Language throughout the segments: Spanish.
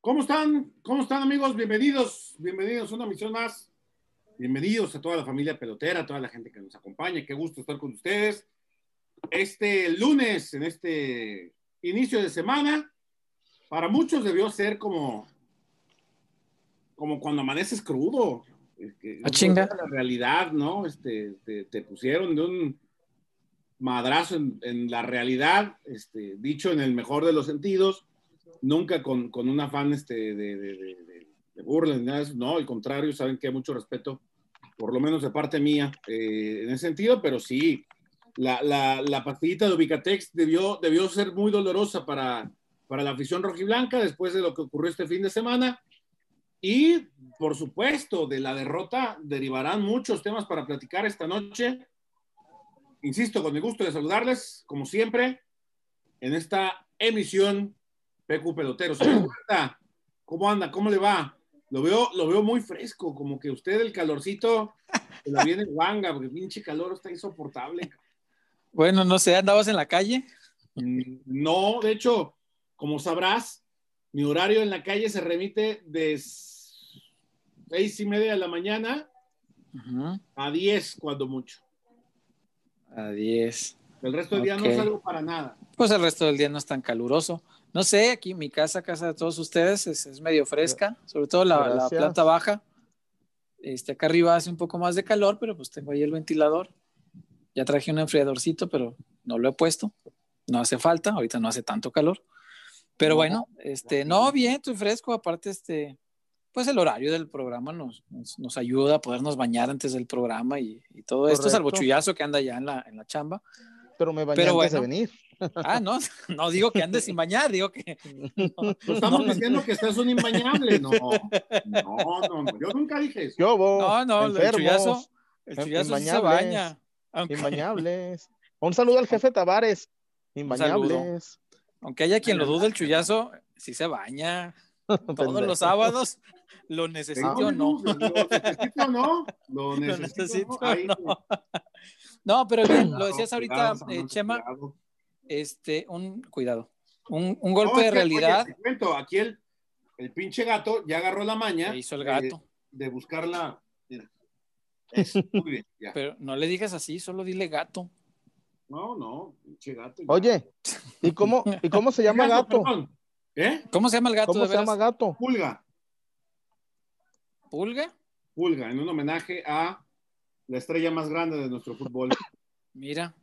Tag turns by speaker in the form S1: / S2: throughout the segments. S1: ¿Cómo están? ¿Cómo están amigos? Bienvenidos, bienvenidos a una misión más. Bienvenidos a toda la familia pelotera, a toda la gente que nos acompaña. Qué gusto estar con ustedes. Este lunes, en este inicio de semana, para muchos debió ser como, como cuando amaneces crudo. Es que-
S2: Ah, chinga.
S1: La realidad, ¿no? Este, te, te pusieron de un madrazo en, en la realidad, este, dicho en el mejor de los sentidos nunca con, con un afán este, de, de, de- de- de burla ni nada de eso. No, al contrario, saben que mucho respeto, por lo menos de parte mía, eh, en ese sentido, pero sí, la, la, la pastillita de Ubicatex debió, debió ser muy dolorosa para, para la afición rojiblanca después de lo que ocurrió este fin de semana. Y, por supuesto, de la derrota derivarán muchos temas para platicar esta noche. Insisto, con el gusto de saludarles, como siempre, en esta emisión PQ Pelotero. Señor Huerta, ¿cómo anda? ¿Cómo le va? Lo veo, lo veo muy fresco, como que usted el calorcito se la viene guanga, porque pinche calor está insoportable.
S2: Bueno, no sé, andabas en la calle.
S1: Mm, No, de hecho, como sabrás, mi horario en la calle se remite de s- seis y media de la mañana a diez, cuando mucho.
S2: A 10.
S1: El resto del día no
S2: Ok.
S1: salgo para nada.
S2: Pues el resto del día no es tan caluroso. No sé, aquí mi casa, casa de todos ustedes, es, es medio fresca, sobre todo la, la
S3: Gracias.
S2: planta baja. Este, acá arriba hace un poco más de calor, pero pues tengo ahí el ventilador. Ya traje un enfriadorcito, pero no lo he puesto. No hace falta, ahorita no hace tanto calor. Pero
S1: No.
S2: bueno, este, no, bien, estoy fresco. Aparte, este, pues el horario del programa nos, nos, nos ayuda a podernos bañar antes del programa y, y todo esto,
S3: Correcto.
S2: salvo Chuyazo que anda ya en la, en la chamba.
S3: Pero me bañé
S2: Pero
S3: antes de
S2: bueno.
S3: venir.
S2: Ah, no, no digo que andes sin bañar, digo que
S1: No estamos
S2: No.
S1: diciendo que estás un imbañable, no. No, no, no, yo nunca dije eso.
S3: Yo voy.
S2: no, no, el
S3: enfermos,
S2: chullazo, el
S3: en-
S2: chullazo sí se
S3: imbañables,
S2: baña. Aunque,
S3: Imbañables. Un saludo al jefe Tavares. Imbañables.
S2: aunque haya quien lo dude, el chullazo sí se baña. Todos
S3: Pendejo. Ah,
S2: los sábados, lo necesite o no.
S1: Lo necesito o no. Lo
S2: Lo
S1: necesito,
S2: necesito
S1: o no. Ahí,
S2: o no. No, pero bien, lo decías
S1: Cuidado,
S2: ahorita,
S1: cuidado,
S2: eh, Chema,
S1: cuidado.
S2: este, un, cuidado, un, un
S1: No, es
S2: golpe de
S1: que, oye,
S2: realidad
S1: te cuento, aquí el, el pinche gato ya agarró la maña
S2: que hizo el
S1: eh,
S2: gato.
S1: de buscarla. Mira. Eso, muy bien, ya.
S2: Pero no le digas así, solo dile gato.
S1: No, no, pinche gato. ya.
S3: Oye, ¿y cómo, ¿y cómo se llama gato?
S1: perdón. ¿Eh?
S2: ¿Cómo se llama el gato
S3: ¿Cómo
S2: de
S3: se llama
S2: veras?
S3: gato?
S1: Pulga,
S2: ¿Pulga?
S1: pulga, en un homenaje a la estrella más grande de nuestro fútbol.
S2: Mira,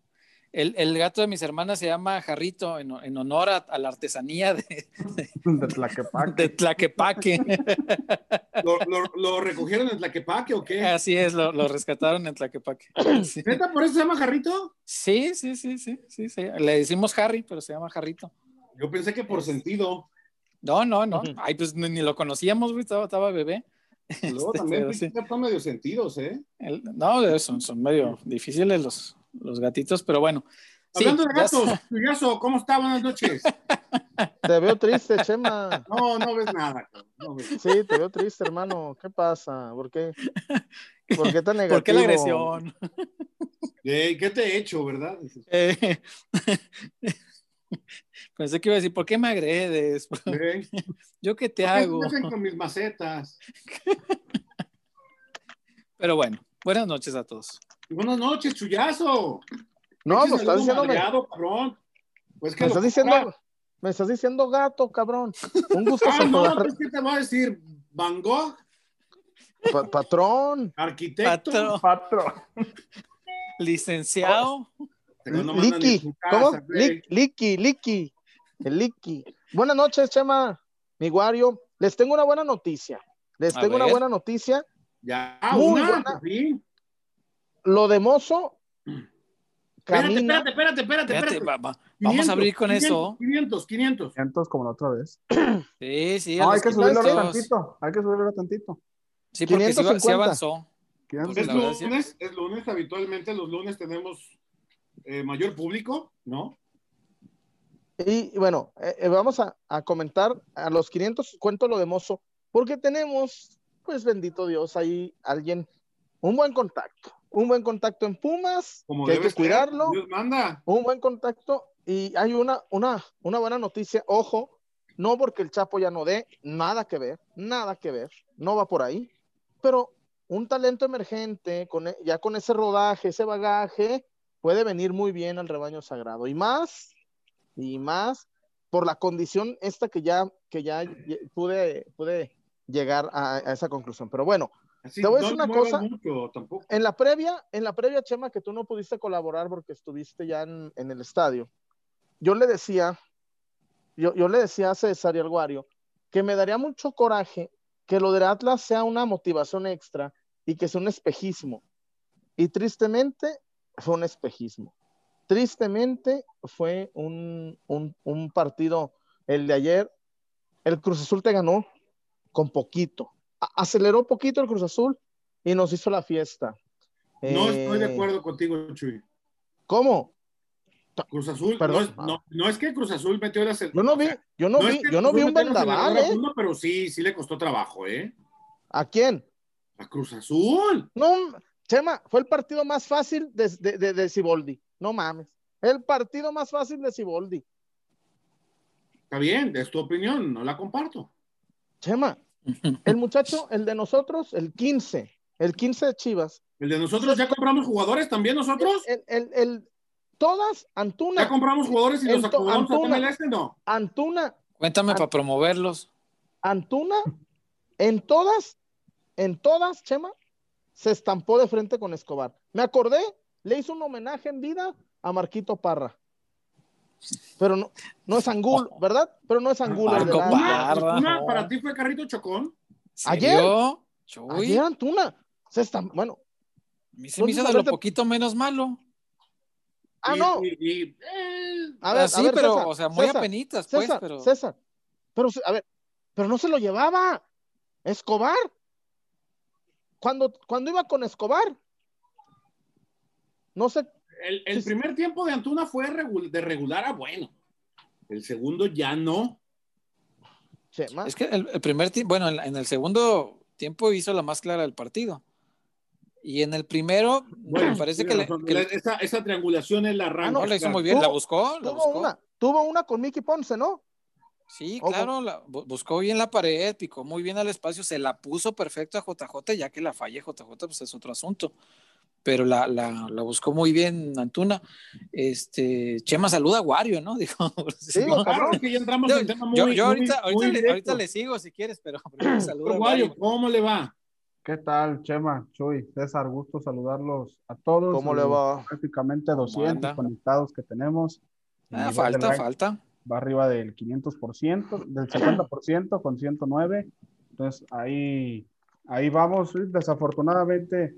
S2: el, el gato de mis hermanas se llama Jarrito en, en honor a, a la artesanía de,
S3: De Tlaquepaque.
S2: de Tlaquepaque.
S1: ¿Lo, lo, lo recogieron en Tlaquepaque o qué?
S2: Así es, lo, lo rescataron en Tlaquepaque. Ah, Sí,
S1: ¿Neta por eso se llama Jarrito?
S2: sí, sí, sí, sí, sí, sí. Le decimos Harry, pero se llama Jarrito.
S1: Yo pensé que por sentido.
S2: No, no, no. Ay, pues ni, ni lo conocíamos, güey, estaba, estaba bebé.
S1: Luego
S2: Este,
S1: también
S2: pero
S1: pinche
S2: sí.
S1: gato medio sentidos, ¿eh?
S2: El- no, son, son medio difíciles los, los gatitos, pero bueno. Sí,
S1: Hablando de
S2: ya
S1: gatos, Chuyazo, ¿cómo está? Buenas noches.
S3: Te veo triste, Chema.
S1: No, no ves nada. cabrón, No ves.
S3: Sí, te veo triste, hermano. ¿Qué pasa? ¿Por qué? ¿Por qué tan negativo?
S2: ¿Por qué la agresión?
S1: Ey, ¿Qué te he hecho, verdad? Dices,
S2: Eh, pensé que iba a decir, ¿por qué me agredes?
S1: ey,
S2: ¿Yo qué te
S1: ¿Qué
S2: hago?
S1: hacen con mis macetas?
S2: Pero bueno, buenas noches a todos.
S1: Buenas noches, Chuyazo.
S3: No,
S1: Pinche
S3: pues estás
S1: saludo
S3: diciéndome.
S1: madreado, cabrón. Pues que lo-
S3: Me estás diciendo. Me estás diciendo gato, cabrón. Un gusto
S1: Ah, no,
S3: saludar.
S1: pues, ¿qué te voy a decir? Van Gogh,
S2: pues.
S3: Pa- patrón.
S1: arquitecto.
S2: Patrón,
S3: Patrón.
S2: licenciado.
S1: Pero no mandan ni a
S3: Licky,
S1: su casa,
S3: ¿cómo?
S1: güey.
S3: Lick- Licky, Licky, el Licky. Buenas noches, Chema, mi Wario. Les tengo una buena noticia. Les
S2: A
S3: tengo una
S2: ver.
S3: buena noticia.
S1: Ya,
S3: Muy
S1: una,
S3: buena.
S1: por fin.
S3: Lo de Mozo
S1: Espérate,
S3: camina.
S1: espérate, espérate, espérate,
S2: Espérate,
S1: espérate.
S2: va- va- vamos a abrir con eso.
S1: 500, 500.
S4: 500 como la otra vez.
S2: Sí, sí. a
S4: No, hay
S2: los
S4: que subirlo ahora
S2: 500.
S4: tantito. Hay que subirlo ahora tantito.
S2: Sí, porque sí, va- sí
S3: 550.
S2: avanzó.
S4: 500.
S2: Pues
S1: Es
S2: la verdad, sí.
S1: lunes, es lunes, habitualmente los lunes tenemos eh, mayor público, ¿no?
S3: Y bueno, eh, eh, vamos a, a comentar a los 500, cuento lo de Mozo, porque tenemos, pues bendito Dios, ahí alguien, un buen contacto. Un buen contacto en Pumas,
S1: Como
S3: que hay
S1: debe
S3: que
S1: ser.
S3: cuidarlo.
S1: Dios manda.
S3: un buen contacto y hay una, una, una buena noticia, ojo, No porque el Chapo ya no dé, nada que ver, nada que ver, no va por ahí. Pero un talento emergente, con, e- ya con ese rodaje, ese bagaje, puede venir muy bien al rebaño sagrado. Y más, y más, por la condición esta que ya, que ya lle- pude, pude llegar a, a esa conclusión. Pero bueno,
S1: Así,
S3: Te voy a
S1: no
S3: decir una
S1: muevas
S3: cosa.
S1: mucho tampoco.
S3: en la previa, en la previa, Chema, que tú no pudiste colaborar porque estuviste ya en, en el estadio, yo le decía, yo, yo le decía a César y al Guario que me daría mucho coraje que lo del Atlas sea una motivación extra y que sea un espejismo. Y tristemente fue un espejismo. Tristemente fue un, un- un partido, el de ayer, el Cruz Azul te ganó con poquito. A- aceleró poquito el Cruz Azul y nos hizo la fiesta.
S1: No
S3: Eh,
S1: estoy de acuerdo contigo, Chuy.
S3: ¿Cómo?
S1: Cruz Azul, no
S3: Perdón.
S1: es, no, no es que Cruz Azul metió las.
S3: Yo no vi, yo no, vi, yo no vi un vendaval, ¿eh?
S1: pero sí, sí le costó trabajo, ¿eh?
S3: ¿A quién?
S1: A Cruz Azul.
S3: No, Chema, fue el partido más fácil de, de, de, de Siboldi. No mames. El partido más fácil de Siboldi.
S1: Está bien, es tu opinión, no la comparto.
S3: Chema, el muchacho, el de nosotros, el 15, el 15 de Chivas.
S1: El de nosotros ya compramos jugadores también nosotros.
S3: El, el, el- todas,
S1: Ya
S3: Antuna,
S1: compramos jugadores y los
S3: Ento-
S1: acomodamos a
S3: Antuna.
S1: Tom el este, no.
S3: Antuna,
S2: Cuéntame
S3: Ah.
S2: para promoverlos.
S3: Antuna, en todas, en todas, Chema, se estampó de frente con Escobar. Me acordé, le hizo un homenaje en vida a Marquito Parra. Pero no, no es Angulo, ¿verdad? Pero no es Angulo. el de
S2: Marco
S3: la-
S1: Antuna,
S2: Parra.
S1: Antuna,
S2: no.
S1: para ti fue Carrito Chocón.
S2: ¿Se
S3: ¿Ayer?
S2: vio? Chuy,
S3: Ayer Antuna se estam- Bueno,
S2: a mí se me hizo de lo
S3: Entonces,
S2: poquito menos malo.
S3: ah,
S1: Y-
S3: no.
S1: y- y, eh,
S3: A ver,
S2: Así,
S3: a ver,
S2: pero,
S3: César,
S2: o sea, muy
S3: César,
S2: apenitas, pues,
S3: César,
S2: pero.
S3: César. Pero, a ver, pero no se lo llevaba. Escobar. Cuando, cuando iba con Escobar. No sé,
S1: El, el
S3: Sí, sí.
S1: primer tiempo de Antuna fue regu- de regular a bueno. El segundo ya no.
S3: Chema.
S2: Es que el, el primer tiempo, bueno, en, la- en el segundo tiempo hizo la más clara del partido. Y en el primero, me parece que,
S1: tiene
S2: le-
S1: razón.
S2: que
S1: La-
S2: le-
S1: esa, esa triangulación es la
S3: Ah,
S1: rama.
S2: no, la hizo muy bien,
S3: Tuvo-
S2: la buscó, la
S3: Tuvo
S2: buscó.
S3: una, tuvo una con Mickey Ponce, ¿no?
S2: Sí,
S3: Ojo.
S2: claro, la, bu- buscó bien la pared, picó muy bien al espacio, se la puso perfecto a JJ, ya que la falle JJ, pues es otro asunto. Pero la, la, la buscó muy bien Antuna. Este, Chema saluda a Wario, ¿no? Dijo.
S3: Sí,
S2: no,
S1: Claro, es que ya entramos en tema muy,
S2: yo, yo
S1: muy-
S2: ahorita,
S1: muy
S2: ahorita, le,
S1: directo.
S2: ahorita le sigo si quieres, pero primero saluda a
S1: Guayo,
S2: Wario.
S1: ¿cómo le va?
S4: ¿Qué tal, Chema, Chuy, César? Gusto saludarlos a todos.
S3: ¿Cómo
S4: a
S3: le
S4: los
S3: va?
S4: Prácticamente 200
S2: anda?
S4: conectados que tenemos.
S2: Ah,
S4: Y
S2: falta,
S4: Guadalajara
S2: falta.
S4: Va arriba del 500%, del 50% con 109. Entonces, ahí, ahí vamos. Desafortunadamente,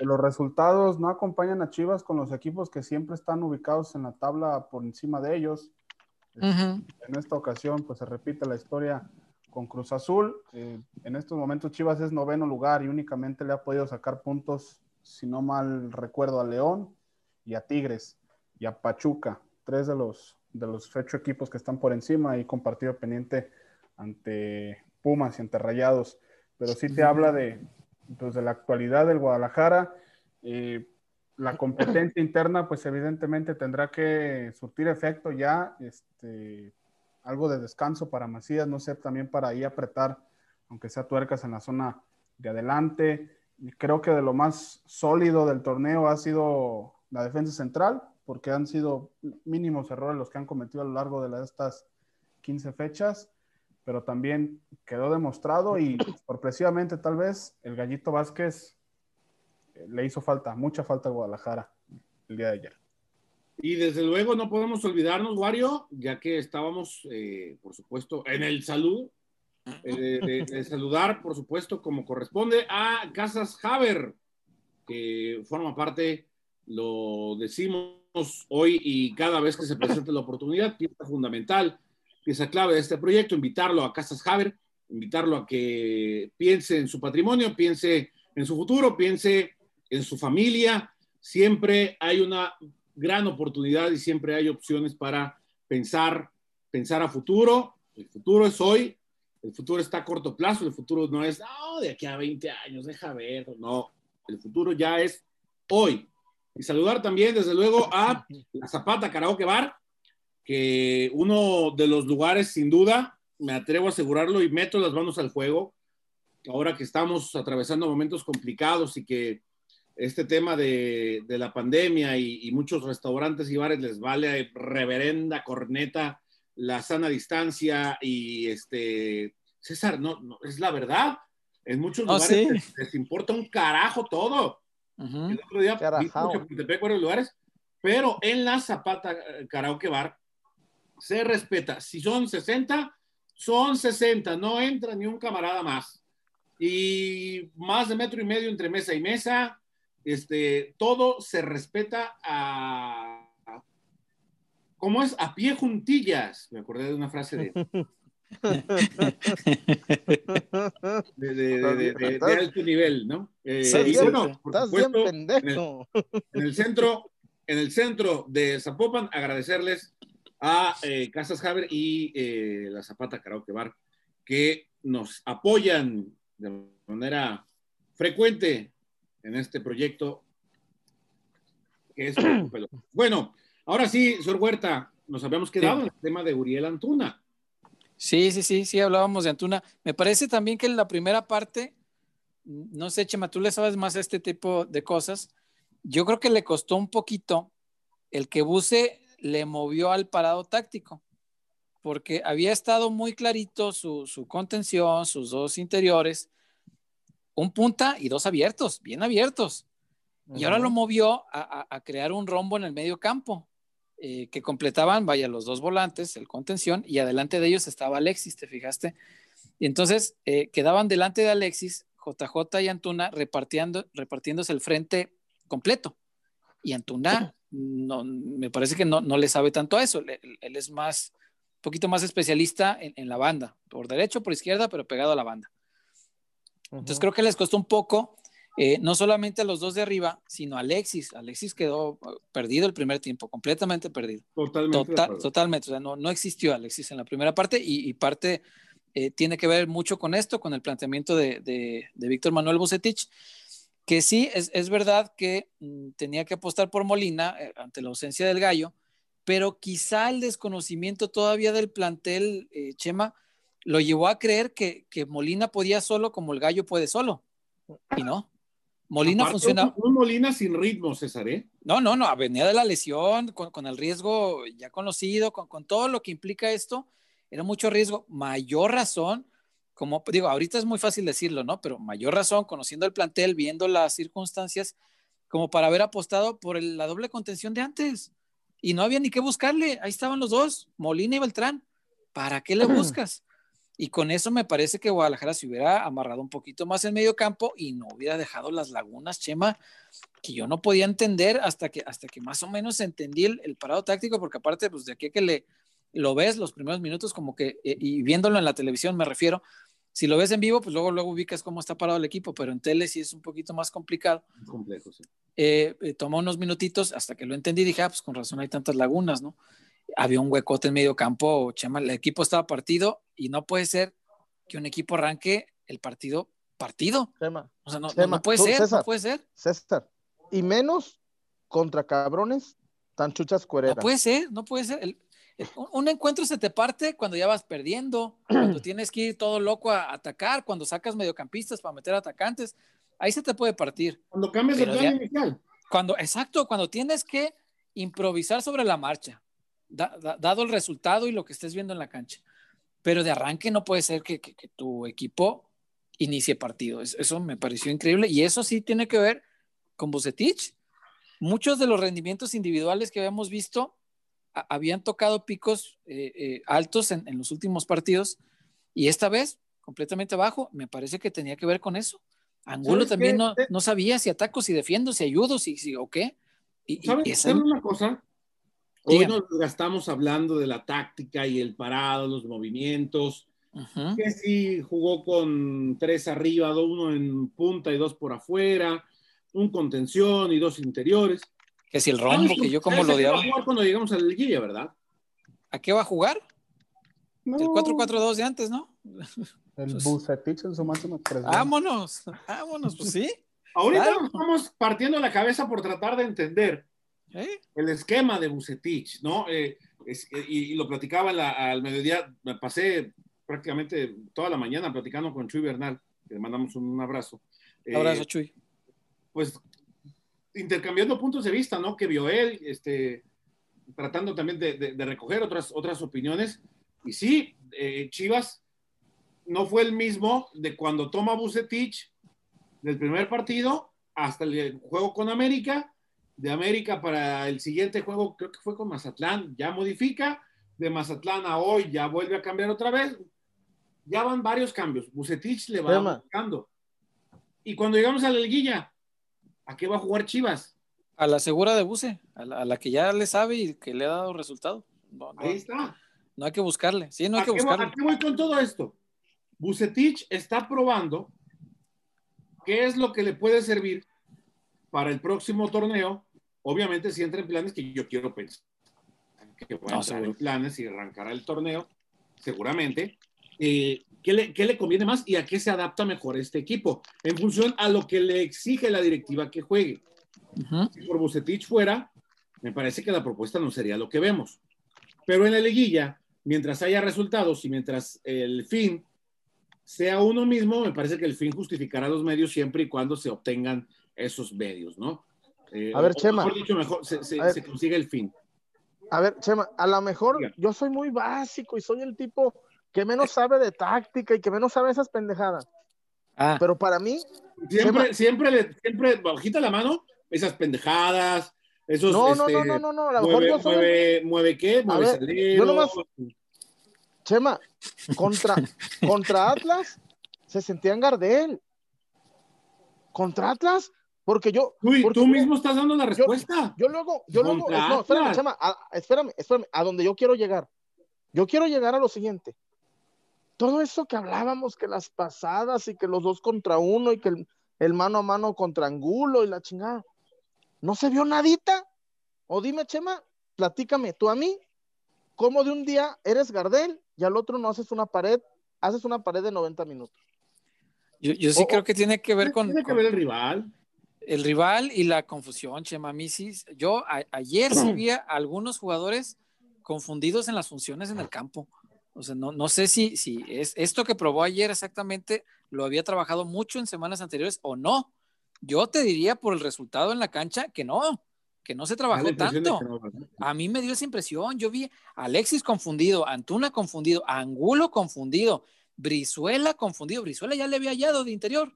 S4: los resultados no acompañan a Chivas con los equipos que siempre están ubicados en la tabla por encima de ellos.
S2: Ujú.
S4: En esta ocasión, pues se repite la historia con Cruz Azul. Eh, en estos momentos Chivas es noveno lugar y únicamente le ha podido sacar puntos, si no mal recuerdo, a León y a Tigres y a Pachuca, tres de los, de los ocho equipos que están por encima y con partido pendiente ante Pumas y ante Rayados. Pero sí te habla de, pues, de la actualidad del Guadalajara. Eh, la competencia interna, pues evidentemente tendrá que surtir efecto ya, este, algo de descanso para Macías, no sé, también para ahí apretar, aunque sea tuercas en la zona de adelante. Y Creo que de lo más sólido del torneo ha sido la defensa central, porque han sido mínimos errores los que han cometido a lo largo de la- estas 15 fechas, pero también quedó demostrado y sorpresivamente tal vez el Gallito Vázquez eh, le hizo falta, mucha falta a Guadalajara el día de ayer.
S1: Y desde luego no podemos olvidarnos, Wario, ya que estábamos, eh, por supuesto, en el saludo, eh, de, de- de saludar, por supuesto, como corresponde a Casas Haber, que forma parte, lo decimos hoy y cada vez que se presente la oportunidad, pieza fundamental, pieza clave de este proyecto, invitarlo a Casas Haber, invitarlo a que piense en su patrimonio, piense en su futuro, piense en su familia. Siempre hay una gran oportunidad y siempre hay opciones para pensar, pensar a futuro. El futuro es hoy, el futuro está a corto plazo, el futuro no es, "Ah, de aquí a 20 años, deja ver, no, el futuro ya es hoy. Y saludar también, desde luego, a La Zapata Karaoke Bar, que uno de los lugares, sin duda, me atrevo a asegurarlo y meto las manos al fuego. Ahora que estamos atravesando momentos complicados y que este tema de, de la pandemia y, y, muchos restaurantes y bares les vale reverenda corneta la sana distancia y este, César, no, no es la verdad. En muchos
S2: Oh,
S1: lugares
S2: sí.
S1: les, les importa un carajo todo.
S2: Ujú.
S1: El otro día
S3: Carajao.
S1: vimos en Chapultepec varios lugares, pero en la Zapata eh, Karaoke Bar se respeta. Si son 60, son 60, no entra ni un camarada más. Y más de metro y medio entre mesa y mesa, este, todo se respeta a, a- ¿cómo es? A pie juntillas. Me acordé de una frase de, de, de- de- de- de- de alto nivel, ¿no? Eh,
S2: Sí,
S1: y
S2: sí,
S1: bueno,
S2: sí.
S1: por
S3: Estás bien
S1: supuesto, en el-
S3: pendejo.
S1: en el centro, en el centro de Zapopan, agradecerles a eh, Casas Haber y eh, la Zapata Karaoke Bar que nos apoyan de manera frecuente en este proyecto que es Pelón. bueno, ahora sí, señor Huerta, nos habíamos quedado
S2: Sí.
S1: en el tema de Uriel Antuna.
S2: Sí, sí, sí, sí, hablábamos de Antuna. Me parece también que en la primera parte, no sé, Chema, tú le sabes más a este tipo de cosas. Yo creo que le costó un poquito el que Buse le movió al parado táctico, porque había estado muy clarito su, su contención, sus dos interiores, un punta y dos abiertos, bien abiertos. Y ahora lo movió a, a- a crear un rombo en el medio campo, eh, que completaban, vaya, los dos volantes, el contención, y adelante de ellos estaba Alexis, ¿te fijaste? Y entonces eh, quedaban delante de Alexis, JJ y Antuna repartiendo, repartiéndose el frente completo. Y Antuna, no, me parece que no, no le sabe tanto a eso, Le- él, es más, un poquito más especialista en, en la banda, por derecho, por izquierda, pero pegado a la banda. Entonces creo que les costó un poco, eh, no solamente a los dos de arriba, sino a Alexis. Alexis quedó eh, perdido el primer tiempo, completamente perdido.
S1: Totalmente. de
S2: Total-
S1: acuerdo.
S2: totalmente, o sea, no, no existió Alexis en la primera parte y, y parte eh, tiene que ver mucho con esto, con el planteamiento de, de- de Víctor Manuel Bucetich, que sí, es, es verdad que mm, tenía que apostar por Molina eh, ante la ausencia del gallo, pero quizá el desconocimiento todavía del plantel, eh, Chema, lo llevó a creer que, que Molina podía solo como el gallo puede solo. Y no. Molina
S1: Aparte,
S2: funcionaba.
S1: Un, un Molina sin ritmo, César, ¿eh?
S2: No, no, no, venía de la lesión, con, con el riesgo ya conocido, con, con todo lo que implica esto, era mucho riesgo, mayor razón, como digo, ahorita es muy fácil decirlo, ¿no? Pero mayor razón, conociendo el plantel, viendo las circunstancias, como para haber apostado por el- la doble contención de antes. Y no había ni qué buscarle, ahí estaban los dos, Molina y Beltrán, ¿para qué le buscas? Y con eso me parece que Guadalajara se hubiera amarrado un poquito más en medio campo y no hubiera dejado las lagunas, Chema, que yo no podía entender hasta que, hasta que más o menos entendí el, el parado táctico, porque aparte, pues de aquí a que le, lo ves los primeros minutos, como que, eh, y viéndolo en la televisión me refiero, si lo ves en vivo, pues luego, luego ubicas cómo está parado el equipo, pero en tele sí es un poquito más complicado.
S1: Complejo, sí.
S2: Eh, eh, tomó unos minutitos hasta que lo entendí, dije, ah, pues con razón hay tantas lagunas, ¿no? Había un huecote en medio campo, Chema, el equipo estaba partido y no puede ser que un equipo arranque el partido partido.
S3: Chema,
S2: O sea, no, no-
S3: Chema,
S2: no puede
S3: tú,
S2: ser,
S3: César.
S2: no puede ser,
S3: César. Y menos contra cabrones tan chuchas
S2: no
S3: cuereras.
S2: puede ser, no puede ser. El- el- un- un encuentro se te parte cuando ya vas perdiendo, cuando tienes que ir todo loco a atacar, cuando sacas mediocampistas para meter atacantes, ahí se te puede partir.
S1: Cuando cambias el
S2: Pero
S1: plan
S2: ya-
S1: inicial.
S2: Cuando, exacto, cuando tienes que improvisar sobre la marcha, da- da- dado el resultado y lo que estés viendo en la cancha. Pero de arranque no puede ser que, que- que tu equipo inicie partido. Es- eso me pareció increíble y eso sí tiene que ver con Bucetich. Muchos de los rendimientos individuales que habíamos visto a- habían tocado picos eh, eh, altos en, en los últimos partidos y esta vez completamente bajo. Me parece que tenía que ver con eso. Angulo
S1: ¿Sabes
S2: también
S1: qué?
S2: no, no sabía si ataco, si defiendo, si ayudo, si, si o qué. Y, y-
S1: ¿Saben
S2: y esa-
S1: saben una cosa? Hoy
S2: Dígame.
S1: nos gastamos hablando de la táctica y el parado, los movimientos,
S2: Ujú.
S1: que sí jugó con tres arriba, do- uno en punta y dos por afuera, un contención y dos interiores.
S2: Que
S1: Ah,
S2: si el rombo, que yo como lo
S1: ¿Sabes a qué va
S2: odiaba.
S1: a jugar cuando llegamos a la liguilla, ¿verdad?
S2: ¿A qué va a jugar?
S4: No,
S2: El 4-4-2 de antes, ¿no?
S4: El Bucetich en su máxima expresión.
S2: Vámonos, vámonos, pues sí.
S1: Ahorita
S2: Claro.
S1: nos estamos partiendo la cabeza por tratar de entender
S2: ¿eh?
S1: el eh, esquema de Bucetich, ¿no? Eh, es- y, y lo platicaba la- al mediodía, me pasé prácticamente toda la mañana platicando con Chuy Bernal, que le mandamos un abrazo. Eh,
S2: Abrazo, Chuy.
S1: pues intercambiando puntos de vista, ¿no? Que vio él, este, tratando también de, de- de recoger otras, otras opiniones. Y sí, eh, Chivas no fue el mismo de cuando toma Bucetich del primer partido hasta el juego con América, de América para el siguiente juego, creo que fue con Mazatlán, ya modifica, de Mazatlán a hoy ya vuelve a cambiar otra vez. Ya van varios cambios. Bucetich le va
S3: Tema.
S1: buscando. Y cuando llegamos a la liguilla, ¿a qué va a jugar Chivas?
S2: A la segura de Buse, a la, a la que ya le sabe y que le ha dado resultado. No, no,
S1: Ahí está.
S2: no hay que buscarle. Sí, no hay
S1: ¿A
S2: que
S1: qué voy-
S2: buscarle.
S1: ¿A qué voy con todo esto? Bucetich está probando qué es lo que le puede servir para el próximo torneo. Obviamente, si entra en planes que yo quiero pensar que va a
S2: No,
S1: entrar
S2: seguro.
S1: en planes y arrancará el torneo, seguramente. Eh, ¿qué, le, qué le conviene más y a qué se adapta mejor este equipo? En función a lo que le exige la directiva que juegue.
S2: Ujú.
S1: si por Bucetich fuera, me parece que la propuesta no sería lo que vemos. Pero en la liguilla, mientras haya resultados y mientras el fin sea uno mismo, me parece que el fin justificará los medios siempre y cuando se obtengan esos medios, ¿no? Eh,
S3: A ver,
S1: o
S3: Chema.
S1: Mejor dicho, mejor se, se-
S3: A ver.
S1: se consigue el fin.
S3: A ver, Chema, a lo mejor
S1: Diga. Eh.
S3: yo soy muy básico y soy el tipo que menos sabe de táctica y que menos sabe esas pendejadas.
S2: Ah,
S3: Pero para mí,
S1: Siempre, siempre, le- siempre, bajita la mano, esas pendejadas, esos.
S3: no, no,
S1: este,
S3: no, no, no, no, a lo mejor
S1: Mueve,
S3: yo soy el-
S1: mueve, mueve qué, mueve
S3: ver,
S1: salero,
S3: yo nomás- Chema, contra, contra Atlas se sentían Gardel. Contra Atlas, porque yo,
S1: Uy,
S3: porque
S1: tú
S3: yo-
S1: mismo estás dando la respuesta.
S3: Yo luego, yo luego,
S1: Contra
S3: no, espérame,
S1: Atlas.
S3: Chema, a- espérame, espérame, a donde yo quiero llegar. Yo quiero llegar a lo siguiente. Todo eso que hablábamos, que las pasadas y que los dos contra uno y que el, el mano a mano contra Angulo y la chingada. ¿No se vio nadita? O dime, Chema, platícame tú a mí, cómo de un día eres Gardel y al otro no haces una pared, haces una pared de 90 minutos.
S2: yo, yo sí
S3: o-
S2: creo que tiene que ver con,
S1: Tiene que
S2: con
S1: ver el rival.
S2: el rival y la confusión, Chema. A mí sí, yo a- ayer sí vi a algunos jugadores confundidos en las funciones en el campo. O sea, no, no sé si, si es esto que probó ayer exactamente lo había trabajado mucho en semanas anteriores o no. Yo te diría por el resultado en la cancha que no, que no se
S1: Da
S2: trabajó
S1: la impresión de
S2: tanto. Ah,
S1: que no, ¿verdad?
S2: A mí me dio esa impresión. Yo vi a Alexis confundido, a Antuna confundido, a Angulo confundido, Brizuela confundido. Brizuela ya le había hallado de interior,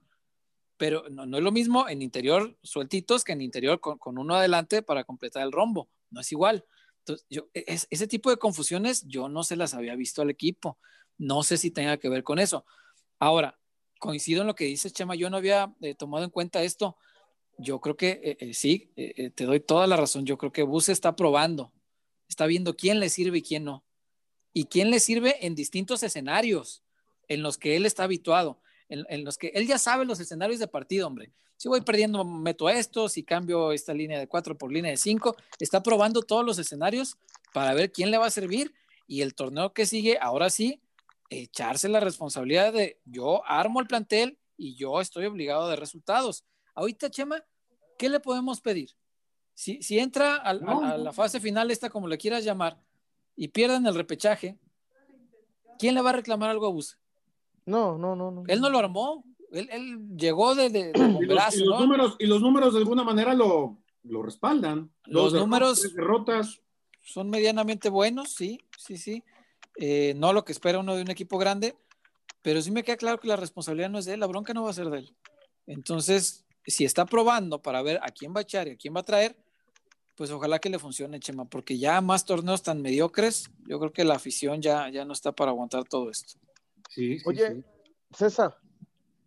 S2: pero no, no es lo mismo en interior sueltitos que en interior con, con uno adelante para completar el rombo. No es igual. Entonces, yo, e, es- ese tipo de confusiones yo no se las había visto al equipo. No sé si tenga que ver con eso. Ahora, coincido en lo que dices, Chema. Yo no había eh, tomado en cuenta esto. Yo creo que eh, eh, sí, eh, eh, te doy toda la razón. Yo creo que Bus está probando, está viendo quién le sirve y quién no. Y quién le sirve en distintos escenarios en los que él está habituado, en, en los que él ya sabe los escenarios de partido, hombre. Si voy perdiendo, meto esto, si cambio esta línea de cuatro por línea de cinco, está probando todos los escenarios para ver quién le va a servir y el torneo que sigue, ahora sí, echarse la responsabilidad de yo armo el plantel y yo estoy obligado de resultados. Ahorita, Chema, ¿qué le podemos pedir? Si, si entra al- al-
S1: No,
S2: a,
S1: no.
S2: la fase final, esta como le quieras llamar, y pierden el repechaje, ¿quién le va a reclamar algo a Buse?
S3: No, no, no, no.
S2: Él no lo armó, él, él llegó de, de, de
S1: Y los,
S2: bomberazo,
S1: y los
S2: ¿no?
S1: números, y los números de alguna manera lo, lo respaldan. Dos
S2: Los
S1: derrotas,
S2: números-
S1: tres derrotas.
S2: son medianamente buenos, sí, sí, sí. Eh, no lo que espera uno de un equipo grande, pero sí me queda claro que la responsabilidad no es de él, la bronca no va a ser de él. Entonces, si está probando para ver a quién va a echar y a quién va a traer, pues ojalá que le funcione, Chema, porque ya más torneos tan mediocres, yo creo que la afición ya, ya no está para aguantar todo esto.
S1: Sí, sí,
S3: Oye.
S1: sí.
S3: César,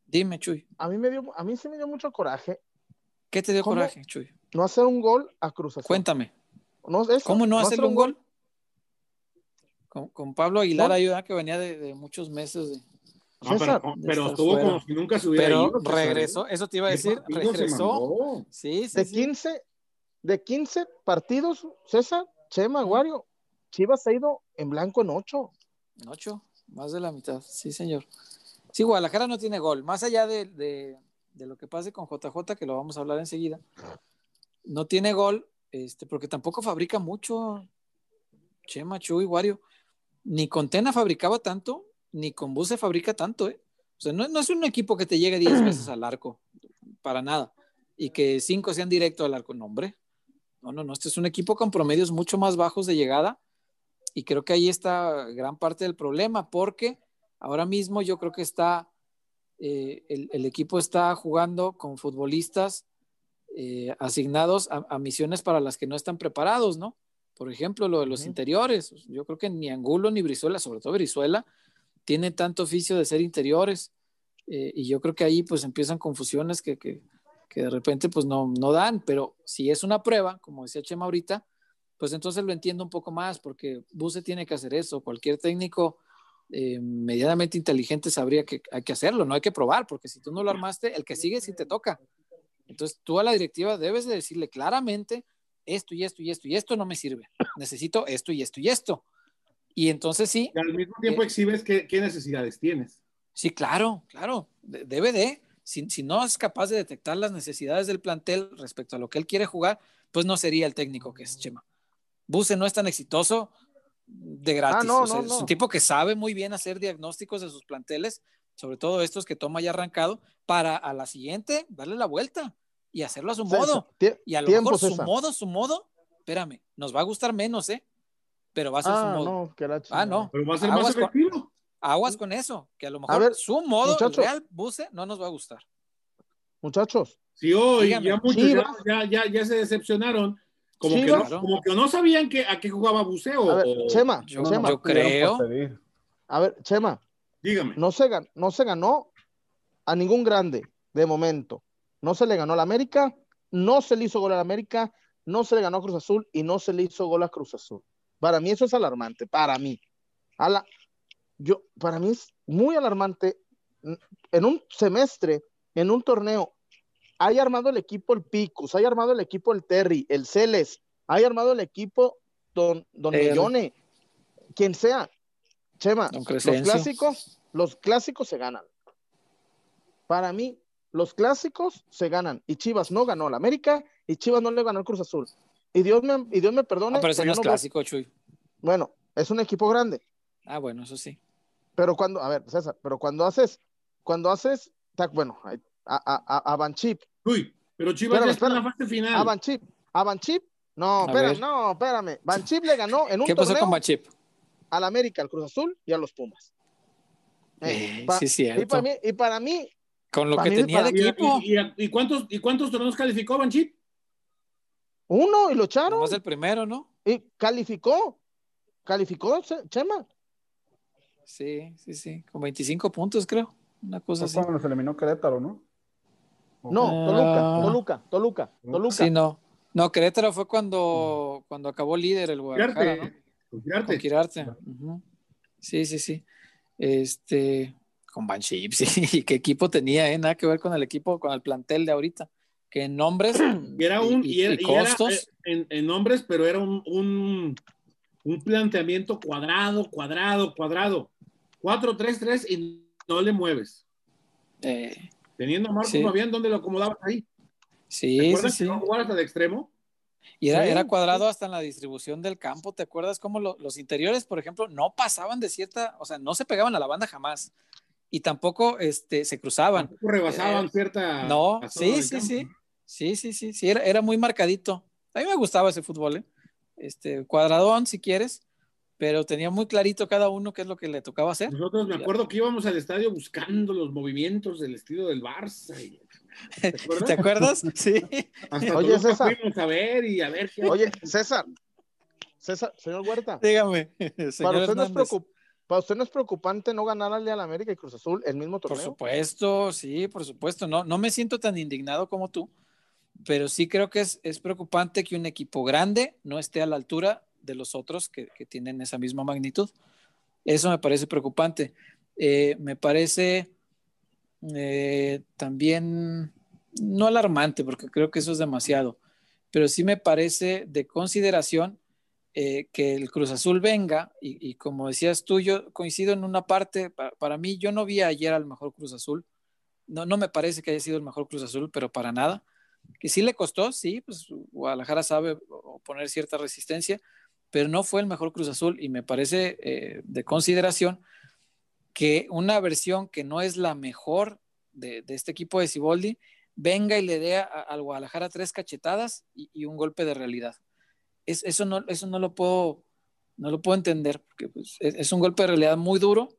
S2: Dime, Chuy,
S3: a mí me dio, a mí sí me dio mucho coraje
S2: ¿qué te dio
S3: ¿Cómo?
S2: coraje, Chuy?
S3: no hacer un gol a Cruz Azul.
S2: Cuéntame,
S3: No, eso,
S2: ¿cómo no,
S3: no
S2: hacerle
S3: hacer
S2: un gol? Con, con Pablo Aguilar,
S3: ¿No?
S2: ayuda que venía de, de muchos meses de,
S1: Ah, pero-
S3: César,
S1: pero
S2: está
S1: estuvo
S2: fuera.
S1: como si nunca se hubiera
S2: Pero
S1: ido. César, ¿eh?
S2: regresó, eso te iba a
S1: ¿Qué
S2: decir,
S1: partido se
S2: regresó.
S1: mandó?
S2: Sí, sí,
S3: De
S2: sí.
S3: 15, de 15 partidos, César, Chema, Aguario, Chivas ha ido en blanco en 8.
S2: Ocho, más de la mitad, sí, señor. Sí, Guadalajara no tiene gol. Más allá de, de- de lo que pase con JJ, que lo vamos a hablar enseguida, no tiene gol, este, porque tampoco fabrica mucho Chema, Chuy, Wario. Ni Contena fabricaba tanto, ni con Bus se fabrica tanto, ¿eh? O sea, no, no es un equipo que te llegue 10 veces al arco, para nada. Y que 5 sean directo al arco, no, hombre. No, no, no. Este es un equipo con promedios mucho más bajos de llegada. Y creo que ahí está gran parte del problema, porque ahora mismo yo creo que está, eh, el, el, equipo está jugando con futbolistas eh, asignados a, a, misiones para las que no están preparados, ¿no? Por ejemplo, lo de los uh -huh. interiores. Yo creo que ni Angulo ni Brizuela, sobre todo Brizuela, tiene tanto oficio de ser interiores. Eh, y yo creo que ahí pues empiezan confusiones que, que, que de repente pues no, no, dan, pero si es una prueba, como decía Chema ahorita, pues entonces lo entiendo un poco más, porque Buse tiene que hacer eso, cualquier técnico eh, medianamente inteligente sabría que hay que hacerlo, no hay que probar, porque si tú no lo armaste, el que sigue sí te toca. Entonces tú a la directiva debes de decirle claramente, esto y esto y esto y esto no me sirve, necesito esto y esto y esto. Y entonces sí.
S1: Y al mismo tiempo eh, exhibes qué, qué necesidades tienes.
S2: Sí, claro, claro, de, debe de. Si, si, no es capaz de detectar las necesidades del plantel respecto a lo que él quiere jugar, pues no sería el técnico que es Chema. Buse no es tan exitoso de gratis. Ah, no, o sea, no, no. Es un tipo que sabe muy bien hacer diagnósticos de sus planteles, sobre todo estos que toma ya arrancado, para a la siguiente darle la vuelta y hacerlo a su César, modo. Y a lo mejor César. su modo, su modo, espérame, nos va a gustar menos, ¿eh? Pero va a ser
S3: ah,
S2: su modo.
S3: No, que la
S2: ah, no.
S1: Pero va a ser Aguas más efectivo.
S2: Con, aguas con eso, que a lo mejor a ver, su modo, muchachos, el Real Buse, no nos va a gustar.
S3: Muchachos.
S1: Sí, hoy díganme, ya muchos ya, ya, ya se decepcionaron como, Chivas, que no, como que no sabían que, a qué jugaba Buceo.
S3: A ver, o... Chema,
S2: yo,
S3: Chema,
S2: yo creo.
S3: A ver, Chema.
S1: Dígame.
S3: No se, ganó, no se ganó a ningún grande de momento. No se le ganó a la América, no se le hizo gol a la América, no se le ganó a Cruz Azul y no se le hizo gol a Cruz Azul. Para mí eso es alarmante, para mí. A la, yo, para mí es muy alarmante en un semestre, en un torneo, hay armado el equipo el Picus, hay armado el equipo el Terry, el Celes, hay armado el equipo Don, don el, Millone, quien sea. Chema, los clásicos, los clásicos se ganan. Para mí, los clásicos se ganan. Y Chivas no ganó la América y Chivas no le ganó el Cruz Azul. Y Dios me, y Dios me perdone.
S2: Ah, pero eso no es clásico, voy... Chuy.
S3: Bueno, es un equipo grande.
S2: Ah, bueno, eso sí.
S3: Pero cuando, a ver, César, pero cuando haces, cuando haces, bueno, a, a, a Banchip.
S1: Uy, pero Chivas espérame, ya está espérame. en la fase final.
S3: A
S2: Mm.
S3: Banchip, a Banchip, no, espérame, no, espérame. Banchip le ganó en un
S2: ¿Qué pasó
S3: torneo
S2: con Banchip?
S3: Al América, al Cruz Azul y a los Pumas.
S2: Eh, eh, pa, sí, cierto.
S3: Y para mí, y para mí
S2: con lo que tenía de equipo.
S1: Y, y, y, cuántos, ¿Y cuántos torneos calificó Banchip?
S3: Uno, y lo echaron.
S2: es el primero, ¿no?
S3: Y calificó, calificó Chema.
S2: Sí, sí, sí, con 25 puntos creo una cosa Pues así.
S4: Cuando nos eliminó Querétaro, ¿no?
S3: ¿O no, Toluca, Toluca, Toluca, Toluca.
S2: Sí, no. No, Querétaro fue cuando, cuando acabó líder el Guadalajara, ¿no?
S1: Con Quirarte.
S2: Con Quirarte. Uh -huh. Sí, sí, sí. Este, con Banship, sí. ¿Qué equipo tenía, eh? Nada que ver con el equipo, con el plantel de ahorita. Que en nombres
S1: y, era un, y, y, y costos. Era, eh, en, en, nombres, pero era un, un, un planteamiento cuadrado, cuadrado, cuadrado. 4-3-3 y no le mueves.
S2: Eh,
S1: Teniendo a Marcos sí. Fabián, ¿dónde lo acomodabas ahí?
S2: Sí,
S1: ¿Te acuerdas
S2: sí,
S1: que no jugaba hasta de extremo?
S2: Y era, sí. era, cuadrado hasta en la distribución del campo. ¿Te acuerdas cómo lo, los interiores, por ejemplo, no pasaban de cierta, o sea, no se pegaban a la banda jamás? Y tampoco este, se cruzaban. Tampoco
S1: rebasaban eh, cierta.
S2: No, sí, sí, sí. Sí, sí, sí, sí, era, era, muy marcadito. A mí me gustaba ese fútbol, ¿eh? Este, cuadradón, si quieres, pero tenía muy clarito cada uno qué es lo que le tocaba hacer.
S1: Nosotros me acuerdo que íbamos al estadio buscando los movimientos del estilo del Barça. Y,
S2: ¿Te acuerdas? ¿Te acuerdas? Sí.
S1: Hasta Oye, César. Fuimos a ver y a ver qué...
S3: Oye, César. César, señor Huerta.
S2: Dígame.
S3: Señor para, usted no es preocup... para, usted no es preocupante no ganar al Leal América y Cruz Azul el mismo torneo.
S2: Por supuesto, sí, por supuesto. No, no me siento tan indignado como tú, pero sí creo que es, es preocupante que un equipo grande no esté a la altura de los otros que, que, tienen esa misma magnitud. Eso me parece preocupante. Eh, me parece eh, también no alarmante, porque creo que eso es demasiado, pero sí me parece de consideración eh, que el Cruz Azul venga y, y, como decías tú, yo coincido en una parte, para, para, mí yo no vi ayer al mejor Cruz Azul, no, no me parece que haya sido el mejor Cruz Azul, pero para nada. Que sí le costó, sí, pues Guadalajara sabe poner cierta resistencia, pero no fue el mejor Cruz Azul y me parece eh, de consideración que una versión que no es la mejor de, de este equipo de Ciboldi venga y le dé al Guadalajara tres cachetadas y, y, un golpe de realidad. Es, eso, no, eso no lo puedo no lo puedo entender, porque pues, es, es, un golpe de realidad muy duro,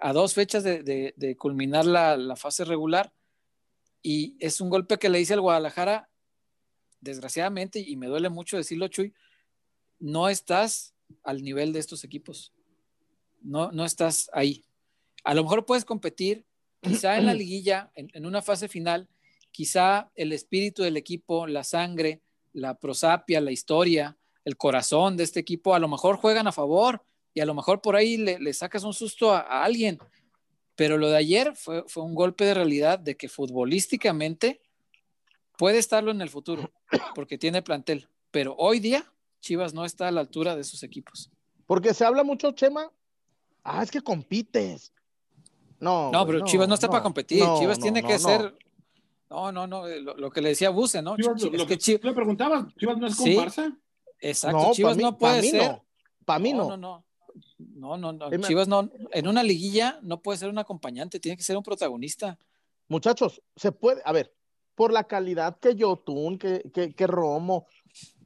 S2: a dos fechas de, de, de culminar la, la, fase regular, y es un golpe que le dice al Guadalajara, desgraciadamente, y me duele mucho decirlo, Chuy, no estás al nivel de estos equipos, no, no estás ahí. A lo mejor puedes competir, quizá en la liguilla, en, en una fase final, quizá el espíritu del equipo, la sangre, la prosapia, la historia, el corazón de este equipo, a lo mejor juegan a favor y a lo mejor por ahí le, le sacas un susto a, a, alguien. Pero lo de ayer fue, fue, un golpe de realidad de que futbolísticamente puede estarlo en el futuro, porque tiene plantel. Pero hoy día Chivas no está a la altura de sus equipos.
S3: Porque se habla mucho, Chema. Ah, es que compites. No,
S2: no pero no, Chivas no está no, para competir. No, Chivas tiene que ser no, no, no, lo, lo, que le decía Buse, ¿no?
S1: Chivas, lo,
S2: es
S1: lo que Chivas... le preguntabas, ¿Chivas no es comparsa? Sí,
S2: exacto, no, Chivas mí, no puede
S3: mí
S2: ser. No.
S3: Para mí
S2: no. No, no, no. no, no. Me... Chivas no, en una liguilla no puede ser un acompañante, tiene que ser un protagonista.
S3: Muchachos, se puede, a ver, por la calidad que Yotun, que, que, que Romo,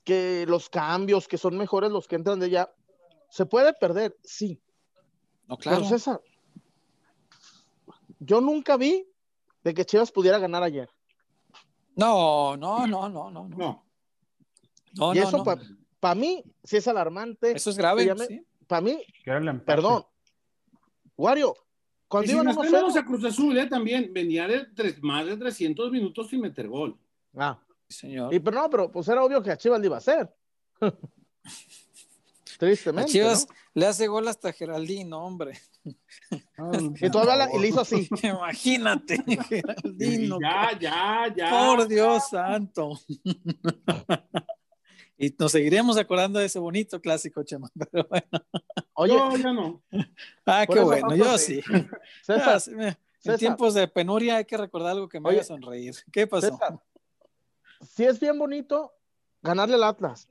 S3: que los cambios, que son mejores los que entran de allá, se puede perder, sí.
S2: No, claro.
S3: Pero César, yo nunca vi de que Chivas pudiera ganar ayer.
S2: No, no, no, no, no. No.
S3: no y eso no. para pa mí sí es alarmante.
S2: Eso es grave. ¿sí?
S3: Para mí, perdón. Wario, cuando
S1: si nos tenemos a Cruz Azul, ¿eh? también venía de tres, más de 300 minutos sin meter gol.
S3: Ah, señor. Y, pero no, pero pues era obvio que a Chivas le iba a hacer. Tristemente.
S2: A Chivas ¿no? le hace gol hasta Geraldino, hombre.
S3: Ay, y todavía la, y le hizo así.
S2: Imagínate, Geraldino.
S1: Ya, ya, ya.
S2: Por Dios santo. y nos seguiremos acordando de ese bonito clásico, Chema. Pero bueno.
S1: Oye, no, yo no.
S2: Ah, qué bueno, no yo sí. César, en César. tiempos de penuria hay que recordar algo que me Oye, haga sonreír. ¿Qué pasó? César,
S3: si es bien bonito ganarle al Atlas.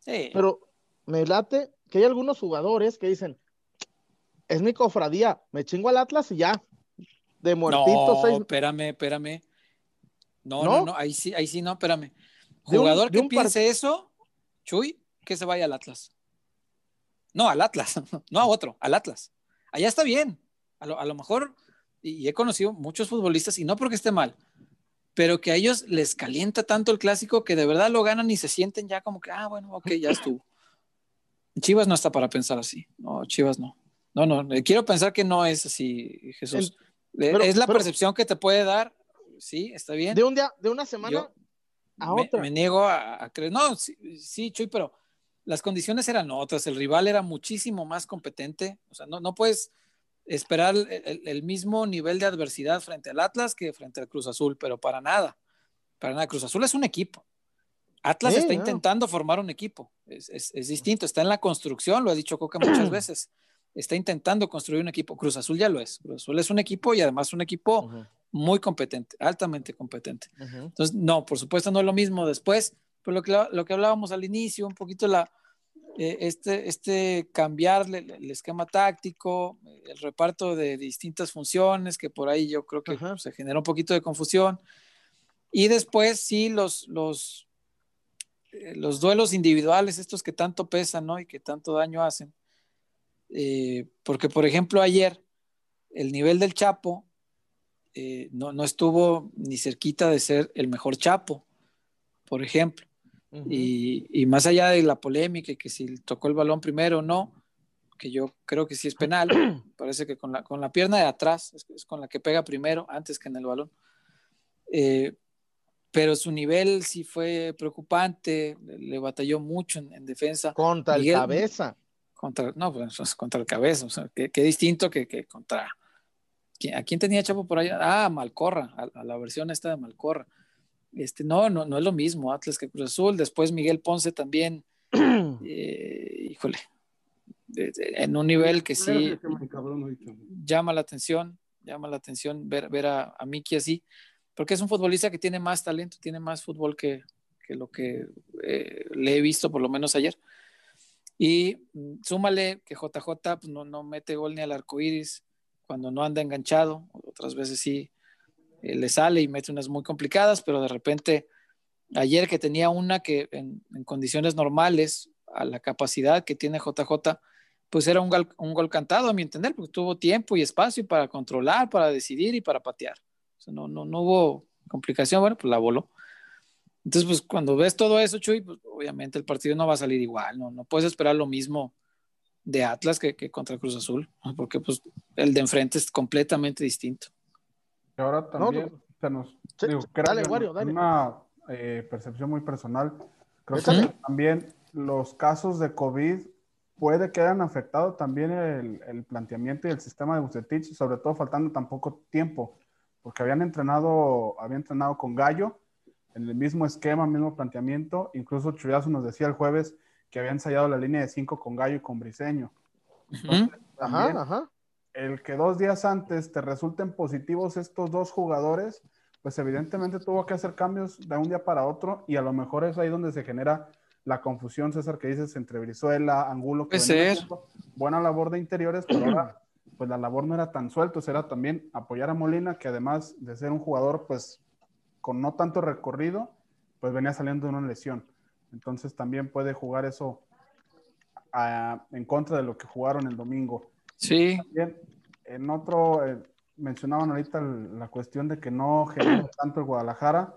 S3: Sí. Pero me late que hay algunos jugadores que dicen, es mi cofradía, me chingo al Atlas y ya. De muertito.
S2: No, seis... espérame, espérame. No, no, no, no, ahí sí, ahí sí, no, espérame. Jugador un, que piense part... eso, Chuy, que se vaya al Atlas. No, al Atlas, no a otro, al Atlas. Allá está bien. A lo, a lo mejor, y, y he conocido muchos futbolistas, y no porque esté mal, pero que a ellos les calienta tanto el clásico que de verdad lo ganan y se sienten ya como que, ah, bueno, ok, ya estuvo. Chivas no está para pensar así. No, Chivas no. No, no, eh, quiero pensar que no es así, Jesús. El, pero, es la pero, percepción que te puede dar. Sí, está bien.
S3: De un día, de una semana
S2: Yo a otra. Me, me niego a, a, creer. No, sí, sí, Chuy, pero las condiciones eran otras. El rival era muchísimo más competente. O sea, no, no puedes esperar el, el, el, mismo nivel de adversidad frente al Atlas que frente al Cruz Azul, pero para nada. Para nada. Cruz Azul es un equipo. Atlas sí, está no. intentando formar un equipo. Es, es, es, distinto, está en la construcción, lo ha dicho Coca muchas veces. Está intentando construir un equipo. Cruz Azul ya lo es. Cruz Azul es un equipo y además un equipo uh -huh. muy competente, altamente competente. Uh -huh. Entonces, no, por supuesto no es lo mismo después, pero lo que, lo que hablábamos al inicio, un poquito la, eh, este, este cambiar el, el, esquema táctico, el reparto de distintas funciones, que por ahí yo creo que uh -huh. se genera un poquito de confusión. Y después sí, los, los eh, los duelos individuales, estos que tanto pesan, ¿no? Y que tanto daño hacen. Eh, porque, por ejemplo, ayer el nivel del Chapo eh, no, no, estuvo ni cerquita de ser el mejor Chapo, por ejemplo. Uh -huh. y, y, más allá de la polémica, que si tocó el balón primero o no, que yo creo que sí es penal, parece que con la, con la pierna de atrás es, es, con la que pega primero antes que en el balón. Eh, pero su nivel sí fue preocupante, le batalló mucho en, en defensa.
S3: Contra el Miguel, cabeza.
S2: Contra, no, pues, contra el cabeza, o sea, qué, distinto que, que contra... ¿A quién tenía Chapo por allá? Ah, Malcorra, a, a, la versión esta de Malcorra. Este, no, no, no es lo mismo, Atlas que Cruz Azul, después Miguel Ponce también, eh, híjole, en un nivel que sí llama la atención, llama la atención ver, ver a, a Miki así porque es un futbolista que tiene más talento, tiene más fútbol que, que lo que eh, le he visto por lo menos ayer. mm, Y súmale que JJ pues, no, no, mete gol ni al arco iris, cuando no anda enganchado, otras veces sí eh, le sale y mete unas muy complicadas, pero de repente ayer que tenía una que en, en condiciones normales, a la capacidad que tiene JJ, pues era un gol, un gol, cantado, a mi entender, porque tuvo tiempo y espacio para controlar, para decidir y para patear. O sea, no, no, no hubo complicación, bueno, pues la voló. Entonces, pues cuando ves todo eso, Chuy, pues obviamente el partido no va a salir igual, no, no puedes esperar lo mismo de Atlas que, que contra Cruz Azul, porque pues el de enfrente es completamente distinto.
S4: Y ahora también, no, se nos, sí, digo,
S3: dale, Wario, dale.
S4: una eh, percepción muy personal, creo que también los casos de COVID puede que hayan afectado también el, el planteamiento y el sistema de Bucetich, sobre todo faltando tan poco tiempo, porque habían entrenado, habían entrenado con Gallo en el mismo esquema, mismo planteamiento. Incluso Chuyazo nos decía el jueves que había ensayado la línea de 5 con Gallo y con Briseño. Entonces,
S3: ¿Mm? ajá, ajá.
S4: El que dos días antes te resulten positivos estos dos jugadores, pues evidentemente tuvo que hacer cambios de un día para otro y a lo mejor es ahí donde se genera la confusión, César, que dices entre Brizuela, Angulo, que
S2: ser.
S4: buena labor de interiores, pero ahora pues la labor no era tan suelto, era también apoyar a Molina, que además de ser un jugador pues con no tanto recorrido, pues venía saliendo de una lesión. Entonces también puede jugar eso a, en contra de lo que jugaron el domingo.
S2: Sí.
S4: También, en otro, eh, mencionaban ahorita el, la cuestión de que no genera tanto el Guadalajara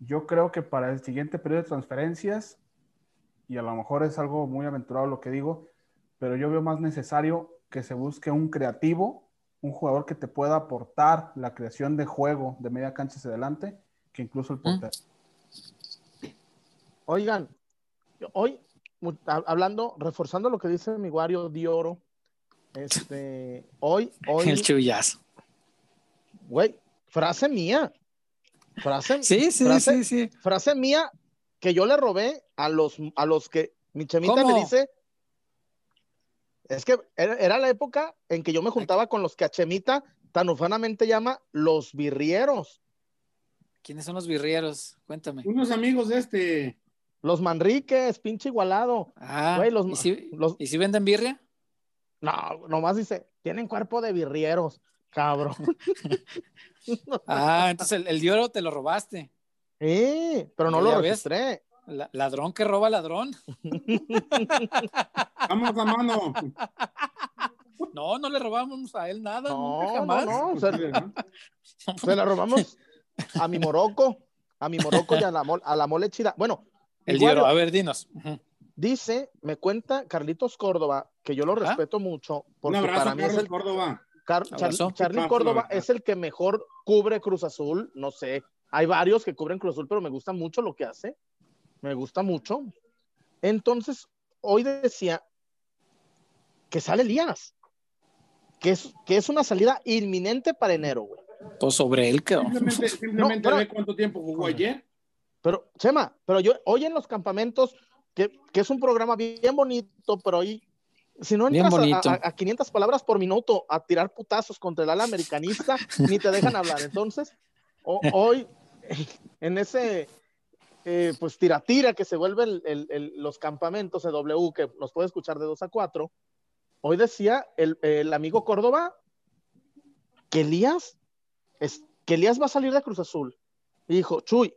S4: yo creo que para el siguiente periodo de transferencias, y a lo mejor es algo muy aventurado lo que digo, pero yo veo más necesario que se busque un creativo, un jugador que te pueda aportar la creación de juego de media cancha hacia adelante, que incluso el portero.
S3: Oigan, hoy hablando, reforzando lo que dice mi Wario Dioro, este, hoy, hoy.
S2: El chullazo.
S3: Güey, frase mía. Frase,
S2: sí, sí, sí,
S3: frase,
S2: sí,
S3: frase mía que yo le robé a los, a los que mi chamita me dice. Es que era, era, la época en que yo me juntaba con los que a Chemita tan ufanamente llama los birrieros.
S2: ¿Quiénes son los birrieros? Cuéntame.
S1: Unos amigos de este.
S3: Los manriques, pinche igualado.
S2: Ah, Güey, los, ¿y, si, los... ¿y si venden birria?
S3: No, nomás dice, tienen cuerpo de birrieros cabrón.
S2: ah, entonces el, el dioro te lo robaste.
S3: Sí, pero no lo registré.
S2: La, ladrón que roba ladrón.
S1: Vamos la mano.
S2: No, no le robamos a él nada, no, nunca, jamás.
S3: No, no, se, se, la robamos a mi moroco, a mi moroco y a la, mol, a la mole chida. Bueno,
S2: el, el dioro, a ver, dinos. Uh -huh.
S3: Dice, me cuenta Carlitos Córdoba, que yo lo ¿Ah? respeto mucho, porque
S1: Un abrazo,
S3: para mí
S1: Carlos
S3: es el
S1: Córdoba.
S3: Car Char Charlie Córdoba es el que mejor cubre Cruz Azul, no sé. Hay varios que cubren Cruz Azul, pero me gusta mucho lo que hace. Me gusta mucho. Entonces, hoy decía que sale Elías. Que es, que es una salida inminente para enero, güey.
S2: Todo sobre él,
S1: cabrón. Simplemente, simplemente no, pero, cuánto tiempo jugó ayer.
S3: Pero, Chema, pero yo hoy en los campamentos, que, que es un programa bien bonito, pero hoy si no entras a, a, a, 500 palabras por minuto a tirar putazos contra el ala americanista, ni te dejan hablar. Entonces, o, hoy, en ese eh, pues tira-tira que se vuelve el, el, el, los campamentos de W, que nos puede escuchar de 2 a 4, hoy decía el, amigo Córdoba que Elías, es, que Elías va a salir de Cruz Azul. Y dijo, Chuy,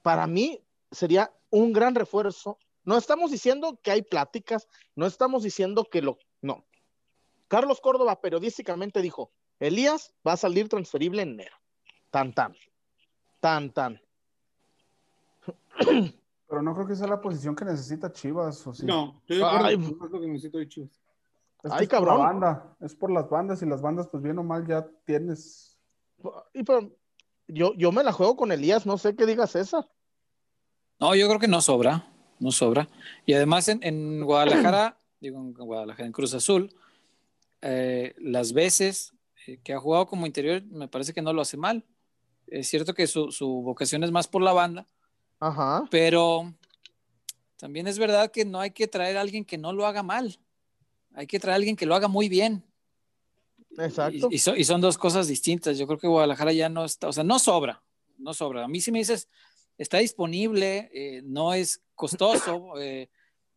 S3: para mí sería un gran refuerzo no estamos diciendo que hay pláticas, no estamos diciendo que lo... No. Carlos Córdoba periodísticamente dijo, Elías va a salir transferible en enero. Tan, tan. Tan, tan.
S4: Pero no creo que sea la posición que necesita Chivas. ¿o sí?
S1: No, estoy de acuerdo. Ay, no es lo que necesito de Chivas.
S4: Es, Ay, es cabrón. Por la banda. Es por las bandas y las bandas, pues bien o mal, ya tienes...
S3: Y pero yo, yo me la juego con Elías, no sé qué diga César.
S2: No, yo creo que no sobra no sobra. Y además en, en, Guadalajara, digo en Guadalajara, en Cruz Azul, eh, las veces eh, que ha jugado como interior, me parece que no lo hace mal. Es cierto que su, su vocación es más por la banda,
S3: Ajá.
S2: pero también es verdad que no hay que traer a alguien que no lo haga mal. Hay que traer a alguien que lo haga muy bien.
S3: Exacto.
S2: Y, y, so, y son dos cosas distintas. Yo creo que Guadalajara ya no está, o sea, no sobra, no sobra. A mí si me dices, está disponible, eh, no es costoso, eh,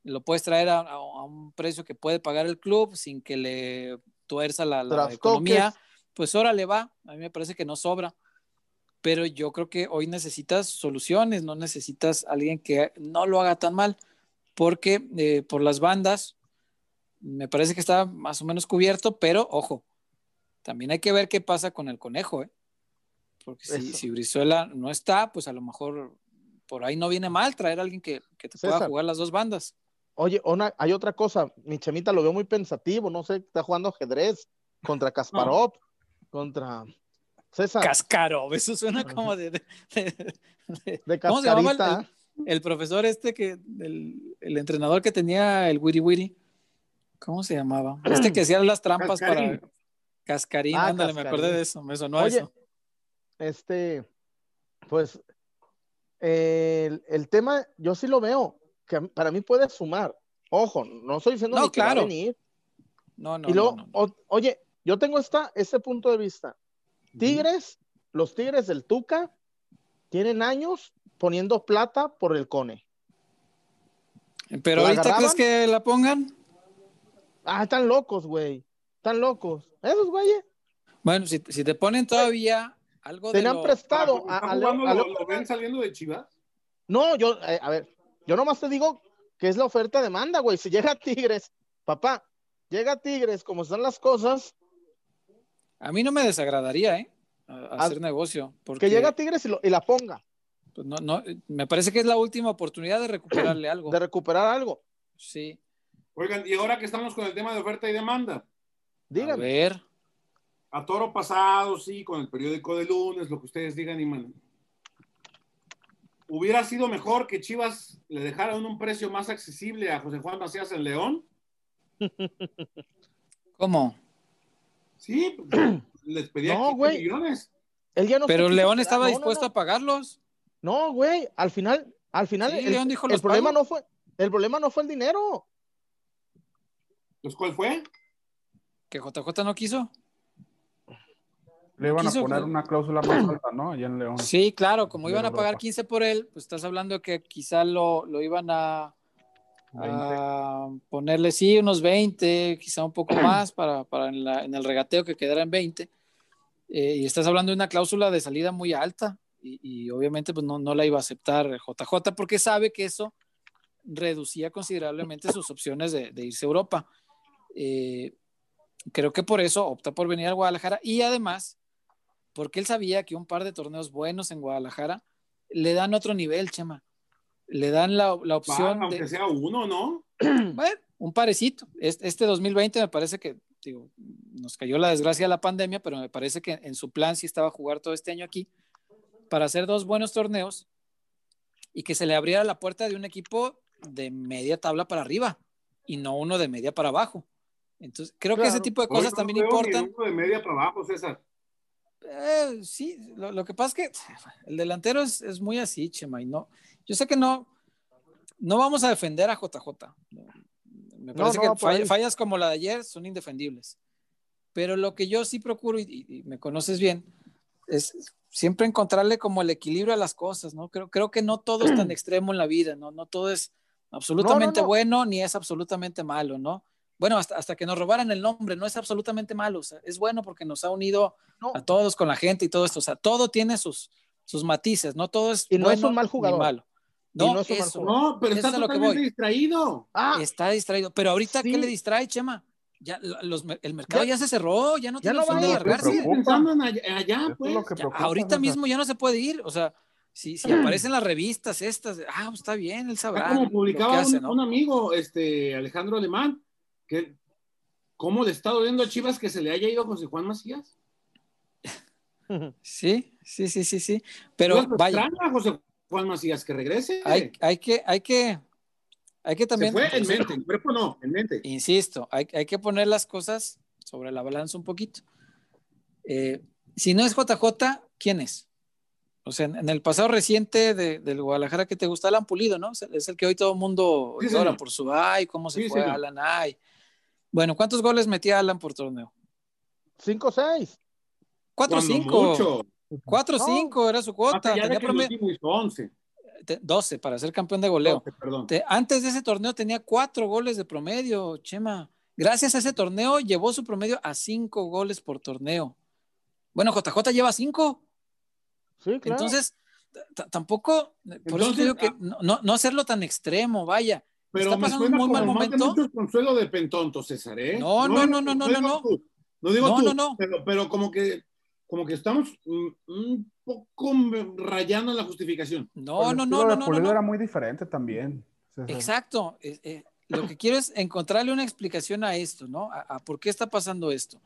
S2: lo puedes traer a, a, un precio que puede pagar el club sin que le tuerza la, la economía, pues ahora le va. A mí me parece que no sobra. Pero yo creo que hoy necesitas soluciones, no necesitas alguien que no lo haga tan mal, porque eh, por las bandas me parece que está más o menos cubierto, pero ojo, también hay que ver qué pasa con el conejo, ¿eh? porque si, si, Brizuela no está, pues a lo mejor por ahí no viene mal traer a alguien que, que te César. pueda jugar las dos bandas.
S3: Oye, una, hay otra cosa, mi chamita lo veo muy pensativo, no sé, está jugando ajedrez contra Kasparov, no. contra César.
S2: Kasparov, eso suena como de... De, de,
S3: de, de cascarita.
S2: El, el, el, profesor este, que el, el, entrenador que tenía el Wiri Wiri, ¿cómo se llamaba? Este que hacía las trampas Cascarín. para... Cascarín, ah, ándale, Cascarín. me acordé de eso, me sonó Oye, eso.
S3: Este, pues, el, el tema, yo sí lo veo que para mí puede sumar. Ojo, no estoy diciendo
S2: no,
S3: ni
S2: claro.
S3: que venir.
S2: No, no.
S3: Y luego,
S2: no, no.
S3: O, oye, yo tengo esta, este punto de vista. Tigres, mm. los Tigres del Tuca, tienen años poniendo plata por el Cone.
S2: Pero ahorita agarraban? crees que la pongan.
S3: Ah, están locos, güey. Están locos. Esos, güey.
S2: Bueno, si, si, te ponen todavía Ay, algo
S3: de. Te han
S2: lo...
S3: prestado.
S1: ¿Están a, a, Ah, jugando, a, lo, lo ven saliendo de Chivas?
S3: No, yo, eh, a ver, yo nomás te digo que es la oferta de demanda, güey. Si llega Tigres, papá, llega Tigres, como están las cosas.
S2: A mí no me desagradaría, ¿eh? A, a hacer negocio. Porque,
S3: que llega Tigres y, lo, y la ponga.
S2: Pues no, no, me parece que es la última oportunidad de recuperarle algo.
S3: De recuperar algo.
S2: Sí.
S1: Oigan, y ahora que estamos con el tema de oferta y demanda.
S2: Díganme. A ver.
S1: A toro pasado, sí, con el periódico de lunes, lo que ustedes digan y manden hubiera sido mejor que Chivas le dejaran un precio más accesible a José Juan Macías en León.
S2: ¿Cómo?
S1: Sí, pues, les pedía
S3: no,
S1: 15 millones.
S3: Él ya no
S2: Pero León estaba no, dispuesto a pagarlos.
S3: No, güey, al final, al final
S2: sí,
S3: el,
S2: León dijo
S3: el problema pagos. no fue el problema no fue el dinero.
S1: ¿Pues cuál fue?
S2: Que JJ no quiso.
S4: Le iban Quiso, a poner una cláusula más alta, ¿no? Allá en León.
S2: Sí, claro, como iban a pagar 15 por él, pues estás hablando que quizá lo, lo iban a, ah, a, ponerle, sí, unos 20, quizá un poco más para, para en, la, en, el regateo que quedara en 20. Eh, y estás hablando de una cláusula de salida muy alta y, y obviamente pues no, no, la iba a aceptar JJ porque sabe que eso reducía considerablemente sus opciones de, de irse a Europa. Eh, creo que por eso opta por venir al Guadalajara y además porque él sabía que un par de torneos buenos en Guadalajara le dan otro nivel, Chema. Le dan la, la opción.
S1: Va, aunque
S2: de,
S1: sea uno, ¿no?
S2: Bueno, un parecito. Este, este, 2020 me parece que, digo, nos cayó la desgracia de la pandemia, pero me parece que en su plan sí estaba a jugar todo este año aquí para hacer dos buenos torneos y que se le abriera la puerta de un equipo de media tabla para arriba y no uno de media para abajo. Entonces, creo claro, que ese tipo de cosas no también importan.
S1: Uno de media para abajo, César.
S2: Eh, sí, lo, lo, que pasa es que el delantero es, es, muy así, Chema, y no, yo sé que no, no vamos a defender a JJ. Me parece no, no, que fall, fallas como la de ayer son indefendibles. Pero lo que yo sí procuro, y, y, me conoces bien, es siempre encontrarle como el equilibrio a las cosas, ¿no? Creo, creo que no todo es tan extremo en la vida, ¿no? No todo es absolutamente bueno ni es absolutamente malo, ¿no? bueno, hasta, hasta, que nos robaran el nombre, no es absolutamente malo, o sea, es bueno porque nos ha unido no. a todos con la gente y todo esto, o sea, todo tiene sus, sus matices, no todo es
S3: y no
S2: bueno,
S3: es un mal jugador.
S2: malo.
S3: No, no, es un eso,
S1: mal jugador. no, pero está
S2: eso es lo que
S1: totalmente
S2: voy.
S1: distraído.
S2: Ah, está distraído, pero ahorita
S3: sí.
S2: ¿qué le distrae, Chema? Ya, los, el mercado ya, ya, se cerró, ya no
S3: ya
S2: tiene
S3: no
S2: opción
S3: va
S2: de
S3: a ir, pero
S2: largarse.
S4: preocupa.
S1: Pensando en allá, allá,
S4: Eso
S1: pues.
S4: es lo que
S2: Ya,
S4: preocupa,
S2: ahorita
S4: César.
S2: mismo ya no se puede ir, o sea, si,
S3: Ah.
S2: si aparecen las revistas estas, ah, pues está bien, él sabrá.
S1: Ah, como publicaba
S2: lo que
S1: un,
S2: hace, ¿no?
S1: un amigo, este Alejandro Alemán, que cómo le está doliendo a Chivas que se le haya ido José Juan Macías.
S2: Sí, sí, sí, sí, sí. Pero
S1: Chivas lo
S2: vaya,
S1: extraña a José Juan Macías que regrese.
S2: hay, hay que, hay que, hay que
S1: se
S2: también.
S1: fue en mente, en cuerpo no, en mente.
S2: Insisto, hay, hay que poner las cosas sobre la balanza un poquito. Eh, si no es JJ, ¿quién es? O sea, en, en el pasado reciente de, del Guadalajara que te gusta, Alan Pulido, ¿no? Es el que hoy todo el mundo
S1: Sí,
S2: llora
S1: señor.
S2: por su ay, cómo se
S1: Sí,
S2: fue
S1: señor.
S2: Alan, ay. Bueno, ¿cuántos goles metía Alan por torneo?
S3: 5-6.
S2: Cuatro o
S1: Cuando
S2: cinco.
S1: mucho.
S2: Cuatro o
S3: No.
S2: cinco era su
S1: Más
S2: cuota.
S1: allá de
S2: Tenía
S1: que el
S2: promedio
S1: último hizo 11.
S2: te- 12 para ser campeón de goleo.
S1: 12, perdón.
S2: Te- antes de ese torneo tenía cuatro goles de promedio, Chema. Gracias a ese torneo llevó su promedio a cinco goles por torneo. Bueno, JJ lleva cinco.
S3: Sí, claro.
S2: Entonces, t- tampoco, por eso
S1: Entonces,
S2: te digo que
S1: ah.
S2: no, no- no hacerlo tan extremo, vaya.
S1: Pero
S2: está
S1: me
S2: pasando
S1: suena
S2: un muy mal
S1: como más de
S2: momento.
S1: mucho consuelo de pentonto, César, ¿eh?
S2: No, no, no, no, no,
S1: digo
S2: no, no.
S1: tú, No digo
S2: No,
S1: tú,
S2: no, no.
S1: Pero, pero como que como que estamos mm, un poco rayando en la justificación.
S2: No,
S4: El
S2: no, no, no,
S4: estilo
S2: no,
S4: de
S2: no,
S4: Pulido
S2: no.
S4: era muy diferente también. César.
S2: Exacto. Eh, eh, lo que quiero es encontrarle una explicación a esto, ¿no? A, a por qué está pasando esto.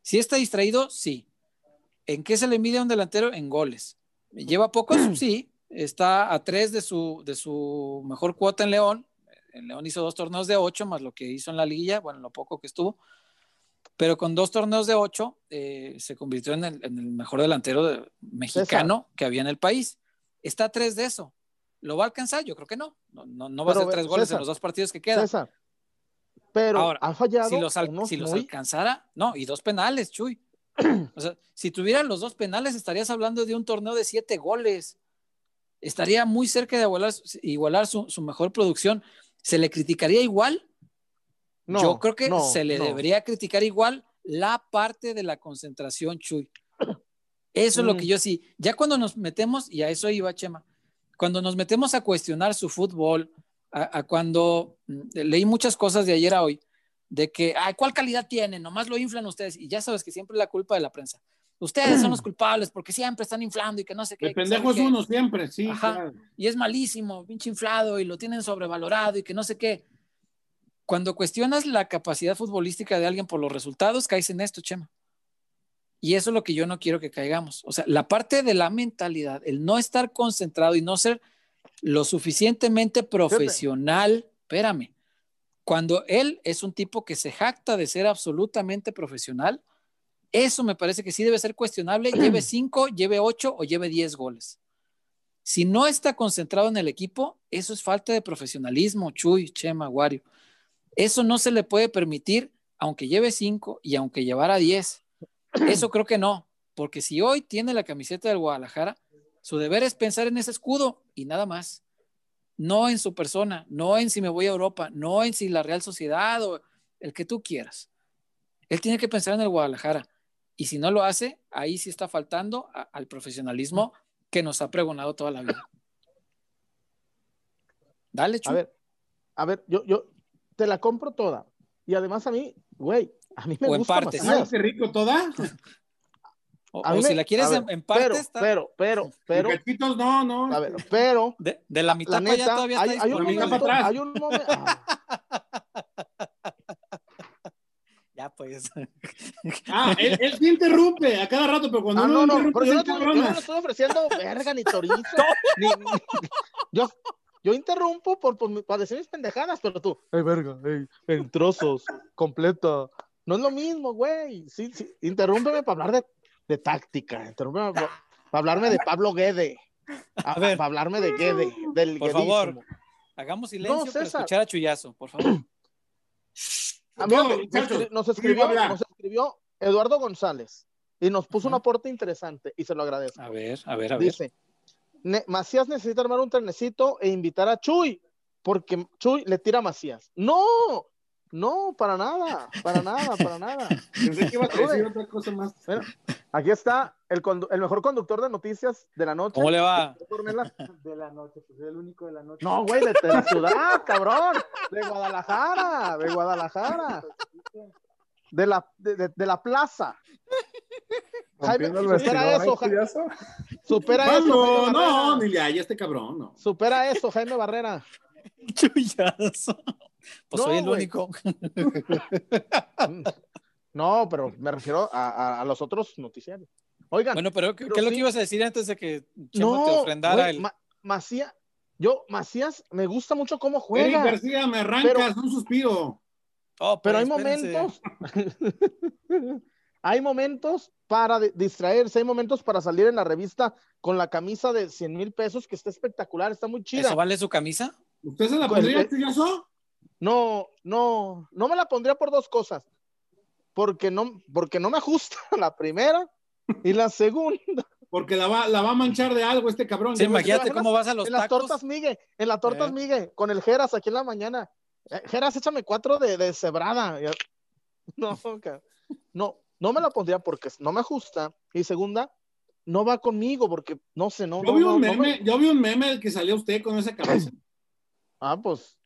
S2: Si está distraído, sí. ¿En qué se le mide a un delantero? En goles. ¿Lleva pocos? Sí. Está a tres de su, de su mejor cuota en León. En León hizo dos torneos de ocho, más lo que hizo en la liguilla, bueno, lo poco que estuvo. Pero con dos torneos de ocho, eh, se convirtió en el, en el mejor delantero de- mexicano que había en el país. Está a tres de eso. ¿Lo va a alcanzar? Yo creo que no. No, no, no va a
S3: Pero,
S2: ser tres goles
S3: César,
S2: en los dos partidos que quedan.
S3: César. Pero
S2: Ahora,
S3: ha fallado
S2: Si los, al-
S3: unos
S2: si los
S3: muy-
S2: alcanzara, no, y dos penales, Chuy. O sea, si tuvieran los dos penales, estarías hablando de un torneo de siete goles. Estaría muy cerca de igualar, igualar su, su mejor producción. ¿Se le criticaría igual?
S3: no,
S2: Yo creo que
S3: no,
S2: se le
S3: no.
S2: debería criticar igual la parte de la concentración, Chuy. Eso es lo
S3: Mm.
S2: que yo sí. Ya cuando nos metemos, y a eso iba Chema, cuando nos metemos a cuestionar su fútbol, a, a cuando mm, leí muchas cosas de ayer a hoy, de que, ay, ¿cuál calidad tiene? Nomás lo inflan ustedes. Y ya sabes que siempre es la culpa de la prensa. Ustedes son los culpables porque siempre están inflando y que no sé qué.
S1: El
S2: que
S1: pendejo
S2: sabe
S1: es
S2: qué
S1: uno siempre, sí.
S2: Ajá.
S1: claro.
S2: y es malísimo, pinche inflado y lo tienen sobrevalorado y que no sé qué. Cuando cuestionas la capacidad futbolística de alguien por los resultados, caes en esto, Chema. Y eso es lo que yo no quiero que caigamos. O sea, la parte de la mentalidad, el no estar concentrado y no ser lo suficientemente profesional, espérame, cuando él es un tipo que se jacta de ser absolutamente profesional, eso me parece que sí debe ser cuestionable, lleve cinco, lleve ocho o lleve 10 goles. Si no está concentrado en el equipo, eso es falta de profesionalismo, Chuy, Chema, Wario. Eso no se le puede permitir, aunque lleve cinco y aunque llevara 10. Eso creo que no, porque si hoy tiene la camiseta del Guadalajara, su deber es pensar en ese escudo y nada más. No en su persona, no en si me voy a Europa, no en si la Real Sociedad o el que tú quieras. Él tiene que pensar en el Guadalajara. Y si no lo hace, ahí sí está faltando a- al profesionalismo que nos ha pregonado toda la vida. Dale,
S3: A
S2: Chuy.
S3: ver, a ver, yo, yo te la compro toda. Y además a mí, güey, a mí me
S2: O en
S3: gusta
S2: partes.
S1: ¿Sabes
S3: Macías.
S1: qué rico toda?
S2: o
S3: A
S2: o
S3: mí
S2: si
S3: me-
S2: la quieres
S3: a ver,
S2: en, en partes,
S3: pero,
S2: está-
S3: pero, pero, pero,
S1: Y cachitos, no, no.
S3: a ver, pero,
S2: de, de la mitad
S3: la
S2: para allá
S3: neta,
S2: todavía está
S3: hay, hay un
S2: disponible.
S1: La mitad
S3: momento,
S1: para atrás.
S3: hay un momento, ah,
S2: Ya, pues.
S1: Ah, él, él sí interrumpe a cada rato, pero cuando
S3: ah,
S1: uno
S3: no, no,
S1: interrumpe,
S3: pero yo no,
S1: sí
S3: te- yo no
S1: cabrona.
S3: le estoy ofreciendo verga ni chorizo, ni- ni- yo, yo interrumpo por, por mi- para decir mis pendejadas, pero tú, ey, verga, ey, en trozos, completa, no es lo mismo, güey, sí, sí, interrúmpeme para hablar de, de táctica, interrúmpeme para, para hablarme de Pablo Guede, a-
S2: A ver.
S3: para hablarme de Guede, del
S2: Por
S3: guedismo.
S2: favor. Hagamos silencio para
S3: César.
S2: escuchar a Chuyazo, por favor.
S3: Ah, mira,
S1: No,
S3: nos
S1: muchachos,
S3: escri- nos,
S1: yo iba a
S3: escribió,
S1: hablar.
S3: nos escribió Eduardo González y nos puso
S2: Ajá.
S3: un aporte interesante y se lo agradezco.
S2: A ver, a ver, a ver.
S3: Dice, "Ne- Macías necesita armar un trenecito e invitar a Chuy porque Chuy le tira a Macías. No, no, para nada, para nada, para nada.
S1: Pensé que iba a decir otra cosa más.
S3: Mira, aquí está el, condu- el mejor conductor de noticias de la noche.
S2: ¿Cómo le va?
S3: Ornelas.
S4: De la noche, pues el único de la noche.
S3: No, güey, de, de la ciudad, cabrón. De Guadalajara, de Guadalajara. De la, de, de- de la plaza. Jaime,
S4: Rompiendo el
S3: supera
S4: vestidor,
S3: eso,
S4: ¿eh,
S3: Ja-
S4: Cuyazo?
S3: supera eso.
S1: Pablo,
S3: Jaime
S1: no,
S3: Barrera.
S1: ni le haya este cabrón, no.
S3: Supera eso, Jaime Barrera.
S2: Chuyazo. Pues
S3: No,
S2: soy el
S3: güey.
S2: único.
S3: No, pero me refiero a, a- a los otros noticiarios. Oigan,
S2: Bueno, pero ¿qué,
S3: Pero
S2: qué es lo
S3: sí.
S2: que ibas a decir antes de que Chema
S3: no,
S2: te ofrendara
S3: güey,
S2: el.
S3: Ma- Macías, yo, Macías, me gusta mucho cómo
S1: Eric
S3: juega,
S1: García, me arrancas un suspiro.
S2: Oh,
S3: pero
S2: pues,
S3: hay
S2: espérense.
S3: momentos, hay momentos para de- distraerse, hay momentos para salir en la revista con la camisa de 100 mil pesos, que está espectacular, está muy chida.
S2: ¿Eso vale su camisa?
S1: ¿Usted se la
S3: Pues,
S1: pondría,
S3: eh,
S1: Chuyazo?
S3: No, no, no me la pondría por dos cosas. Porque no, porque no me ajusta la primera y la segunda.
S1: Porque la va, la va a manchar de algo este cabrón.
S2: Sí,
S1: Ya ves,
S2: imagínate
S3: en las-
S2: cómo vas a los
S3: en las
S2: tacos.
S3: tortas Migue, en las tortas
S2: Eh.
S3: Migue, con el Geras aquí en la mañana. Eh, Geras, échame cuatro de, de cebrada. Ya- No, ca- no, no me la pondría porque no me ajusta. Y segunda, no va conmigo porque no sé, no.
S1: Yo
S3: no,
S1: vi
S3: no,
S1: un
S3: no me-
S1: meme, yo vi un meme del que salió usted con esa cabeza.
S3: Ah, pues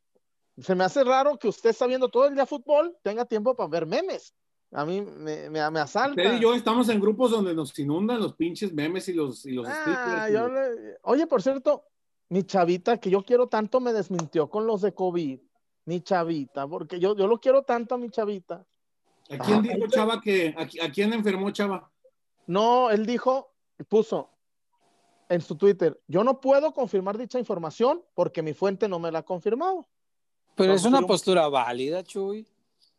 S3: se me hace raro que usted está viendo todo el día fútbol, tenga tiempo para ver memes. A mí me, me, me asalta.
S1: Usted y yo estamos en grupos donde nos inundan los pinches memes y los, y los
S3: Ah,
S1: stickers.
S3: yo le- Oye, por cierto, mi chavita que yo quiero tanto me desmintió con los de COVID. Mi chavita, porque yo, yo lo quiero tanto a mi chavita.
S1: ¿A quién
S3: Ah,
S1: dijo
S2: pues,
S3: ahí-
S1: Chava que, a, a quién enfermó Chava?
S3: No, él dijo, puso en su Twitter, yo no puedo confirmar dicha información porque mi fuente no me la ha confirmado.
S2: Pero es una
S3: Pero-
S2: postura válida, Chuy.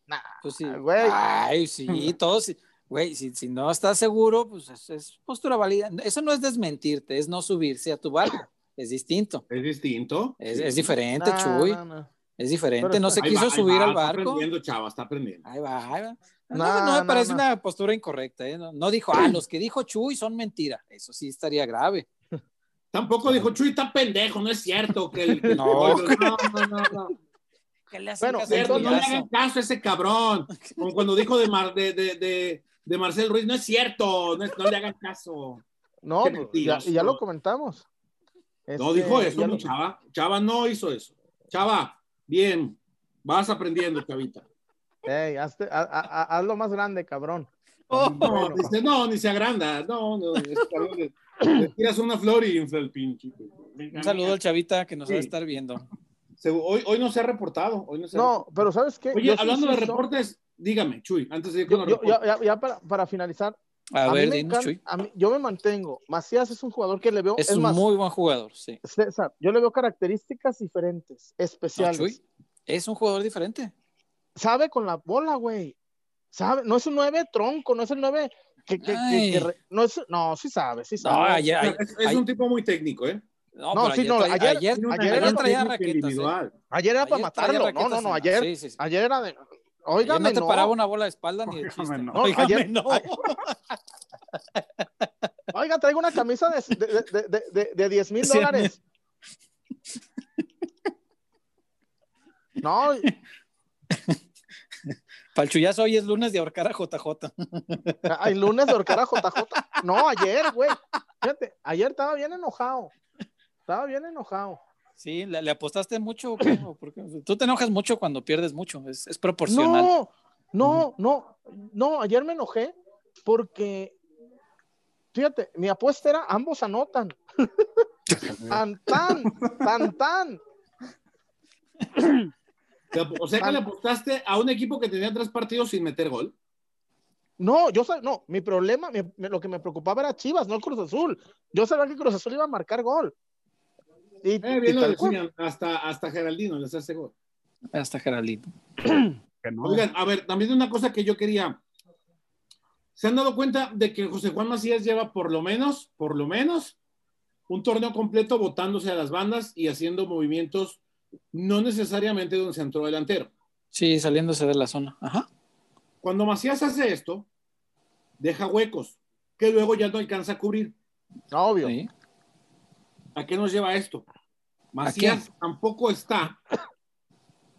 S3: Nah,
S2: Pues sí.
S3: güey.
S2: Ay, sí, todos. sí. Güey, si, si no estás seguro, pues es, es postura válida. Eso no es desmentirte, es no subirse a tu barco. Es distinto.
S1: Es distinto.
S2: Es,
S1: Sí.
S2: es diferente,
S3: Nah,
S2: Chuy.
S3: nah, nah.
S2: Es diferente.
S3: Pero
S2: No
S3: está-
S2: se
S1: Ahí
S2: quiso
S1: va, ahí
S2: subir
S1: va,
S2: al
S1: Está
S2: barco.
S1: aprendiendo, Chava, está aprendiendo.
S2: Ahí va, ahí va. No,
S3: No,
S2: no me
S3: no,
S2: parece
S3: no.
S2: una postura incorrecta. ¿eh? No, no dijo, ah, los que dijo Chuy son mentira. Eso sí estaría grave.
S1: Tampoco dijo Chuy, está pendejo, no es cierto. Que el, que-
S2: No.
S1: no, no, no, no.
S2: ¿Qué le hacen
S3: Bueno,
S2: caso a
S1: Cierto, no le
S2: Chuyazo?
S1: hagan caso a ese cabrón. Como cuando dijo de, Mar- de, de, de- de Marcel Ruiz, no es cierto, no, es- no le hagan caso.
S3: No,
S1: Qué
S3: pues, ya,
S1: mentiroso.
S3: ya lo comentamos.
S1: No
S3: Este,
S1: dijo
S3: ya
S1: eso,
S3: lo-
S1: no, Chava. Chava no hizo eso. Chava, bien, vas aprendiendo, Chavita.
S3: Ey, hazte- ha- ha- ha- hazlo más grande, cabrón.
S1: No, dice, no, ni se agranda. No, no, es- cabrón, le, le tiras una flor y infla el pinche.
S2: Un saludo al chavita que nos va a
S1: Sí.
S2: estar viendo.
S1: Se- hoy, hoy no se ha reportado. Hoy no se ha
S3: No, pero ¿sabes qué?
S1: Oye,
S3: Yo sí
S1: hablando de
S3: insisto-
S1: reportes, dígame, Chuy, antes de ir con
S3: yo-
S1: los
S3: yo-
S1: reportes.
S3: ya, ya para, para finalizar,
S2: A,
S3: a mí
S2: ver,
S3: me
S2: dinos,
S3: encanta-
S2: Chuy.
S3: a mí- yo me mantengo. Macías es un jugador que le veo, es,
S2: Es un
S3: más,
S2: muy buen jugador, sí.
S3: César, yo le veo características diferentes,
S2: No,
S3: especiales.
S2: Chuy es un jugador diferente.
S3: Sabe con la bola, güey. Sabe, no es un 9 tronco, no es el 9 que, que- que-
S2: Ay.
S3: que re- no es, no, sí sabe, sí
S2: No,
S3: sabe.
S2: ayer,
S1: O sea,
S2: ayer,
S1: es, es
S2: ay-
S1: un tipo muy técnico, ¿eh?
S2: no,
S3: No,
S2: pero
S3: sí,
S2: ayer,
S3: no,
S2: traía-
S3: ayer-
S2: ayer-
S1: Tiene una
S3: ayer
S2: ayer
S1: gran
S2: traía
S1: técnica
S2: raquetas. ¿eh?
S1: individual.
S3: ayer era para
S2: Ayer traía
S3: matarlo, no,
S2: raquetas
S3: no,
S2: en
S3: no,
S2: la-
S3: ayer,
S2: sí, sí, sí.
S3: ayer era de, oigan,
S2: no te paraba una bola de espalda ni de chiste.
S4: Óigame, no.
S3: No,
S2: Óigame,
S3: ayer-
S2: no.
S3: ay- Oiga, traigo una camisa de, de, de- de- de- de 10 mil
S2: Sí,
S3: dólares. No,
S2: Para el chuyazo hoy es lunes de ahorcar a JJ.
S3: ay, lunes de horcar a JJ. No, ayer, güey. Fíjate, ayer estaba bien enojado. Estaba bien enojado.
S2: Sí, ¿le, le apostaste mucho? o qué? ¿O por qué? Tú te enojas mucho cuando pierdes mucho. Es, es proporcional.
S3: No, no, no, no, ayer me enojé porque, fíjate, mi apuesta era ambos anotan. Tan, tan, tan, tan.
S1: Le- O sea
S3: Ah.
S1: que le apostaste a un equipo que tenía tres partidos sin meter gol.
S3: No, yo sab- no, mi problema, mi- mi- lo que me preocupaba era Chivas, no Cruz Azul. Yo sabía que Cruz Azul iba a marcar gol. Y,
S1: Eh,
S3: y
S1: bien lo
S3: tal cual.
S1: decían, hasta, hasta Geraldino les hace gol.
S2: Hasta Geraldito.
S4: Que no.
S1: Oigan, a ver, también una cosa que yo quería. ¿Se han dado cuenta de que José Juan Macías lleva por lo menos, por lo menos, un torneo completo botándose a las bandas y haciendo movimientos no necesariamente de un centro delantero?
S2: Sí, saliéndose de la zona. Ajá.
S1: Cuando Macías hace esto, deja huecos que luego ya no alcanza a cubrir.
S3: Obvio.
S2: Sí.
S1: ¿A qué nos lleva esto? Macías tampoco está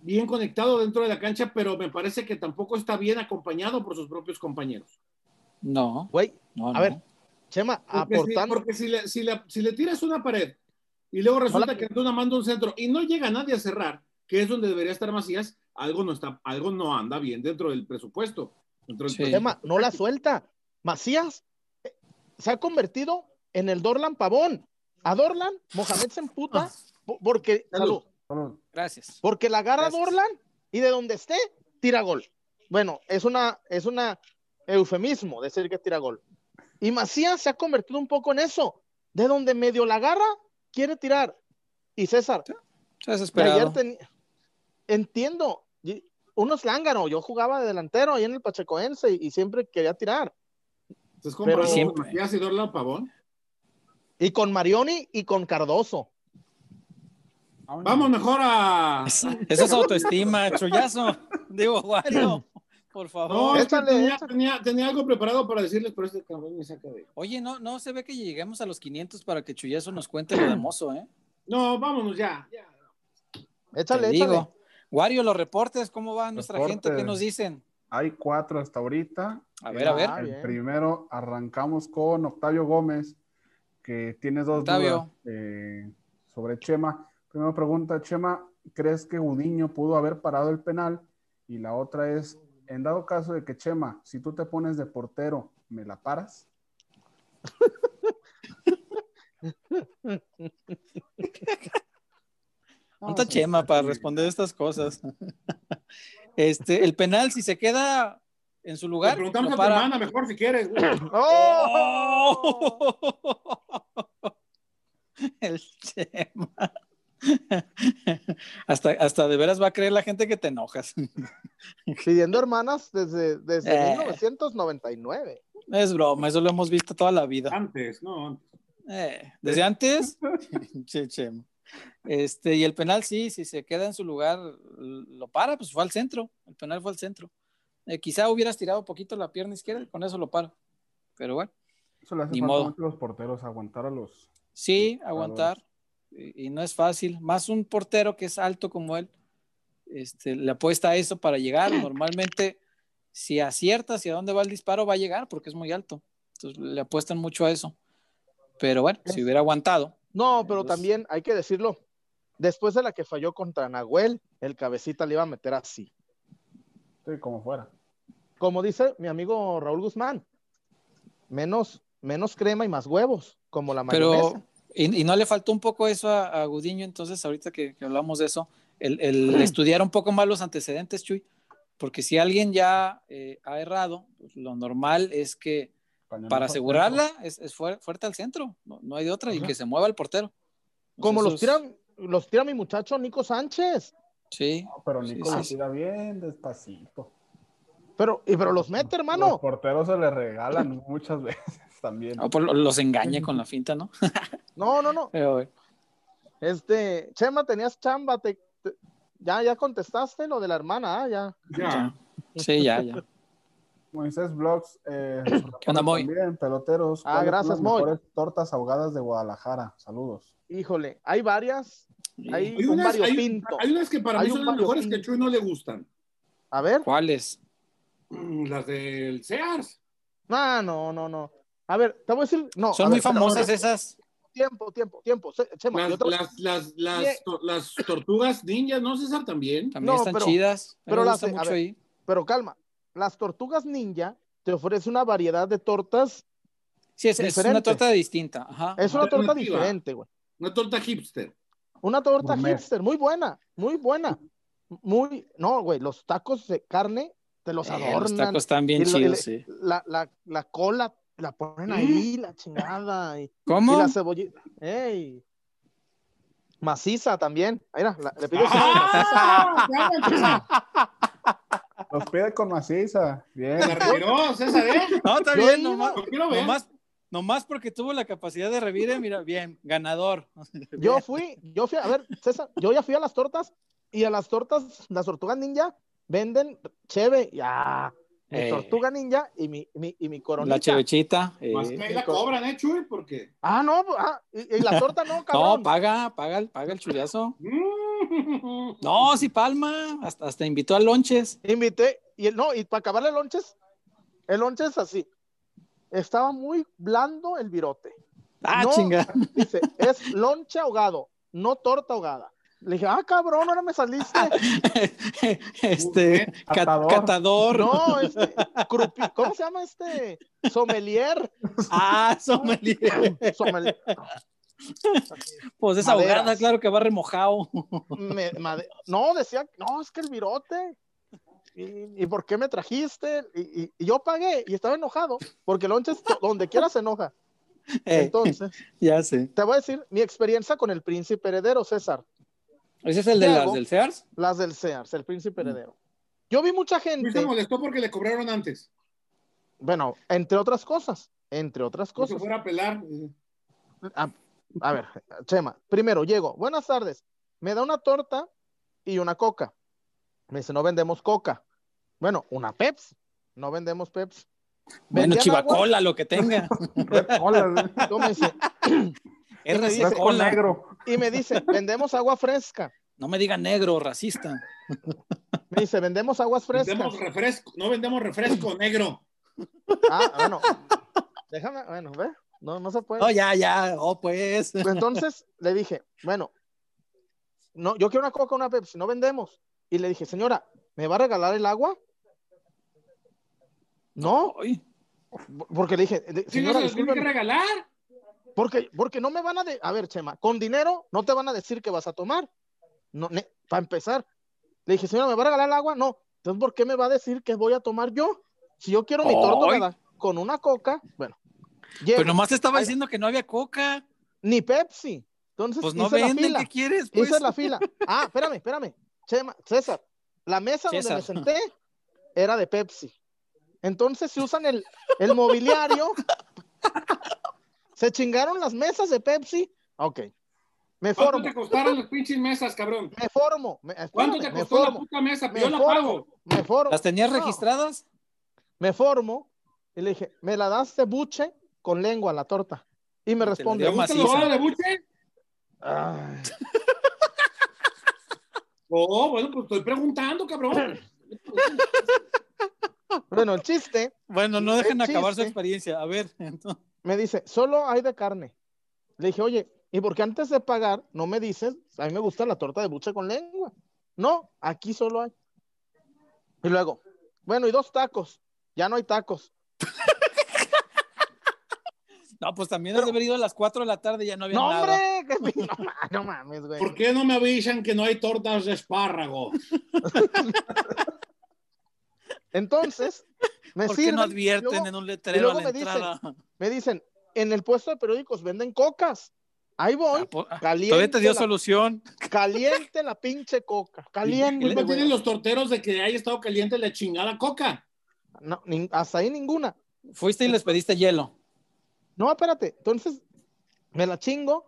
S1: bien conectado dentro de la cancha, pero me parece que tampoco está bien acompañado por sus propios compañeros.
S2: No,
S3: Güey,
S2: no,
S3: A
S2: no.
S3: ver, Chema,
S1: Porque, si,
S3: aportando.
S1: porque si le, si le- si le tiras una pared y luego resulta
S3: la-
S1: que Antuna manda un centro y no llega nadie a cerrar, que es donde debería estar Macías, algo no, está, algo no anda bien dentro del presupuesto. Dentro del
S2: Sí.
S1: presupuesto.
S3: Chema, no la suelta. Macías eh, se ha convertido en el Dorlan Pavón. A Dorlan, Mohamed se
S2: Ah.
S3: emputa po- porque,
S1: Salud.
S3: salud,
S4: Solo-
S2: Gracias.
S3: porque la agarra
S2: Gracias.
S3: Dorlan y de donde esté, tira gol. Bueno, es una, es una eufemismo decir que tira gol. Y Macías se ha convertido un poco en eso. De donde medio la agarra, quiere tirar. Y César,
S2: Está
S3: que ayer
S2: desesperado.
S3: tenía. Entiendo. y- Unos lángano. Yo jugaba de delantero ahí en el Pachecoense y, y siempre quería tirar.
S1: Entonces, comparado
S3: Pero
S1: con
S2: siempre-
S1: Macías y Dorlan Pavón.
S3: Y con Marioni y con Cardoso.
S4: Vámonos.
S1: Vamos mejor a...
S2: Esa esa es autoestima, chullazo. Digo, Wario, por
S1: No,
S2: favor.
S1: es que
S3: Échale,
S1: tenía,
S3: échale.
S1: tenía- tenía algo preparado para decirles, pero este cabrón me saca de...
S2: Oye, no, no se ve que lleguemos a los 500 para que Chuyazo nos cuente lo de Mozo, ¿eh?
S1: No, vámonos ya. ya.
S2: Te
S3: Échale, échale.
S2: digo. Wario, los reportes, ¿cómo va nuestra gente? ¿Qué
S4: Reportes.
S2: nos dicen?
S4: Hay cuatro hasta ahorita.
S2: A ver, a ver.
S3: Ah,
S4: El
S3: bien.
S4: primero arrancamos con Octavio Gómez, que tiene dos
S2: Octavio.
S4: dudas eh, sobre Chema. Primera pregunta, Chema, ¿crees que Gudiño pudo haber parado el penal? Y la otra es, en dado caso de que Chema, si tú te pones de portero, ¿me la paras?
S2: Ponta Chema para responder estas cosas. Este, el penal, si se queda en su
S1: Le
S2: lugar,
S1: preguntamos
S2: lo
S1: a tu
S2: para.
S1: hermana mejor si quieres, güey.
S3: ¡Oh!
S2: ¡Oh! El Chema. Hasta, hasta de veras va a creer la gente que te enojas.
S3: Pidiendo hermanas desde, desde
S2: Eh.
S3: 1999.
S2: Es broma, eso lo hemos visto toda la vida.
S1: Antes, no, antes.
S2: Eh, desde antes, che, Chema. Este, y el penal, sí, si se queda en su lugar, lo para, pues fue al centro. El penal fue al centro. Eh, quizá hubieras tirado poquito la pierna izquierda y con eso lo paro. Pero bueno.
S4: Eso le hace
S2: Ni
S4: falta
S2: modo.
S4: mucho a los porteros, aguantar a los...
S2: Sí,
S4: Jugadores.
S2: aguantar. Y, y no es fácil. Más un portero que es alto como él, este, le apuesta a eso para llegar. Normalmente, si acierta hacia dónde va el disparo, va a llegar porque es muy alto. Entonces le apuestan mucho a eso. Pero bueno, si hubiera aguantado.
S3: No, pero
S2: Entonces-
S3: también hay que decirlo. Después de la que falló contra Nahuel, el cabecita le iba a meter así.
S4: Sí, como fuera.
S3: Como dice mi amigo Raúl Guzmán, menos, menos crema y más huevos, como la mayonesa.
S2: Pero, y, y no le faltó un poco eso a, a Gudiño, entonces, ahorita que, que hablamos de eso, el, el estudiar un poco más los antecedentes, Chuy, porque si alguien ya eh, ha errado, pues, lo normal es que
S4: Cañonazo
S2: para
S4: al
S2: asegurarla es, es fuer- fuerte al centro, no, no hay de otra, y que se mueva el portero. Pues
S3: como
S2: eso
S3: los
S2: es-
S3: tiran, los tira mi muchacho Nico Sánchez.
S2: Sí,
S4: centro. Pero
S2: Sí,
S4: Nico
S2: sí,
S4: la
S2: sí.
S4: tira bien despacito.
S3: Pero, y, pero los mete,
S4: Los
S3: hermano.
S4: porteros se le regalan muchas veces también.
S2: no, pues, lo- los engaña con la finta, ¿no?
S3: No, no, no.
S2: Pero, eh,
S3: Este, Chema, tenías chamba, te- te- ya, ya contestaste lo de la hermana, ah, ya.
S1: Ya.
S2: sí, ya, ya.
S4: Moisés Vlogs. Eh,
S2: ¿Qué onda, Moy?
S4: También, peloteros.
S3: Ah,
S4: ¿cuáles
S3: gracias,
S4: son las
S3: Moy.
S4: mejores tortas ahogadas de Guadalajara. Saludos.
S3: Híjole, hay varias, hay
S1: Hay
S3: un
S1: unas, hay-
S3: variopinto.
S1: hay unas que para
S3: Hay
S1: mí
S3: un
S1: son las mejores que a
S3: variopinto.
S1: Chuy no le gustan.
S3: A ver,
S2: ¿Cuáles?
S1: Mm, Las del Sears.
S3: no, no, no, no. A ver, te voy a decir, no.
S2: Son
S3: a
S2: muy
S3: ver, espera,
S2: famosas
S3: espera.
S2: esas.
S3: Tiempo, tiempo, tiempo. Se- Chema, yo
S1: Las,
S3: te voy-
S1: las, las, las, to- las tortugas ninjas, ¿no, César? También.
S2: También
S3: No,
S2: están
S3: pero-
S2: chidas.
S3: pero
S2: Pero me
S3: las
S2: gusta
S3: de- a
S2: mucho
S3: ver.
S2: ahí.
S3: pero calma. Las tortugas ninja te ofrece una variedad de tortas.
S2: Sí, es, es una
S3: Diferente.
S2: torta distinta. Ajá.
S3: Es una torta
S1: Alternativa.
S3: diferente, güey.
S1: Una torta hipster.
S3: Una torta
S4: Gourmet.
S3: hipster, muy buena, muy buena. Muy, no, güey, los tacos de carne te los
S2: Eh,
S3: adornan.
S2: los tacos están bien
S3: Y lo- y
S2: chidos,
S3: le-
S2: sí.
S3: la, la, la cola la ponen ahí, la chingada. Y, y
S2: ¿Cómo?
S3: la cebollita. ¡Ey! Maciza también. Mira, la- le pido
S1: ¡Ah! Ya, César!
S4: Los pide con maciza. Bien.
S1: Se retiró, César, ¿eh?
S2: No, está
S3: Yo
S2: bien,
S3: digo-
S2: nomás,
S1: Lo quiero ver.
S2: nomás, nomás porque tuvo la capacidad de revire, mira, bien, ganador.
S3: Yo fui, yo fui, a ver, César, yo ya fui a las tortas y a las tortas, las tortugas ninja venden cheve, ya. Mi
S2: Eh.
S3: tortuga ninja y mi, mi- y mi coronita.
S2: La chevechita. eh.
S1: Más que ahí la cobran, ¿eh, Chuy? Porque.
S3: Ah, no, ah, y, y la torta no,
S2: No,
S3: cabrón.
S2: paga, paga, el- paga el chullazo.
S1: Mm.
S2: No, sí, Palma. Hasta, hasta invitó a lonches.
S3: Invité, y el- no, y para acabar el lonches, el lonches así. Estaba muy blando el virote.
S2: Ah,
S3: No.
S2: chinga.
S3: Dice, es lonche ahogado, no torta ahogada. Le dije, ah, cabrón, ahora me saliste.
S2: este, ca-
S4: Catador.
S2: catador.
S3: No, este, crupi- ¿cómo se llama este? Sommelier.
S2: Ah, sommelier.
S3: Sommelier.
S2: Pues es ahogada,
S3: Maderas.
S2: claro que va remojado.
S3: Me- made- no, decía, no, es que el virote. ¿Y, y por qué me trajiste? Y, y- y yo pagué y estaba enojado, porque Lonches to- donde quiera se enoja.
S2: Eh,
S3: Entonces,
S2: ya sé.
S3: te voy a decir mi experiencia con el príncipe heredero, César.
S2: ¿Ese es el de las
S3: Luego-
S2: del Sears?
S3: Las del Sears, el príncipe heredero. Yo vi mucha
S1: Chuy se
S3: gente,
S1: molestó porque le cobraron antes.
S3: bueno, entre otras cosas, entre otras
S1: No se
S3: cosas.
S1: fuera a pelar. eh,
S3: A, a ver, Chema, primero llego, buenas tardes, me da una torta y una coca. Me dice, no vendemos coca. Bueno, una Pepsi, no vendemos Pepsi.
S2: Bueno,
S3: Vendían
S2: chivacola, lo que tenga.
S4: Hola,
S3: agua, yo me dice-
S2: RC
S3: dice,
S4: fresco
S2: cola.
S4: negro.
S3: y me dice, vendemos agua fresca.
S2: No me digan negro, racista.
S3: Me dice, vendemos aguas frescas.
S1: Vendemos refresco, no vendemos refresco negro.
S3: Ah, bueno. Déjame, bueno, ve. No, no se puede.
S2: Oh, ya, ya. Oh, pues.
S3: Entonces le dije, bueno, no, yo quiero una coca, una Pepsi, no vendemos. Y le dije, señora, ¿me va a regalar el agua? No,
S2: Ay,
S3: porque le dije, de-
S1: Sí, no se
S3: señora,
S1: los tienen que
S3: discúlpeme,
S1: regalar.
S3: porque, porque no me van a, de- a ver, Chema, con dinero no te van a decir que vas a tomar, no, ne- para empezar. Le dije, señora, ¿me va a regalar el agua? No, entonces, ¿por qué me va a decir que voy a tomar yo? Si yo quiero mi
S2: Ay.
S3: torta con una coca, bueno, llego,
S2: pero pues nomás te estaba diciendo que no había coca.
S3: ni Pepsi. Entonces,
S2: Pues no
S3: hice la
S2: venden,
S3: fila.
S2: ¿qué quieres?
S3: Esa
S2: Pues?
S3: es la fila. Ah, espérame, espérame. Chema, César, la mesa
S2: César.
S3: donde me senté era de Pepsi. Entonces se usan el, el mobiliario. Se chingaron las mesas de Pepsi. Ok. Me
S1: ¿Cuánto
S3: formo,
S1: te costaron las pinches mesas, cabrón?
S3: me formo. Me, espérame,
S1: ¿Cuánto te
S3: me
S1: costó la
S3: formo,
S1: puta mesa?
S3: me
S1: Yo la
S3: formo,
S1: pago.
S3: me formo.
S2: ¿Las tenías
S3: No,
S2: registradas?
S3: Me formo y le dije, ¿me la das de buche con lengua la torta? Y me
S2: Te la
S3: responde,
S2: dio
S1: ¿Te gusta
S2: maciza.
S1: la bola de buche?
S3: "Ay,
S1: Oh, bueno, pues estoy preguntando, cabrón.
S3: Bueno, el chiste
S2: Bueno, no dejen
S3: Sí,
S2: acabar su
S3: sí.
S2: experiencia. A ver, entonces,
S3: me dice, solo hay de carne. Le dije, oye, ¿y por qué antes de pagar no me dices, a mí me gusta la torta de buche con lengua? No, aquí solo hay. Y luego, bueno, y dos tacos. Ya no hay tacos.
S2: no, pues también has de haber ido a las 4 de la tarde y ya no había
S3: No,
S2: nada.
S3: hombre, qué pi- no, ma- no mames, güey.
S1: ¿Por qué no me avisan que no hay tortas de espárrago?
S3: Entonces, me
S2: ¿Por qué no
S3: sirven, y
S2: advierten
S3: luego
S2: en un letrero a
S3: luego
S2: la
S3: me dicen,
S2: entrada?
S3: me dicen, en el puesto de periódicos venden cocas. Ahí voy,
S2: Ah, po- ah, Todavía
S3: caliente,
S2: te dio
S3: la,
S2: solución.
S3: caliente la pinche coca. Caliente, pues,
S1: Culpa
S3: güey.
S1: tienen los torteros de que haya estado caliente la chingada coca.
S3: No, nin- hasta ahí ninguna.
S2: Fuiste y les pediste hielo.
S3: No, espérate. Entonces, me la chingo.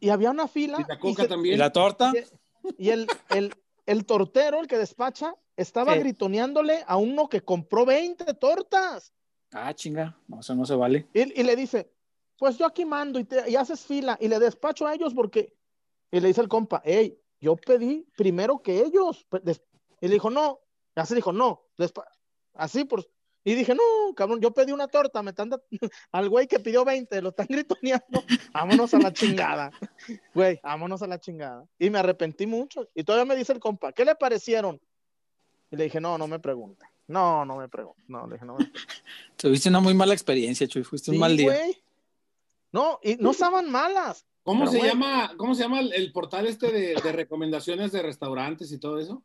S3: Y había una fila.
S1: Y la coca
S3: se-
S2: ¿Y
S1: también.
S2: la torta?
S3: y el, el, el tortero, el que despacha, estaba
S2: Sí.
S3: gritoneándole a uno que compró 20 tortas.
S2: Ah, chinga. No, eso no se vale.
S3: Y, y le dice, pues yo aquí mando y, te- y haces fila y le despacho a ellos porque... Y le dice el compa, hey, yo pedí primero que ellos. Pe- des- Y le dijo, no. Así dijo, no. despa- Así por... Y dije, no, cabrón, yo pedí una torta, me están... da- Al güey que pidió 20, lo están gritoneando. Vámonos a la chingada. Güey, vámonos a la chingada. Y me arrepentí mucho. Y todavía me dice el compa, ¿qué le parecieron? Y le dije, no, no me pregunta. No, no me pregunta. No, le dije, no me
S2: Tuviste una muy mala experiencia, Chuy. Fuiste un
S3: Sí,
S2: mal día.
S3: güey. No, y no estaban malas.
S1: ¿Cómo
S3: Pero
S1: se
S3: bueno.
S1: llama, cómo se llama el, el portal este de, de recomendaciones de restaurantes y todo eso?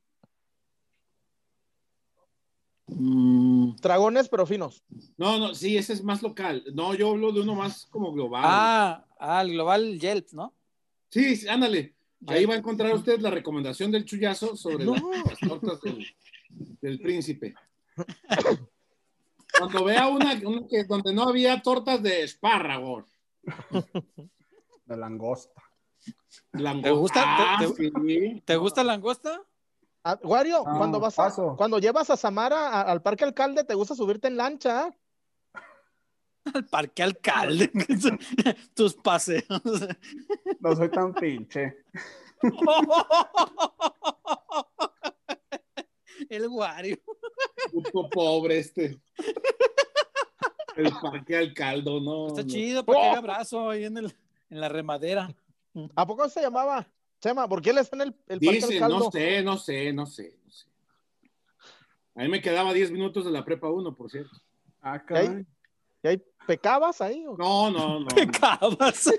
S2: Mm.
S3: Dragones, pero finos.
S1: No, no, sí, ese es más local. No, yo hablo de uno más como global.
S2: Ah, ah, el global Yelp, ¿no?
S1: Sí, sí, ándale. Ahí
S2: Yelp.
S1: va a encontrar usted la recomendación del chullazo sobre
S3: No.
S1: las, las tortas del, del príncipe. Cuando vea una, una que, donde no había tortas de espárragos.
S4: de langosta.
S1: langosta.
S2: ¿Te gusta?
S1: Ah,
S2: ¿Te-
S1: sí.
S2: ¿Te gusta la langosta?
S3: Ah, Wario,
S4: Ah,
S3: cuando vas a-
S4: paso.
S3: cuando llevas a Samara a- al parque alcalde, te gusta subirte en lancha. ah?
S2: Al parque alcalde. Tus paseos.
S4: No soy tan pinche.
S2: El Wario.
S1: Puto pobre este. El parque al caldo, no.
S2: Está
S1: no.
S2: chido para que
S3: Oh.
S2: haga abrazo ahí en, el, en la remadera.
S3: ¿A poco se llamaba? Chema, ¿por qué le están el, el parque
S1: Dice,
S3: alcalde?
S1: no sé, no sé, no sé, no sé. A mí me quedaba 10 minutos de la prepa 1, por cierto.
S4: Ah, caray.
S3: ¿Y hay pecabas ahí? o-
S1: No, no, no. no.
S2: Cabas.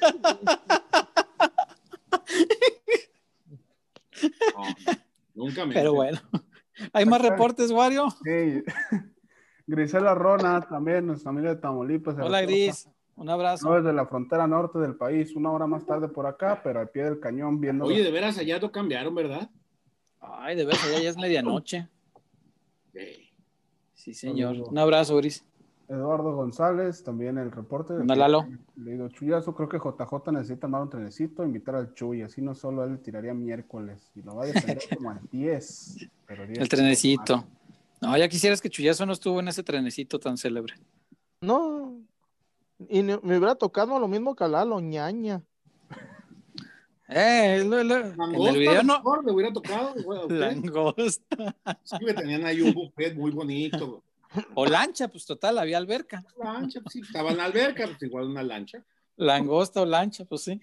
S1: No, nunca me.
S2: Pero bueno. ¿Hay más reportes, Wario?
S4: Sí. Grisela Rona, también nuestra amiga de Tamaulipas. se
S2: Hola,
S4: reporta.
S2: Gris. Un abrazo.
S4: No desde la frontera norte del país, una hora más tarde por acá, pero al pie del cañón viendo.
S1: Oye, de veras allá no cambiaron, ¿verdad?
S2: Ay, de veras, ya, ya es medianoche.
S1: Sí.
S2: Sí, señor. Un abrazo, Gris.
S4: Eduardo González, también el reporte.
S2: Anda, Lalo.
S4: Le digo, Chuyazo, creo que JJ necesita armar un trenecito, invitar al Chuy, así no solo a él le tiraría miércoles, y lo va a defender como al 10. pero 10
S2: El trenecito. No, ya quisieras que Chuyazo no estuvo en ese trenecito tan célebre.
S3: No. Y ni- me hubiera tocado lo mismo que a Lalo, ñaña.
S2: Eh, es lo- lo- en
S1: Langosta,
S2: el video no.
S1: mejor, le hubiera tocado. güey, a usted.
S2: Langosta.
S1: Sí, me tenían ahí un buffet muy bonito. güey.
S2: O lancha, pues total, había alberca.
S1: Lancha, pues, sí, estaba en la alberca, pues igual una lancha.
S2: Langosta o lancha, pues sí.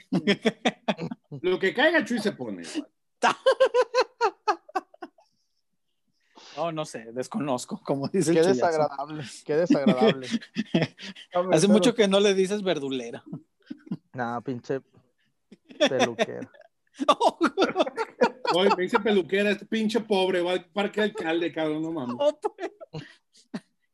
S1: Lo que caiga, Chuy se pone. güey.
S2: No, no sé, desconozco, como dice el
S3: Qué
S2: chullazo.
S3: desagradable, qué desagradable.
S2: Hace mucho que no le dices verdulera.
S3: Nah, pinche peluquero.
S2: Oh,
S1: Oye, me dice peluquera, este pinche pobre, va al parque alcalde, cabrón, no mames.
S2: pues.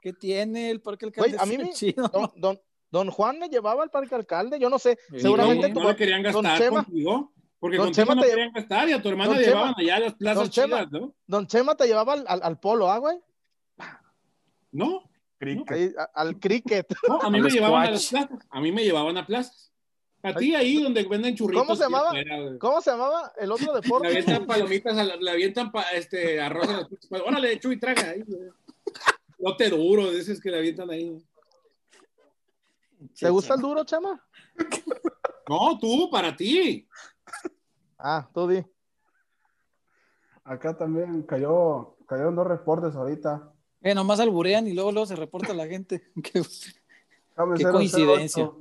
S2: ¿Qué tiene el parque
S3: Güey,
S2: alcalde?
S3: a mí
S2: Está
S3: me-
S2: chido.
S3: Don, don, don Juan me llevaba al parque alcalde, yo no sé.
S2: Sí,
S3: seguramente
S1: no,
S3: como
S1: no le querían
S3: Don
S1: gastar
S3: Chema.
S1: contigo, porque
S3: Don
S1: contigo
S3: Chema
S1: no
S3: te-
S1: querían gastar y a tu hermana
S3: Don
S1: llevaban allá a las plazas
S3: Don Chema.
S1: chidas, ¿no?
S3: Don Chema te llevaba al, al- al polo, ¿ah, güey?
S1: No,
S3: Ahí, a- al cricket.
S1: no, a mí
S2: Al
S1: me llevaban a las
S2: squash.
S1: plazas, a mí me llevaban a plazas. A ti ahí donde venden churritos.
S3: ¿Cómo se
S1: y
S3: llamaba?
S1: afuera, güey.
S3: ¿Cómo se llamaba el otro
S1: Le
S3: deporte?
S1: avientan palomitas, a la- le avientan pa- este, arroz a las pinches pal- Órale, Chuy, traga. ahí, güey. Lote duro, de esos que le avientan ahí.
S3: ¿Te gusta el duro, Chema?
S1: No, tú, para ti.
S3: Ah, tú di.
S4: Acá también cayó, cayeron dos reportes ahorita.
S2: Eh, nomás alburean y luego, luego se reporta la gente. Que-
S4: Dame
S2: Qué
S4: 008.
S2: coincidencia.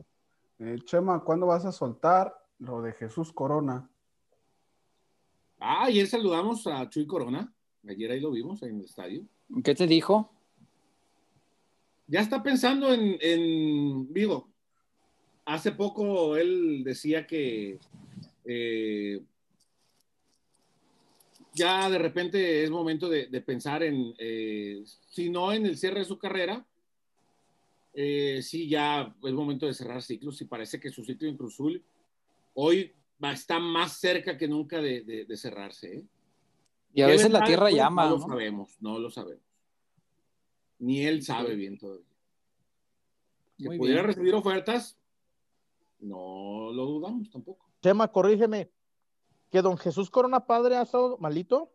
S4: Eh, Chema, ¿cuándo vas a soltar lo de Jesús Corona?
S1: Ah, ayer saludamos a Chuy Corona. Ayer ahí lo vimos en el estadio.
S2: ¿Qué te dijo?
S1: Ya está pensando en, en digo, hace poco él decía que eh, ya de repente es momento de, de pensar en, eh, si no en el cierre de su carrera, eh, sí ya es momento de cerrar ciclos y parece que su ciclo en Cruzul hoy va, está más cerca que nunca de, de- de cerrarse. ¿eh?
S2: Y a
S1: ¿Qué
S2: veces la
S1: ventaja,
S2: tierra
S1: pues,
S2: llama,
S1: No lo
S2: ¿no?
S1: sabemos, no lo sabemos. Ni él sabe bien todavía. Que
S2: Muy
S1: pudiera
S2: bien.
S1: recibir ofertas, no lo dudamos tampoco.
S3: Chema, corrígeme. ¿Que don Jesús Corona Padre ha estado malito?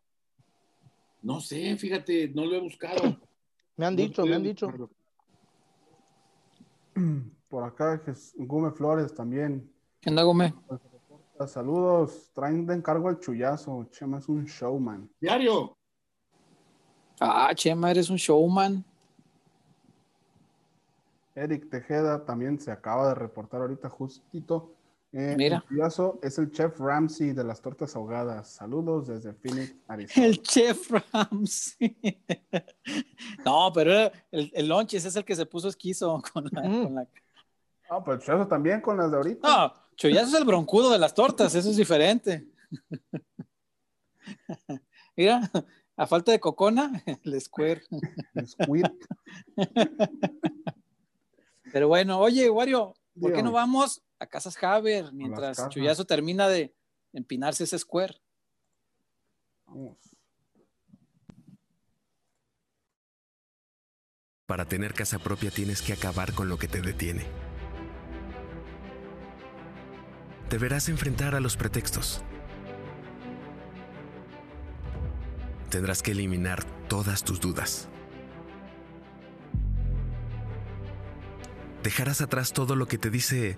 S1: No sé, fíjate, no lo he buscado.
S3: Me han
S1: No
S3: dicho,
S1: estoy
S3: me han dicho.
S1: buscando.
S4: Por acá, Jes- Gume Flores también.
S2: ¿Qué onda, Gómez?
S4: Saludos, traen de encargo al chullazo. Chema es un showman.
S1: Diario,
S2: Ah, Chema, eres un showman.
S4: Eric Tejeda también se acaba de reportar ahorita justito. Eh,
S2: Mira.
S4: El chullazo es el chef Ramsey de las tortas ahogadas. Saludos desde Phoenix, Arizona.
S2: El chef Ramsey. No, pero era- el, el lonches es el que se puso esquizo con la...
S3: Mm.
S2: con la-
S4: Ah, pues el chullazo también con las de ahorita.
S2: No, Chuyazo es el broncudo de las tortas, eso es diferente. Mira, a falta de cocona, el square.
S4: Squid.
S2: Pero bueno, oye, Wario, ¿por qué
S4: Dígame.
S2: no vamos a Casas Haber mientras
S4: casas.
S2: Chuyazo termina de empinarse ese square?
S4: Vamos.
S5: Para tener casa propia tienes que acabar con lo que te detiene. Deberás enfrentar a los pretextos. Tendrás que eliminar todas tus dudas. Dejarás atrás todo lo que te dice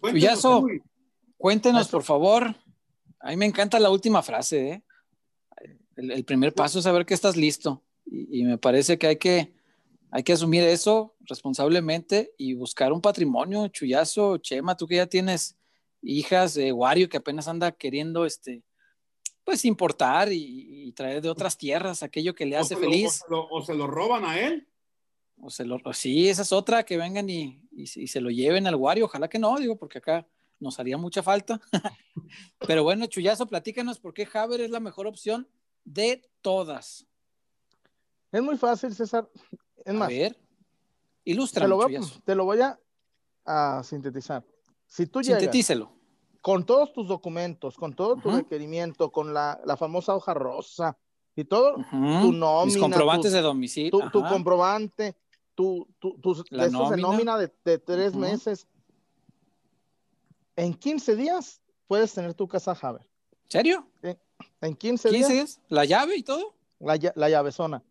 S1: cuéntanos,
S2: Chuyazo.
S1: Chuy.
S2: Cuéntenos, por favor. A mí me encanta la última frase. ¿eh? El, el primer paso es saber que estás listo. Y, y me parece que hay, que hay que asumir eso responsablemente y buscar un patrimonio. Chuyazo, Chema, tú que ya tienes hijas, eh, Wario, que apenas anda queriendo este, pues importar y, y traer de otras tierras aquello que le
S1: O se
S2: hace
S1: lo-
S2: feliz.
S1: o se lo- o se lo roban a él.
S2: O se lo, sí, esa es otra, que vengan y, y se- y se lo lleven al Wario. Ojalá que no, digo, porque acá nos haría mucha falta. Pero bueno, Chuyazo, platícanos por qué Haber es la mejor opción de todas.
S3: Es muy fácil, César. Es
S2: A
S3: más,
S2: ver. Ilustra,
S3: Te lo, voy a, te lo voy a, a sintetizar. Si tú llegas
S2: Sintetícelo.
S3: con todos tus documentos, con todo tu
S2: Ajá.
S3: requerimiento, con la, la famosa hoja rosa y todo,
S2: Ujú.
S3: tu nómina,
S2: Mis comprobantes
S3: tus-
S2: de domicilio.
S3: tu, tu
S2: ajá.
S3: comprobante, tu, tu, tus
S2: La
S3: de esos de
S2: nómina.
S3: nómina de, de tres
S2: Ujú.
S3: meses. En 15 días puedes tener tu casa Javer.
S2: ¿Serio?
S3: En 15,
S2: ¿15
S3: días
S2: días? ¿La llave y todo?
S3: la, lla- la llavezona.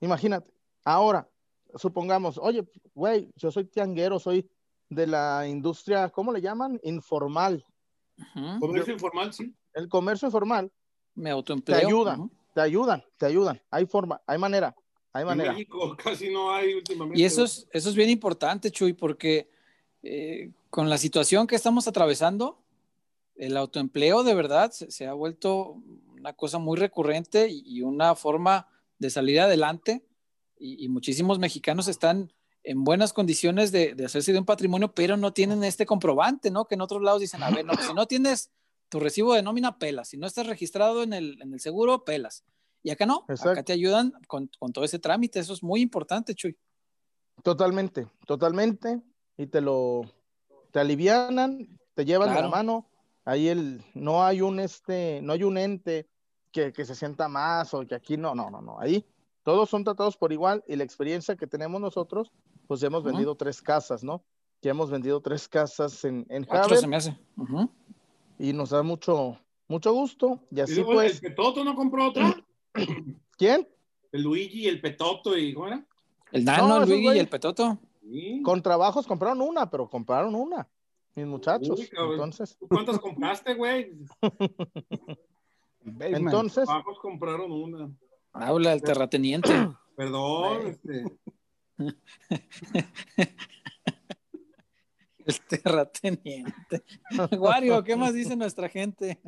S3: Imagínate. Ahora, supongamos, oye, güey, yo soy tianguero, soy de la industria, ¿cómo le llaman? Informal.
S2: Ujú.
S1: Comercio informal, sí.
S3: El comercio informal
S2: Me autoempleo.
S3: Te ayuda.
S2: ujú.
S3: te ayudan, te ayudan. Hay forma, hay manera, hay
S1: En
S3: manera.
S1: México casi no hay últimamente.
S2: Y eso es, eso es bien importante, Chuy, porque eh, con la situación que estamos atravesando, el autoempleo de verdad se, se ha vuelto una cosa muy recurrente y, y una forma de salir adelante. Y, y muchísimos mexicanos están en buenas condiciones de, de hacerse de un patrimonio, pero no tienen este comprobante, ¿no? Que en otros lados dicen, a ver, no, pues, si no tienes tu recibo de nómina, pelas. Si no estás registrado en el, en el seguro, pelas. Y acá no, acá
S3: Exacto.
S2: te ayudan con, con todo ese trámite. Eso es muy importante, Chuy.
S3: Totalmente, totalmente. Y te lo, te alivianan, te llevan de
S2: Claro.
S3: la mano. Ahí el, no hay un este, no hay un ente que, que se sienta más o que aquí no, no, no, no. Ahí todos son tratados por igual y la experiencia que tenemos nosotros, pues ya hemos
S2: Ujú.
S3: vendido tres casas, ¿no? Ya hemos vendido tres casas en, en
S2: Cuatro
S3: Haber
S2: se me hace. Ujú.
S3: y nos da mucho, mucho gusto. Y
S1: Y
S3: así
S1: luego
S3: pues,
S1: el Petoto no compró otra.
S3: ¿quién?
S1: El Luigi, el Petoto y ¿cómo era?
S2: El
S3: No,
S2: Nano, el
S3: esos
S2: Luigi y
S3: güeyes-
S2: el Petoto.
S1: Sí.
S3: Con trabajos compraron una, pero compraron una, mis muchachos.
S1: Uy, cabrón.
S3: Entonces,
S1: ¿Tú ¿Cuántas compraste, güey?
S4: El basement.
S3: entonces,
S1: Bajos compraron una.
S2: Habla el terrateniente.
S1: Perdón, este,
S2: El terrateniente. Wario, ¿qué más dice nuestra gente?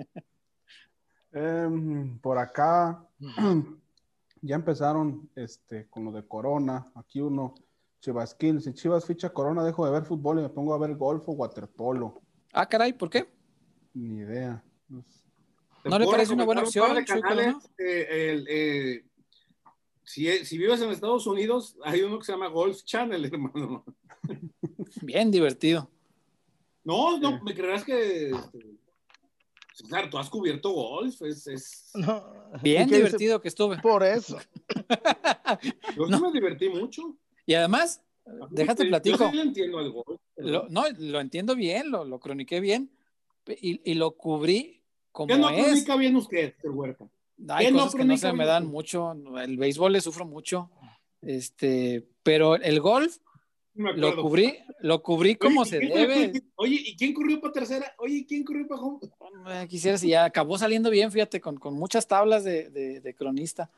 S4: Em, por acá ya empezaron este, con lo de Corona. Aquí uno, Chivas Kill. Si Chivas ficha Corona, dejo de ver fútbol y me pongo a ver golf o waterpolo.
S2: Ah, caray, ¿por qué?
S4: Ni idea. Pues,
S1: ¿te
S2: ¿No le
S1: puedo
S2: parece una buena
S1: recomendar un
S2: opción,
S1: par de
S2: Chuy
S1: canales? Eh, el, eh, si, si vives en Estados Unidos, hay uno que se llama Golf Channel, hermano.
S2: Bien divertido.
S1: No, no,
S4: Sí.
S1: me creerás que. este, César, tú has cubierto golf. Es, es-
S3: no,
S2: Bien
S3: ¿y qué dice?
S2: divertido que estuve.
S3: Por eso.
S1: Yo
S2: No.
S1: sí me divertí mucho.
S2: Y además, déjate
S1: Yo
S2: platico.
S1: sí le entiendo al golf.
S2: Lo- no, lo entiendo bien, lo, lo croniqué bien y, y lo cubrí como
S1: ¿Qué no
S2: es.
S1: comunica bien usted, señor Huerta?
S2: Hay
S1: ¿Qué no
S2: cosas que no se
S1: pronuncia
S2: me dan mucho. El béisbol le sufro mucho. Este, pero el golf
S1: Sí me
S2: lo
S1: acuerdo.
S2: cubrí, lo cubrí como
S1: Oye,
S2: se
S1: ¿y quién-
S2: debe.
S1: Oye, ¿y quién corrió para tercera? Oye, ¿y quién corrió para home?
S2: Eh, Quisiera si ya acabó saliendo bien, fíjate, con, con muchas tablas de, de- de cronista.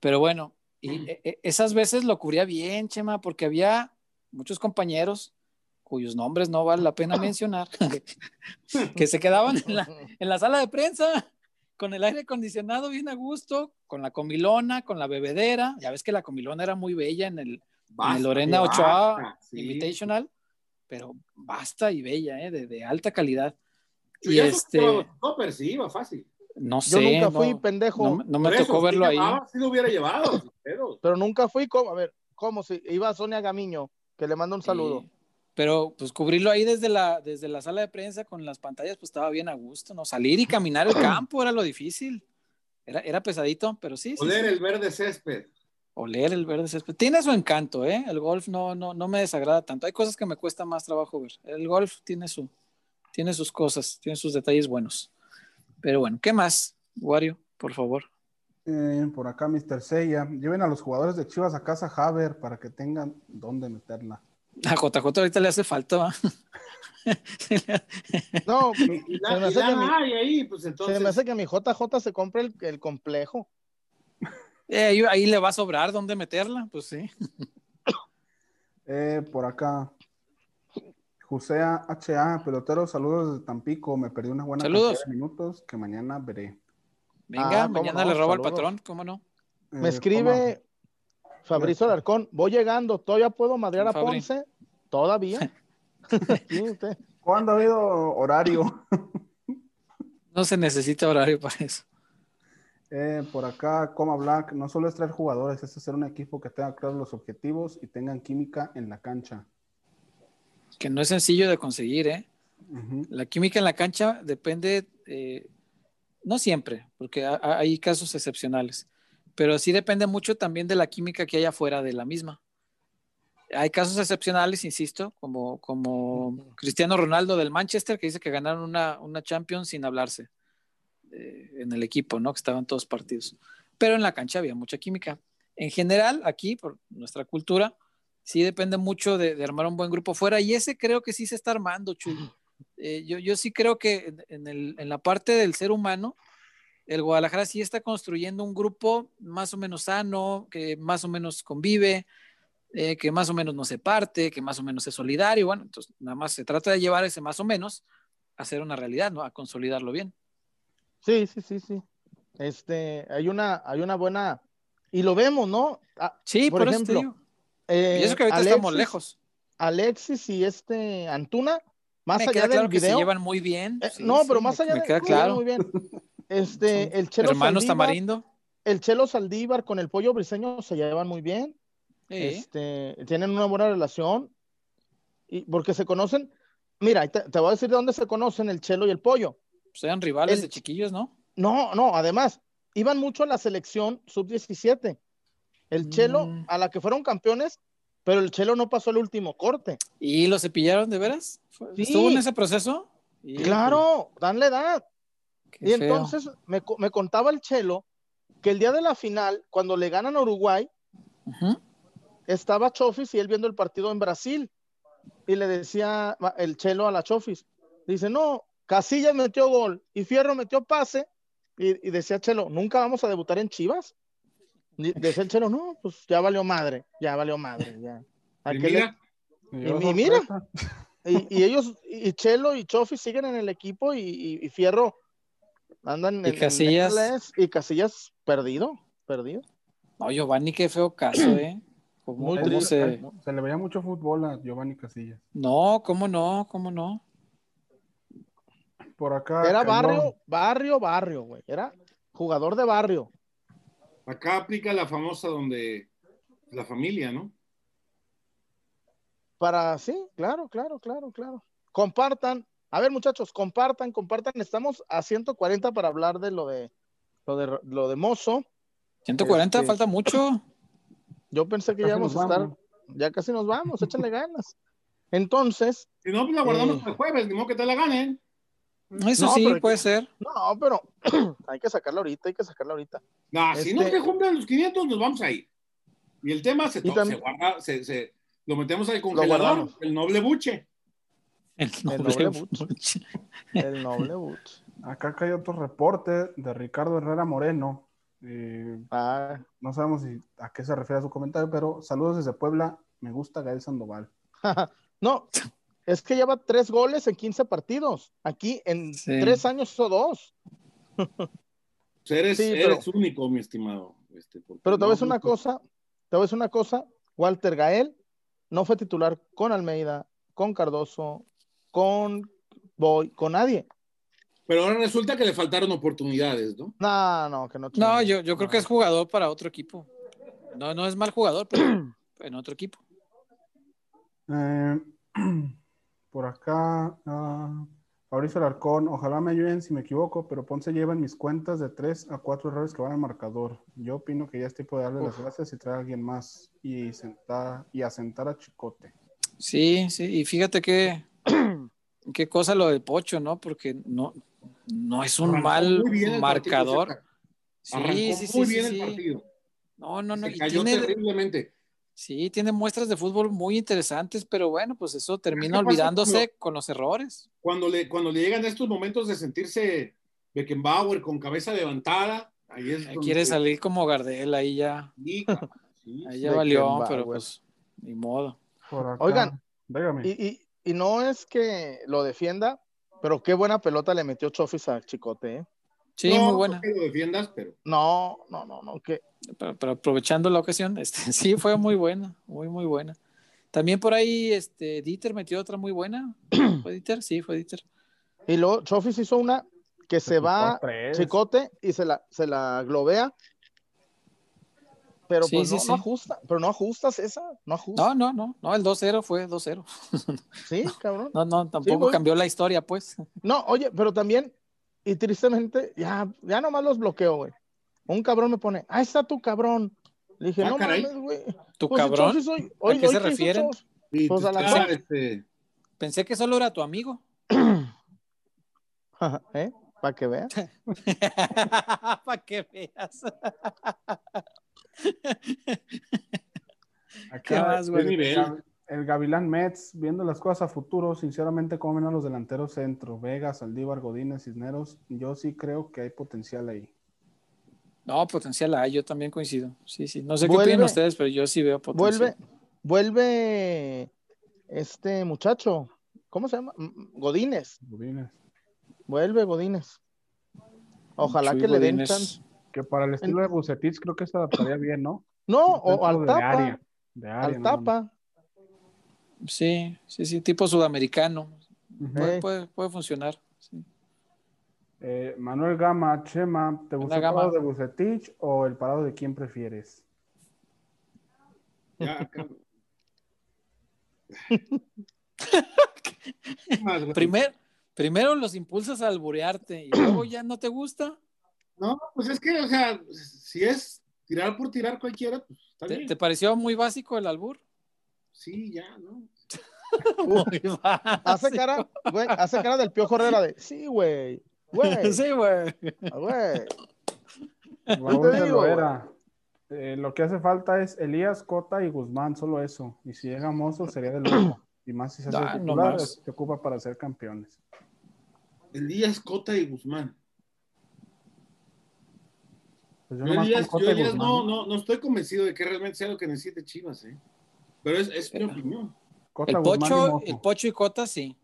S2: Pero bueno, y e- e- esas veces lo cubría bien, Chema, porque había muchos compañeros cuyos nombres no vale la pena mencionar, que se quedaban en la, en la sala de prensa con el aire acondicionado bien a gusto, con la comilona, con la bebedera. Ya ves que la comilona era muy bella en el,
S1: Basta,
S2: Lorena
S1: basta,
S2: Ochoa
S1: sí.
S2: Invitational, pero basta y bella, ¿eh? de, de alta calidad.
S1: Yo
S2: y
S1: ya
S2: este,
S1: sospechaba los toppers, sí, iba fácil.
S2: no
S3: Yo
S2: sé, no-
S3: nunca fui pendejo,
S2: no, me- no me
S1: Por
S2: tocó
S1: eso,
S2: verlo
S1: sí
S2: ahí.
S1: llevaba, sí lo hubiera llevado, sin pedos.
S3: pero nunca fui como, a ver, ¿cómo si iba Sonia Gamiño, que le mando un saludo?
S2: Sí. Pero pues cubrirlo ahí desde la, desde la sala de prensa con las pantallas, pues estaba bien a gusto, ¿no? Salir y caminar el campo era lo difícil. Era, era pesadito, pero sí. sí,
S1: Oler
S2: sí.
S1: el verde césped.
S2: Oler el verde césped. Tiene su encanto, ¿eh? El golf no, no, no me desagrada tanto. Hay cosas que me cuesta más trabajo ver. El golf tiene, su, tiene sus cosas, tiene sus detalles buenos. Pero bueno, ¿qué más, Wario? Por favor.
S4: eh, por acá, Mr. Seiya. Lleven a los jugadores de Chivas a casa Haber para que tengan dónde meterla.
S2: A JJ ahorita le hace falta, ¿va?
S3: No,
S1: Y
S3: se me
S1: la, y
S3: hace
S1: la
S3: que mi-
S1: hay ahí, pues entonces.
S3: se me hace que mi JJ se compre el, el complejo.
S2: Eh, ahí- ahí le va a sobrar dónde meterla, pues sí.
S4: Eh, por acá. Jusea HA, pelotero, saludos desde Tampico. Me perdí una buena
S2: Saludos.
S4: cantidad de minutos que mañana veré. Eh,
S2: Venga,
S3: Ah, ¿cómo
S2: mañana
S3: no?
S2: le robo al
S3: Saludos.
S2: patrón, ¿cómo no?
S3: Me
S4: Eh,
S3: escribe Fabrizio
S2: Este.
S3: Alarcón, voy llegando, todavía puedo madrear a
S2: Fabri.
S3: Ponce, todavía. Sí, usted.
S4: ¿cuándo- ¿Cuándo ha habido horario?
S2: No se necesita horario para eso.
S4: Eh, por acá, Coma Black, no solo es traer jugadores, es hacer un equipo que tenga claros los objetivos y tengan química en la cancha.
S2: Que no es sencillo de conseguir, ¿eh? Uh -huh. La química en la cancha depende, eh, no siempre, porque ha, ha, hay casos excepcionales, pero sí depende mucho también de la química que hay afuera de la misma. Hay casos excepcionales, insisto, como, como Cristiano Ronaldo del Manchester, que dice que ganaron una, una Champions sin hablarse eh, en el equipo, ¿no? Que estaban todos partidos. Pero en la cancha había mucha química. En general, aquí, por nuestra cultura, sí depende mucho de, de armar un buen grupo fuera, y ese creo que sí se está armando, Chuy. Eh, yo, yo, sí creo que en, el, en, la parte del ser humano, el Guadalajara sí está construyendo un grupo más o menos sano, que más o menos convive, eh, que más o menos no se parte, que más o menos es solidario. Bueno, entonces nada más se trata de llevar ese más o menos a ser una realidad, ¿no? A consolidarlo bien.
S3: Sí, sí, sí, sí. Este, hay una, hay una buena, y lo vemos, ¿no?
S2: Ah, sí, por, por ejemplo. Eso eh, y eso que ahorita
S3: Alexis,
S2: estamos lejos.
S3: Alexis y este Antuna más
S2: me
S3: allá
S2: queda
S3: del
S2: claro
S3: video,
S2: que se llevan muy bien.
S3: Eh, sí, no, pero
S2: sí,
S3: más
S2: me-
S3: allá
S2: me
S3: de-
S2: queda
S3: muy
S2: claro.
S3: bien, muy bien. Este, el Chelo
S2: Hermanos
S3: Saldívar,
S2: Tamarindo.
S3: el Chelo Saldívar con el Pollo Briseño se llevan muy bien.
S2: eh,
S3: Este, tienen una buena relación y porque se conocen. Mira, te, te voy a decir de dónde se conocen el Chelo y el Pollo.
S2: Sean pues rivales
S3: el-
S2: de chiquillos, ¿no?
S3: No, no, además, iban mucho a la selección sub-17. El Chelo,
S2: Mm.
S3: a la que fueron campeones, pero el Chelo no pasó el último corte.
S2: ¿Y los cepillaron de veras? ¿Fue-
S3: Sí.
S2: ¿Estuvo en ese proceso? Híjole,
S3: Claro, dan la edad.
S2: qué
S3: Y
S2: feo.
S3: entonces me, co- me contaba el Chelo que el día de la final, cuando le ganan a Uruguay,
S2: Ujú.
S3: estaba Chofis y él viendo el partido en Brasil. Y le decía ma- el Chelo a la Chofis, dice, no, Casillas metió gol y Fierro metió pase. Y, y decía Chelo, nunca vamos a debutar en Chivas. Ni- Decía el Chelo, no, pues ya valió madre, ya valió madre, ya.
S1: Y
S3: Aquel-
S1: mira,
S4: Me
S3: Y-
S4: llevó
S3: y mira.
S4: sorpresa.
S3: y, y ellos, y Chelo y Chofi siguen en el equipo y, y- y Fierro andan en-
S2: Y
S3: en
S2: Casillas.
S3: MLS, y Casillas perdido, perdido.
S2: No, Giovanni, qué feo caso, ¿eh? ¿Cómo,
S3: Muy
S2: cómo
S3: triste.
S2: se...
S4: Se le veía mucho fútbol a Giovanni Casillas.
S2: No, cómo no, cómo no.
S4: Por acá.
S3: Era
S4: Calor.
S3: barrio, barrio, barrio, güey. Era jugador de barrio.
S1: acá aplica la famosa donde la familia, ¿no?
S3: Para, sí, claro, claro, claro, claro. Compartan. A ver, muchachos, compartan, compartan. Estamos a 140 para hablar de lo de lo de, lo de Mozo.
S2: 140,
S3: Este-
S2: falta mucho.
S3: Yo pensé que
S4: Casi
S3: ya íbamos
S4: nos
S3: a estar,
S4: vamos.
S3: ya casi nos vamos, échale ganas. Entonces,
S1: Si no, pues la guardamos
S3: Eh.
S1: para el jueves, ni modo que te la ganen.
S2: Eso
S3: No,
S2: sí,
S3: pero-
S2: puede ser.
S3: no, pero hay que sacarla ahorita, hay que sacarla ahorita.
S1: No, si no
S3: Este-
S1: se cumplen los 500, nos vamos ahí. Y el tema se,
S3: Y
S1: to-
S3: también-
S1: se guarda, se, se- lo metemos al
S3: guardamos.
S1: congelador, el noble buche.
S2: El
S3: doble
S2: noble
S3: buche.
S2: buche.
S3: El noble Butch.
S4: Acá acá hay otro reporte de Ricardo Herrera Moreno. Eh,
S3: Ah,
S4: no sabemos si- a qué se refiere su comentario, pero saludos desde Puebla. Me gusta Gael Sandoval.
S3: no, es que lleva tres goles en 15 partidos. Aquí en
S2: Sí.
S3: tres años o dos.
S1: O sea, eres,
S3: Sí, pero-
S1: eres único, mi estimado. Este, porque
S3: Pero te voy a
S1: no-
S3: decir una
S2: pues.
S3: cosa, te voy a decir una cosa, Walter Gael no fue titular con Almeida, con Cardoso, con Boy, con nadie.
S1: Pero ahora resulta que le faltaron oportunidades, ¿no?
S3: No, no, que no.
S2: No,
S3: chingue.
S2: yo, yo creo que es jugador para otro equipo. No, no es mal jugador, pero en otro equipo.
S4: Eh, por acá, ah, Fabricio Alarcón. Ojalá me ayuden si me equivoco, pero Ponce lleva en mis cuentas de tres a cuatro errores que van al marcador. Yo opino que ya es tiempo de darle las gracias y traer a alguien más y, sentar, y asentar a Chicote.
S2: Sí, sí, y fíjate que qué cosa lo del Pocho, ¿no? Porque no, no es un
S1: Arrancó
S2: mal
S1: muy bien el
S2: marcador.
S1: partido,
S2: Sí,
S1: Zeta. Arrancó
S2: sí, sí,
S1: muy
S2: sí,
S1: bien
S2: sí.
S1: el partido.
S2: No, no, no.
S1: se
S2: y
S1: cayó
S2: tiene,
S1: terriblemente.
S2: sí, tiene muestras de fútbol muy interesantes, pero bueno, pues eso termina
S1: pasa
S2: olvidándose con los errores.
S1: Cuando le, cuando le llegan estos momentos de sentirse Beckenbauer con cabeza levantada, ahí es donde-
S2: Quiere salir como Gardel, ahí ya,
S1: Sí, cabrón, sí,
S2: ahí
S1: sí.
S2: ya valió, pero
S3: Beckenbauer.
S2: pues ni modo.
S4: Por acá,
S3: Oigan,
S4: dígame.
S3: Y, y- y no es que lo defienda, pero qué buena pelota le metió Chofis a Chicote. ¿eh?
S2: Sí,
S1: No,
S2: muy
S1: no
S2: buena.
S1: que lo defiendas, pero
S3: No, no, no, no, que
S2: pero, pero aprovechando la ocasión, este, sí, fue muy buena, muy, muy buena. También por ahí, este, Dieter metió otra muy buena. ¿Fue Dieter? Sí, fue Dieter.
S3: Y luego Chofis hizo una que se,
S4: Se
S3: va
S4: picó tres.
S3: chicote y se la, se la globea. Pero
S2: Sí,
S3: pues
S2: sí,
S3: no,
S2: sí.
S3: no ajusta, pero no ajustas esa, no ajustas.
S2: No, no, no, no, el 2-0 fue 2-0.
S3: Sí, cabrón.
S2: No, no, tampoco
S3: voy.
S2: cambió la historia, pues.
S3: No, oye, pero también, y tristemente, ya, ya nomás los bloqueo, güey. Un cabrón me pone, ah, está tu cabrón. Le dije,
S1: Ah,
S3: no
S1: caray.
S3: mames, güey.
S2: Tu
S3: Pues,
S2: cabrón.
S3: entonces, hoy- hoy-
S2: qué
S3: hoy
S2: se
S3: hizo
S2: refieren?
S3: Chofis?
S1: Y
S3: Pues, a la
S1: está,
S3: cual-
S1: este,
S2: Pensé que solo era tu amigo.
S3: ¿Eh? Para que veas.
S2: Para que veas. ¿Qué
S4: Acá
S2: más, güey?
S1: ¿Qué nivel?
S4: Gav- El Gavilán Mets, viendo las cosas a futuro, sinceramente, ¿cómo ven a los delanteros centro? Vegas, Saldívar, Godínez, Cisneros. Yo sí creo que hay potencial ahí.
S2: No, potencial hay, yo también coincido. Sí, sí. No sé qué
S3: Vuelve.
S2: opinan ustedes, pero yo sí veo potencial.
S3: Vuelve, vuelve este muchacho. ¿Cómo se llama? M- Godínez.
S4: Godínez.
S3: Vuelve Godínez. Ojalá
S2: Chuy
S3: que le den
S2: Godínez.
S3: chance.
S4: Que para el estilo de Bucetich creo que se adaptaría bien, ¿no?
S3: No, o
S4: Pues, Dentro
S3: al
S4: de
S3: tapa.
S4: área, de área,
S3: Al
S4: nada más.
S3: tapa.
S2: Sí, sí, sí, tipo sudamericano.
S4: Ujú.
S2: Puede,
S3: Ey.
S2: puede- puede funcionar. sí.
S4: Eh, Manuel Gama, Chema, ¿te gusta el
S2: Gama.
S4: parado de Bucetich o el parado de quién prefieres?
S1: ya, acá. ¿Qué más, güey?
S2: Primer- primero los impulsas a alburearte y luego ya no te gusta.
S1: No, pues es que, o sea, si es tirar por tirar cualquiera, pues está
S2: ¿Te,
S1: bien.
S2: te pareció muy básico el albur?
S1: Sí, ya, ¿no?
S2: Muy
S3: Hace
S2: básico.
S3: cara, güey, hace cara del piojo Herrera de, sí, güey, güey, ah,
S2: Sí, güey.
S3: güey.
S4: Raúl de
S3: digo,
S4: Loera, eh, lo que hace falta es Elías, Cota y Guzmán, solo eso. Y si llega Mozo, sería de lujo. Y más si se hace
S2: Ah, no
S4: titular,
S2: más.
S4: se ocupa para ser campeones.
S1: Elías Cota y Guzmán.
S4: Pues
S1: Yo,
S4: nomás
S1: Elías,
S4: con
S1: yo
S4: Cota y
S1: Elías no,
S4: Guzmán.
S1: no, no estoy convencido de que realmente sea lo que necesite Chivas, ¿eh? Pero es, es mi opinión.
S4: Cota,
S2: El
S4: Guzmán y
S2: pocho,
S4: Mozo.
S2: el pocho y Cota, sí.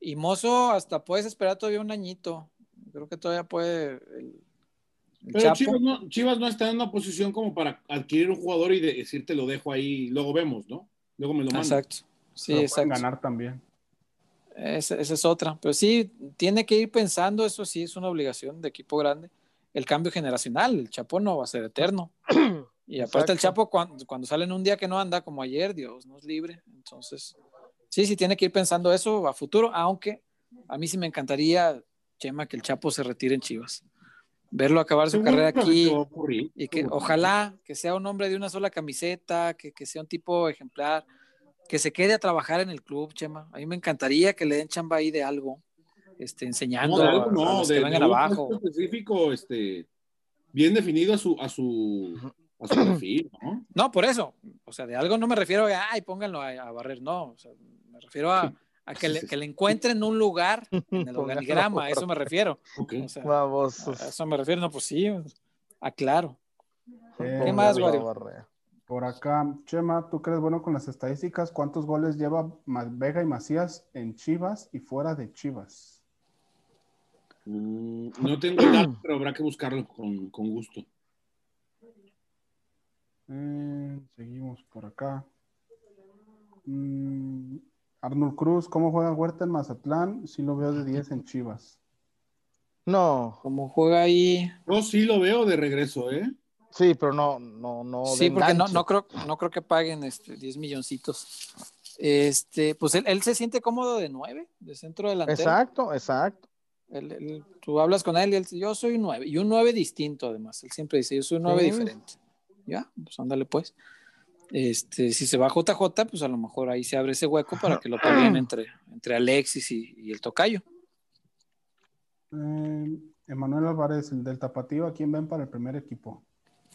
S2: Y Mozo, hasta puedes esperar todavía un añito. Creo que todavía puede. El, el
S4: Eh,
S1: Pero
S2: Chapo.
S1: Chivas no, Chivas no está en una posición como para adquirir un jugador y de- decirte lo dejo ahí, luego vemos, ¿no? Luego me lo mandas.
S2: Exacto. Sí,
S4: Pero pueden
S2: exacto.
S4: ganar también.
S2: Esa, esa es otra. Pero sí, tiene que ir pensando, eso sí, es una obligación de equipo grande. El cambio generacional, el Chapo no va a ser eterno. Y aparte el
S3: Exacto.
S2: Chapo cuan- cuando, sale en un día que no anda como ayer, Dios nos libre. Entonces, sí, sí, tiene que ir pensando eso a futuro, aunque a mí sí me encantaría, Chema, que el Chapo se retire en Chivas. Verlo acabar su
S1: Seguro
S2: carrera
S1: que
S2: aquí
S1: va a ocurrir.
S2: y que
S1: Seguro.
S2: ojalá que sea un hombre de una sola camiseta, que, que sea un tipo ejemplar, que se quede a trabajar en el club, Chema. A mí me encantaría que le den chamba ahí de algo, este, enseñando
S1: No, de
S2: a-
S1: algo
S2: a
S1: no,
S2: los
S1: de,
S2: que
S1: de
S2: vengan
S1: un
S2: abajo.
S1: puesto específico, este, bien definido a su, a su, a su perfil, ¿no?
S2: No, por eso. O sea, de algo no me refiero a, ay, pónganlo a, a barrer, no. O sea, me refiero a, a que, le, que le encuentren un lugar en el
S3: Póngalo a
S2: organigrama, a eso me refiero.
S1: Ok.
S2: O sea, a
S3: Babosos.
S2: eso me refiero, no, pues sí, aclaro.
S4: Eh,
S2: ¿Qué más, Wario?
S3: Barrera.
S4: Por acá, Chema, ¿tú crees bueno con las estadísticas? ¿Cuántos goles lleva Ma- Vega y Macías en Chivas y fuera de Chivas?
S1: Mm, No tengo el dato, pero habrá que buscarlo con, con gusto.
S4: Eh, seguimos por acá. Mm, Arnold Cruz, ¿cómo juega Huerta en Mazatlán? Si lo veo de 10 en Chivas.
S3: No,
S2: Como juega ahí.
S1: Yo sí lo veo de regreso, ¿eh?
S3: sí, pero no, no, no. de
S2: sí, porque no,
S3: enganche.
S2: no, creo, no creo que paguen este 10 milloncitos. Este, pues él, él se siente cómodo de 9, de centro delantero.
S3: Exacto, exacto.
S2: Él- él- tú hablas con él y él dice, yo soy un 9, y un 9 distinto además. Él siempre dice, yo soy un 9
S3: Sí.
S2: diferente. Ya, pues ándale pues. Este, si se va JJ, pues a lo mejor ahí se abre ese hueco para que lo peleen entre, entre Alexis y, y el Tocayo.
S4: Eh, Emanuel Álvarez, el del Tapatío, ¿a quién ven para el primer equipo?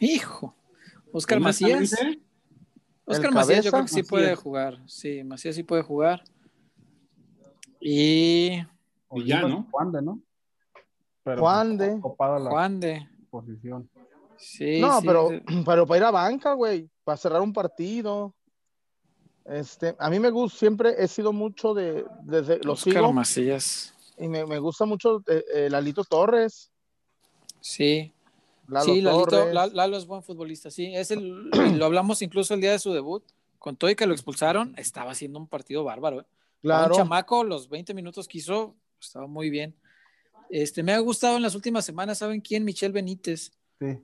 S2: Hijo. Oscar
S1: ¿Cómo está,
S2: Macías.
S1: dice?
S2: Oscar
S3: ¿eh? El
S2: Macías yo
S3: cabeza,
S2: creo que sí
S4: Macías.
S2: puede jugar. Sí, Macías sí puede jugar. Y
S4: O
S1: Y ya,
S4: Chivas,
S1: ¿no?
S4: Juan de, ¿no? Pero
S3: Juan de.
S4: Copada la
S2: Juan de.
S4: posición.
S2: Sí,
S3: no,
S2: sí,
S3: pero,
S2: sí.
S3: pero para ir a banca, güey, para cerrar un partido. Este, a mí me gusta, siempre he sido mucho de, desde los
S2: Oscar
S3: sigo
S2: Macías.
S3: y me, me gusta mucho eh, eh, Lalito Torres.
S2: Sí.
S3: Lalo
S2: sí, Lalito-
S3: Torres.
S2: La- Lalo es buen futbolista, sí. Es el, lo hablamos incluso el día de su debut. Con todo y que lo expulsaron, estaba haciendo un partido bárbaro. ¿eh? Para
S3: claro,
S2: Un chamaco, los 20 minutos que hizo, estaba muy bien. Este, me ha gustado en las últimas semanas, ¿saben quién? Michelle Benítez.
S4: Sí.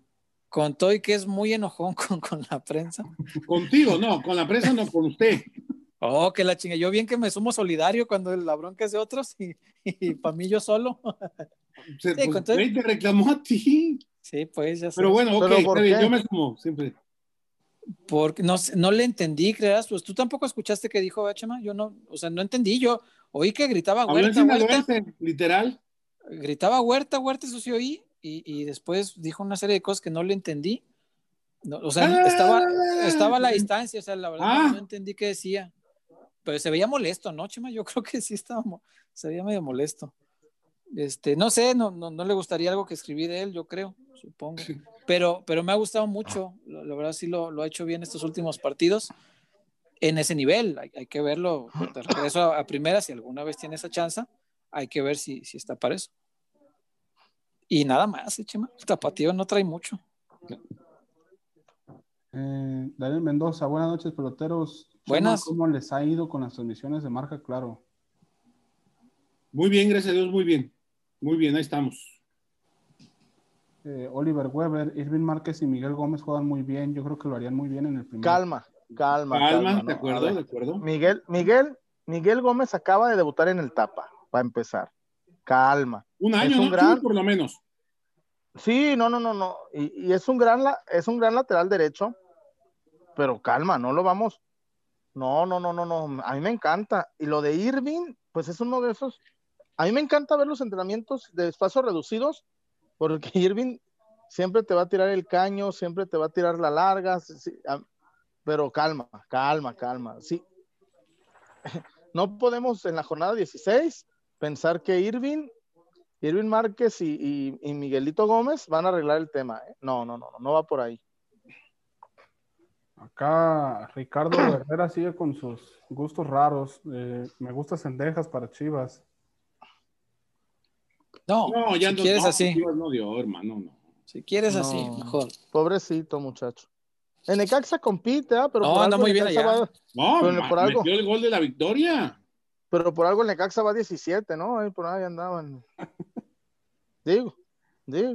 S2: Con todo y que es muy enojón con, con la prensa.
S1: Contigo, no, con la prensa no, con usted.
S2: Oh, que la chinga. Yo bien que me sumo solidario cuando la bronca es de otros y, para mí yo solo.
S1: Se,
S2: Sí,
S1: pues,
S2: con todo-
S1: güey, te reclamó a ti.
S2: Sí, pues ya sé.
S1: Pero bueno, ok,
S3: ¿Pero por
S1: está bien,
S3: qué?
S1: yo me sumo siempre.
S2: Porque no, sé- no le entendí, creas, pues tú tampoco escuchaste que dijo, ¿verdad, Chema? Yo no, o sea, no entendí, yo oí que gritaba
S1: Habló en
S2: huerta, huerta,
S1: sinaloense, literal.
S2: gritaba huerta, huerta, eso sí oí, y, y después dijo una serie de cosas que no le entendí. No, o sea,
S1: Ah,
S2: estaba, estaba a la distancia, o sea, la verdad
S1: Ah.
S2: no entendí qué decía. Pero se veía molesto, ¿no, Chema? Yo creo que sí estaba, mo- se veía medio molesto. Este, no sé, no, no, no le gustaría algo que escribí de él, yo creo, supongo. Pero, pero me ha gustado mucho, la, la verdad sí lo, lo ha hecho bien estos últimos partidos. En ese nivel, hay, hay que verlo de regreso a, a primera, si alguna vez tiene esa chance, hay que ver si, si está para eso. Y nada más, eh, Chema, el tapatío no trae mucho.
S4: Eh, Daniel Mendoza, buenas noches, peloteros. Chema,
S2: Buenas.
S4: ¿Cómo les ha ido con las transmisiones de marca? Claro.
S1: Muy bien, gracias a Dios, muy bien. Muy bien, ahí estamos.
S4: Eh, Oliver Weber, Irving Márquez y Miguel Gómez juegan muy bien. Yo creo que lo harían muy bien en el primer.
S3: Calma, calma.
S1: Palma,
S3: ¿no?
S1: ¿de
S3: A
S1: acuerdo?
S3: ver,
S1: ¿De acuerdo?
S3: Miguel, Miguel, Miguel Gómez acaba de debutar en el Tapa, para empezar. Calma.
S1: Un año,
S3: un
S1: ¿no?
S3: gran-
S1: Chuy, por lo menos.
S3: Sí, no, no, no, no. Y, y es un gran la- es un gran lateral derecho, pero calma, no lo vamos. No, no, no, no, no. A mí me encanta. Y lo de Irving, pues es uno de esos. A mí me encanta ver los entrenamientos de espacios reducidos, porque Irving siempre te va a tirar el caño, siempre te va a tirar la larga. sí, sí, a- pero calma, calma, calma. Sí. No podemos en la jornada 16 pensar que Irving Irving Márquez y, y- y Miguelito Gómez van a arreglar el tema. ¿eh? No, no, no, no, no va por ahí.
S4: Acá Ricardo Herrera sigue con sus gustos raros. Eh, me gusta Cendejas para Chivas.
S2: No,
S1: No, ya
S2: si
S1: no.
S2: quieres
S1: no,
S2: así,
S1: Chivas no dio, hermano, no.
S2: si quieres así,
S4: No.
S2: mejor.
S3: Pobrecito muchacho. En Necaxa compite, ¿ah? pero,
S2: No,
S3: por
S2: anda
S3: algo
S2: muy bien
S3: Necaxa
S2: allá.
S3: va-
S1: No,
S3: Pero
S1: ma-
S3: por algo.
S1: metió el gol de la victoria.
S3: pero por algo el Necaxa va 17, ¿no? Ahí por ahí andaban. Digo, digo.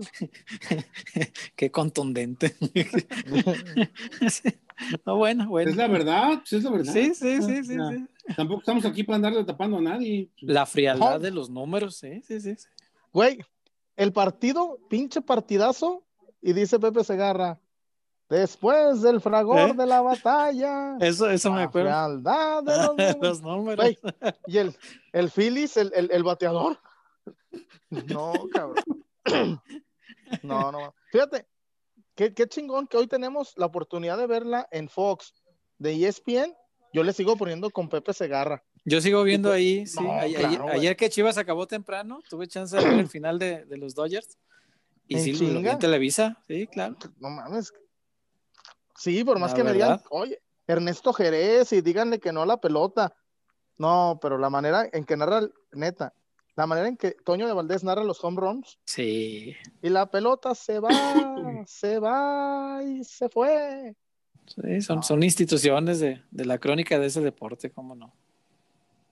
S2: Qué contundente. no, bueno, bueno.
S1: Es la verdad, pues es la verdad.
S2: Sí, sí, sí,
S1: O
S2: sí,
S3: Ah,
S1: sea,
S2: sí.
S1: Tampoco estamos aquí para andarle tapando a nadie.
S2: La frialdad
S3: Oh.
S2: de los números, sí, sí, sí. sí.
S3: Güey, el partido, pinche partidazo, y dice Pepe Segarra, después del fragor
S2: ¿Eh?
S3: de la batalla,
S2: Eso, eso me
S3: la
S2: acuerdo.
S3: frialdad de los números".
S2: los números.
S3: Ah, Güey, y el, el Phillies, el, el- el bateador. No, cabrón. No, no. Fíjate, qué, qué chingón que hoy tenemos la oportunidad de verla en Fox de E ESPN. Yo le sigo poniendo con Pepe Segarra.
S2: Yo sigo viendo ahí, sí.
S3: No,
S2: Ay-
S3: claro,
S2: ayer,
S3: güey.
S2: ayer que Chivas acabó temprano, tuve chance de ver el final de, de los Dodgers. Y
S3: ¿En
S2: sí, lo- lo vi
S3: chinga?
S2: en Televisa, sí, claro.
S3: No mames. Sí, por más
S2: La
S3: que me digan,
S2: verdad.
S3: oye, Ernesto Jerez, y díganle que no a la pelota. No, pero la manera en que narra, el- neta, la manera en que Toño de Valdés narra los home runs,
S2: Sí.
S3: Y la pelota se va, se va y se fue.
S2: sí, son, son instituciones de, de la crónica de ese deporte, cómo no.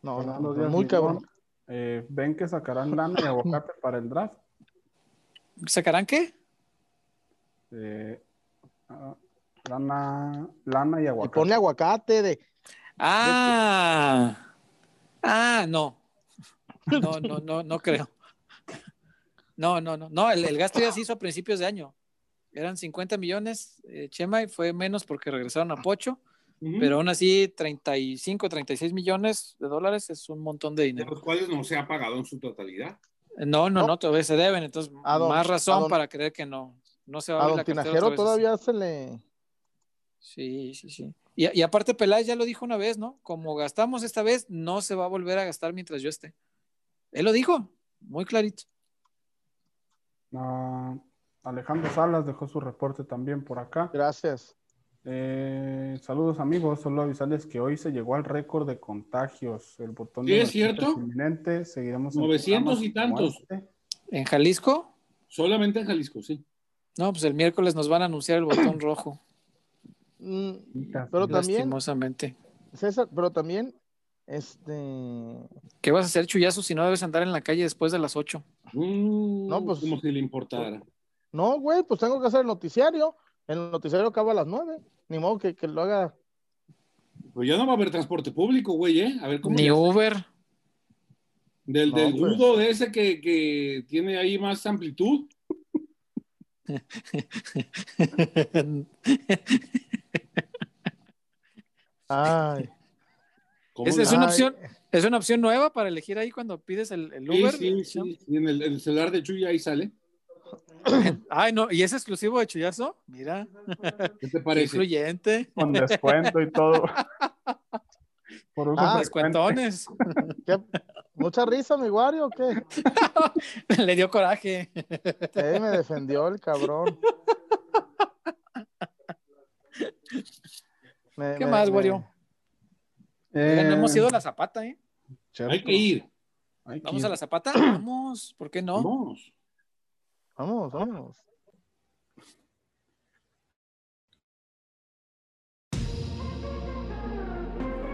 S3: No, no,
S4: Fernando
S3: no,
S4: Díaz
S3: muy
S4: Mirón,
S3: cabrón.
S4: eh, ¿Ven que sacarán lana y aguacate para el draft?
S2: ¿Sacarán qué?
S4: Eh, ah, lana, lana y
S3: Y
S4: aguacate.
S3: ponle aguacate de.
S2: Ah, ah, no. No, no, no, no creo. No, no, no, no, el, el gasto ya se hizo a principios de año. Eran 50 millones, eh, Chema, y fue menos porque regresaron a Pocho,
S3: Mm.
S1: Ujú.
S2: pero aún así 35, 36 millones de dólares es un montón de
S1: de
S2: dinero.
S1: los cuales no se ha pagado en su totalidad.
S2: No, no,
S3: No.
S2: no, todavía se deben, entonces
S3: A don-
S2: más
S3: a
S2: razón
S3: don-
S2: para creer que no. No se va a,
S3: A
S2: abrir
S3: don
S2: la cartera
S3: Tinajero
S2: otra vez así.
S3: todavía se le.
S2: Sí, sí, sí. Y, y aparte Peláez ya lo dijo una vez, ¿no? Como gastamos esta vez, no se va a volver a gastar mientras yo esté. Él lo dijo, muy clarito.
S4: Ah, Alejandro Salas dejó su reporte también por acá.
S3: Gracias.
S4: Eh, saludos amigos, solo avisarles que hoy se llegó al récord de contagios. El botón
S1: Sí,
S4: de
S1: es
S4: noticias
S1: cierto.
S4: inminente. Seguiremos en
S1: 900 y
S4: programas como
S1: tantos.
S4: este.
S2: ¿En Jalisco?
S1: Solamente en Jalisco, sí.
S2: No, pues el miércoles nos van a anunciar el botón rojo,
S3: Mm,
S4: Quitas.
S3: Pero también,
S2: lastimosamente.
S3: César, Mm, pero también Este.
S2: ¿Qué vas a hacer, Chuyazo, si no debes andar en la calle después de las 8?
S1: no,
S3: No,
S1: pues.
S3: pues-
S1: Como si le importara.
S3: No, güey, pues tengo que hacer el noticiario. El noticiario acaba a las nueve. Ni modo que, que lo haga.
S1: Pues ya no va a haber transporte público, güey, ¿eh? A ver cómo.
S2: Ni
S1: le-
S2: Uber.
S1: Del, del
S3: No, pues.
S1: rudo de ese que, que tiene ahí más amplitud.
S3: Ay.
S1: ¿Cómo
S2: Esa
S1: le-
S2: es una
S3: Ay.
S2: opción, es una opción nueva para elegir ahí cuando pides el, el
S1: Sí,
S2: Uber.
S1: sí, sí,
S2: ¿no?
S1: sí, En el, el celular de Chuy ahí sale.
S2: Ay, no, y es exclusivo de Chuyazo. Mira,
S1: ¿Qué te
S2: qué
S1: parece?
S2: influyente.
S4: Con descuento y todo. Por un
S3: Ah,
S2: Descuentones.
S3: ¿Qué? ¿Mucha risa, mi Wario, o qué?
S2: Le dio coraje.
S3: Eh, me defendió el cabrón. Me-
S2: ¿Qué
S3: me-
S2: más,
S3: me-
S2: Wario?
S4: Eh,
S2: Oigan, no hemos ido a la zapata, ¿eh?
S4: cierto.
S1: Hay que ir.
S4: Hay que
S2: Vamos
S4: ir.
S2: a la zapata. Vamos, ¿por qué no?
S1: Vamos.
S3: Vamos, vamos.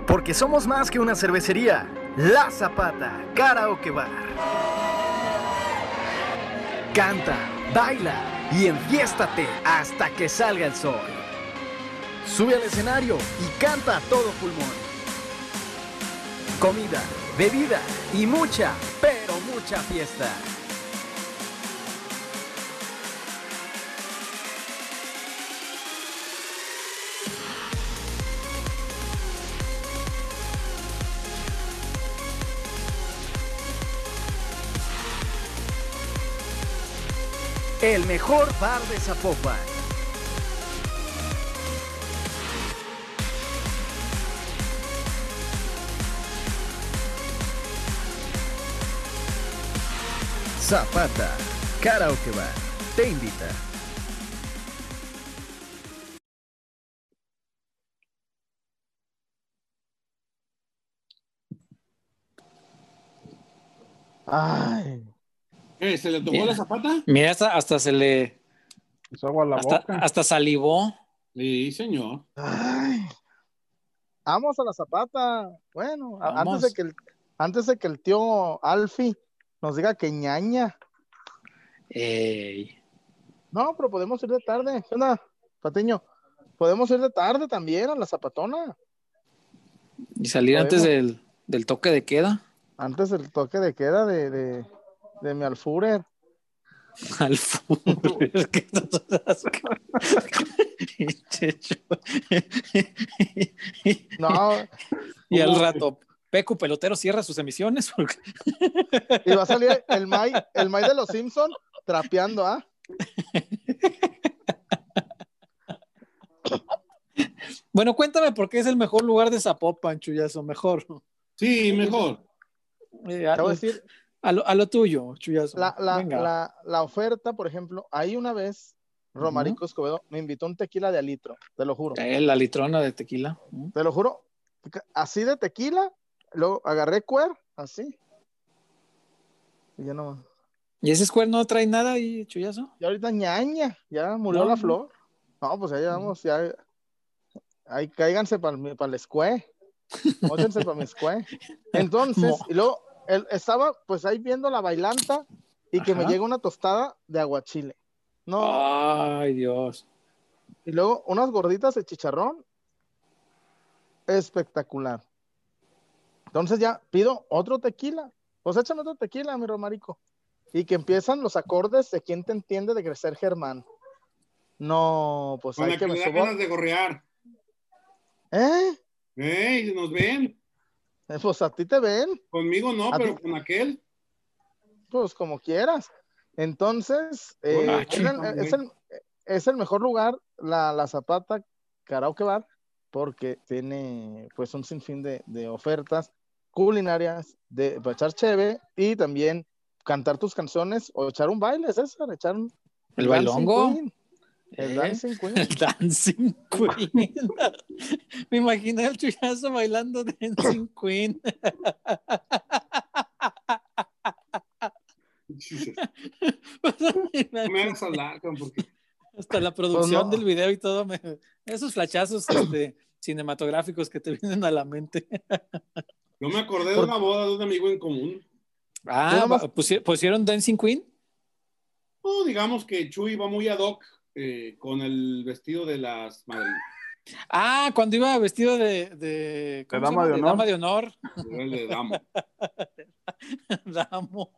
S6: Porque somos más que una cervecería. La Zapata, Karaoke Bar. Canta, baila y enfiéstate hasta que salga el sol. Sube al escenario y canta a todo pulmón. Comida, bebida y mucha, pero mucha fiesta. El mejor bar de Zapopan. Zapata, Karaoke Bar, te invita.
S3: Ay.
S1: ¿Qué, ¿Se le tomó
S2: Bien.
S1: la zapata?
S2: Mira, hasta, hasta se le.
S4: Pues agua a la
S2: Hasta,
S4: boca.
S2: hasta salivó.
S1: Sí, señor.
S3: Ay. Vamos a la zapata. Bueno, a-
S2: Vamos.
S3: antes de que el, antes de que el tío Alfi nos diga que ñaña.
S2: Ey.
S3: No, pero podemos ir de tarde. ¿Qué onda, Patiño? Podemos ir de tarde también a la zapatona.
S2: Y salir antes del, del toque de queda.
S3: Antes del toque de queda de, de, de mi alfurer.
S2: Al fútbol. Qué todas- Pinche cho-
S3: No,
S2: y al rato, Pecu Pelotero cierra sus emisiones. porque-
S3: y va a salir el May, el May de los Simpson trapeando, ¿ah?
S2: Bueno, cuéntame por qué es el mejor lugar de Zapopan, Chuyazo. Mejor.
S1: Sí, mejor.
S2: Eh,
S3: Te
S2: a,
S3: voy
S2: lo,
S3: a decir,
S2: a lo- a lo tuyo, Chuyazo.
S3: la, la,
S2: Venga.
S3: la, la oferta, por ejemplo, ahí una vez Romarico Escobedo me invitó un tequila de al litro, te lo juro.
S2: Eh, la litrona de tequila. Mm.
S3: Te lo juro, así de tequila, luego agarré cuer, así. Y ya no.
S2: ¿Y ese square no trae nada ahí, Chuyazo?
S3: Y ahorita ñaña, ya murió
S2: No,
S3: la
S2: no.
S3: flor. No, pues ya llevamos, ya. Ahí cáiganse para el escue. Ótense para mi escue. Entonces,
S2: Mo-
S3: y luego él estaba pues ahí viendo la bailanta y que me
S2: Ajá.
S3: llega una tostada de aguachile. No,
S2: Ay, Dios.
S3: y luego unas gorditas de chicharrón. Espectacular. Entonces ya pido otro tequila. Pues échame otro tequila, mi Romarico. Y que empiezan los acordes de quién te entiende de crecer Germán. No, pues
S1: Con
S3: hay
S1: la
S3: que
S1: que
S3: me
S1: me da
S3: subo.
S1: ganas de gorrear.
S3: ¿Eh?
S1: ¡Ey! ¿Nos ven?
S3: Eh, Pues a ti te ven,
S1: Conmigo no,
S3: ¿A
S1: pero
S3: ti?
S1: con aquel.
S3: pues como quieras. Entonces, eh,
S1: Hola,
S3: es, el,
S1: chico,
S3: es el- es el mejor lugar, la, la Zapata Karaoke Bar, porque tiene pues un sinfín de, de ofertas culinarias de para echar cheve y también cantar tus canciones o echar un baile, César, echar un
S2: El
S3: dancing
S2: bailongo.
S3: queen, el
S2: Eh,
S3: dancing queen.
S2: el Dancing Queen. Me imaginé al Chuyazo bailando Dancing Queen.
S1: No me hagas hablar, cabrón, porque
S2: Hasta la producción
S3: no.
S2: del video y todo. me- Esos flachazos este, cinematográficos que te vienen a la mente.
S1: Yo me acordé de una boda de un amigo en común.
S2: Ah,
S3: Yo nomás-
S2: pusi- pusieron Dancing Queen.
S1: No, Pues, digamos que Chuy va muy ad hoc eh, con el vestido de las madrinas.
S2: Ah, cuando iba vestido de. De, ¿cómo se
S4: dama
S2: llama?
S4: de honor.
S2: dama de honor.
S1: Yo le damo.
S2: Damo.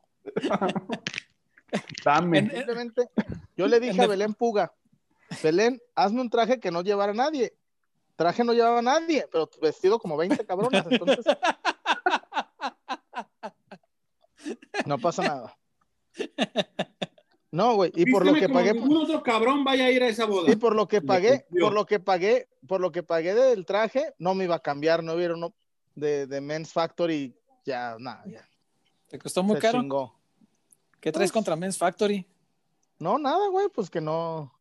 S4: Dame.
S2: En-
S3: Simplemente, yo le
S2: En
S3: dije
S2: def-
S3: a Belén Puga, Belén, hazme un traje que no llevara a nadie. Traje no llevaba a nadie, pero vestido como 20 cabronas, entonces. No pasa nada. No, güey, y por pues, lo
S1: Vísteme
S3: que
S1: como
S3: pagué,
S1: ningún otro cabrón vaya a ir a esa boda.
S3: y por lo que
S1: Le
S3: pagué,
S1: confío.
S3: por lo que pagué, por lo que pagué del traje, no me iba a cambiar, no hubiera uno de, de Men's Factory, ya, nada, ya.
S2: Te costó muy
S3: se
S2: caro.
S3: chingó.
S2: ¿Qué traes contra Men's Factory?
S3: No, nada, güey, pues que no.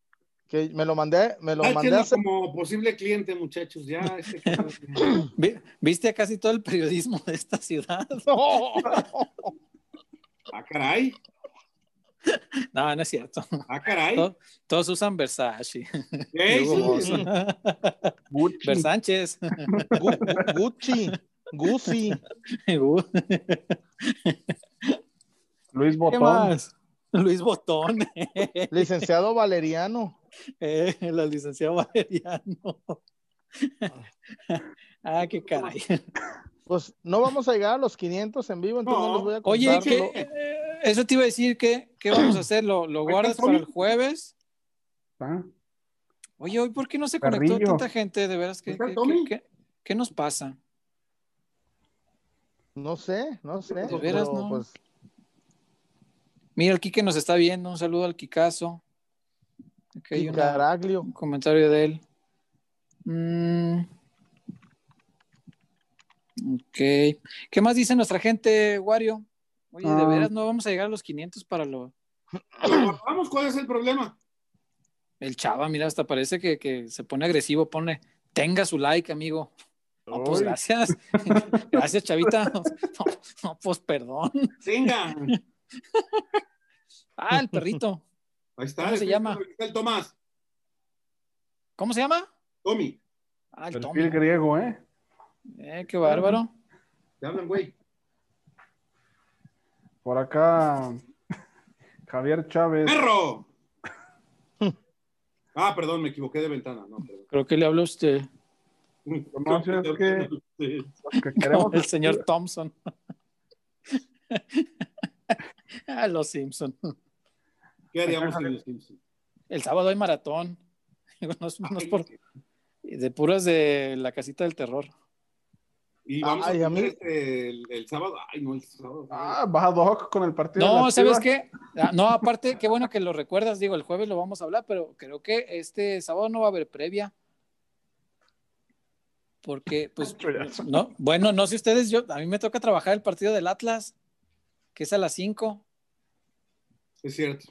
S3: Que me lo mandé, me lo mandé a
S1: Táchenlo
S3: hacer.
S1: como posible cliente, muchachos. Ya, este cabrón.
S2: Vi- Viste a casi todo el periodismo de esta ciudad.
S1: ah, caray.
S2: No, no es cierto.
S1: Ah, caray.
S2: Todo- Todos usan Versace.
S1: Ey,
S2: Hugo
S1: sí,
S2: Boss.
S1: sí.
S4: Gucci.
S2: Versánchez.
S3: Gu- Gucci, Gucci.
S2: Uh,
S4: Luis
S2: ¿Qué
S4: Botón.
S2: más? Luis Botón.
S3: Licenciado Valeriano.
S2: Eh, la licenciada Valeriano. ah, qué caray.
S3: Pues no vamos a llegar a los 500 en vivo, entonces no,
S1: No.
S3: les voy a
S2: Oye,
S3: contar
S2: ¿qué-
S3: lo-
S2: eh, eso te iba a decir que ¿qué vamos a hacer? ¿Lo, lo guardas
S1: Antonio.
S2: para el jueves?
S4: Ah,
S2: Oye, hoy por qué no se conectó
S4: Carrillo.
S2: tanta gente? De veras, ¿qué,
S1: ¿Está
S2: qué-
S1: Tommy?
S2: qué- qué- qué nos pasa?
S3: No sé, no sé.
S2: De veras,
S3: pero,
S2: no.
S3: pues,
S2: Mira, el Quique nos está viendo. Un saludo al Kikazo. Aquí hay
S3: y
S2: una-
S3: Caraglio.
S2: un comentario de él. Mm. Ok. ¿Qué más dice nuestra gente, Wario? Oye, de
S4: Ah.
S2: veras no vamos a llegar a los 500 para lo...
S1: pues, Vamos, ¿cuál es el problema?
S2: El chava, mira, hasta parece que, que se pone agresivo, pone, tenga su like, amigo. No, pues
S4: Uy.
S2: gracias. gracias, chavita. No, no, pues perdón.
S1: Venga.
S2: Ah, el perrito.
S1: Ahí está.
S2: ¿Cómo se
S1: el-
S2: llama?
S1: El Tomás.
S2: ¿Cómo se llama?
S1: Tommy.
S2: Ah, el Tommy.
S4: Perfil griego, ¿eh?
S2: Eh, qué bárbaro.
S1: Te hablan, güey.
S4: Por acá, Javier Chávez.
S1: ¡Perro! Ah, perdón, me equivoqué de ventana. No, perdón.
S2: Creo que le habla usted,
S4: No, si es que- que queremos
S2: el señor Thompson. ah, los Simpson.
S1: ¿Qué haríamos en los Simpsons?
S2: El sábado hay maratón. Digo, no es- no es por- de puras de la casita del terror.
S1: Y vamos
S3: Ay,
S1: a
S3: a mí-
S1: mí... el, el sábado. Ay, no, el sábado.
S4: Ah, va Doc con el partido. de
S2: No,
S4: las
S2: ¿sabes
S4: Chivas.
S2: qué? Ah, No, aparte, qué bueno que lo recuerdas, digo, el jueves lo vamos a hablar, pero creo que este sábado no va a haber previa. Porque, pues,
S4: Chollazo.
S2: no, bueno, no sé ustedes, yo, a mí me toca trabajar el partido del Atlas, que es a las 5.
S1: Es cierto.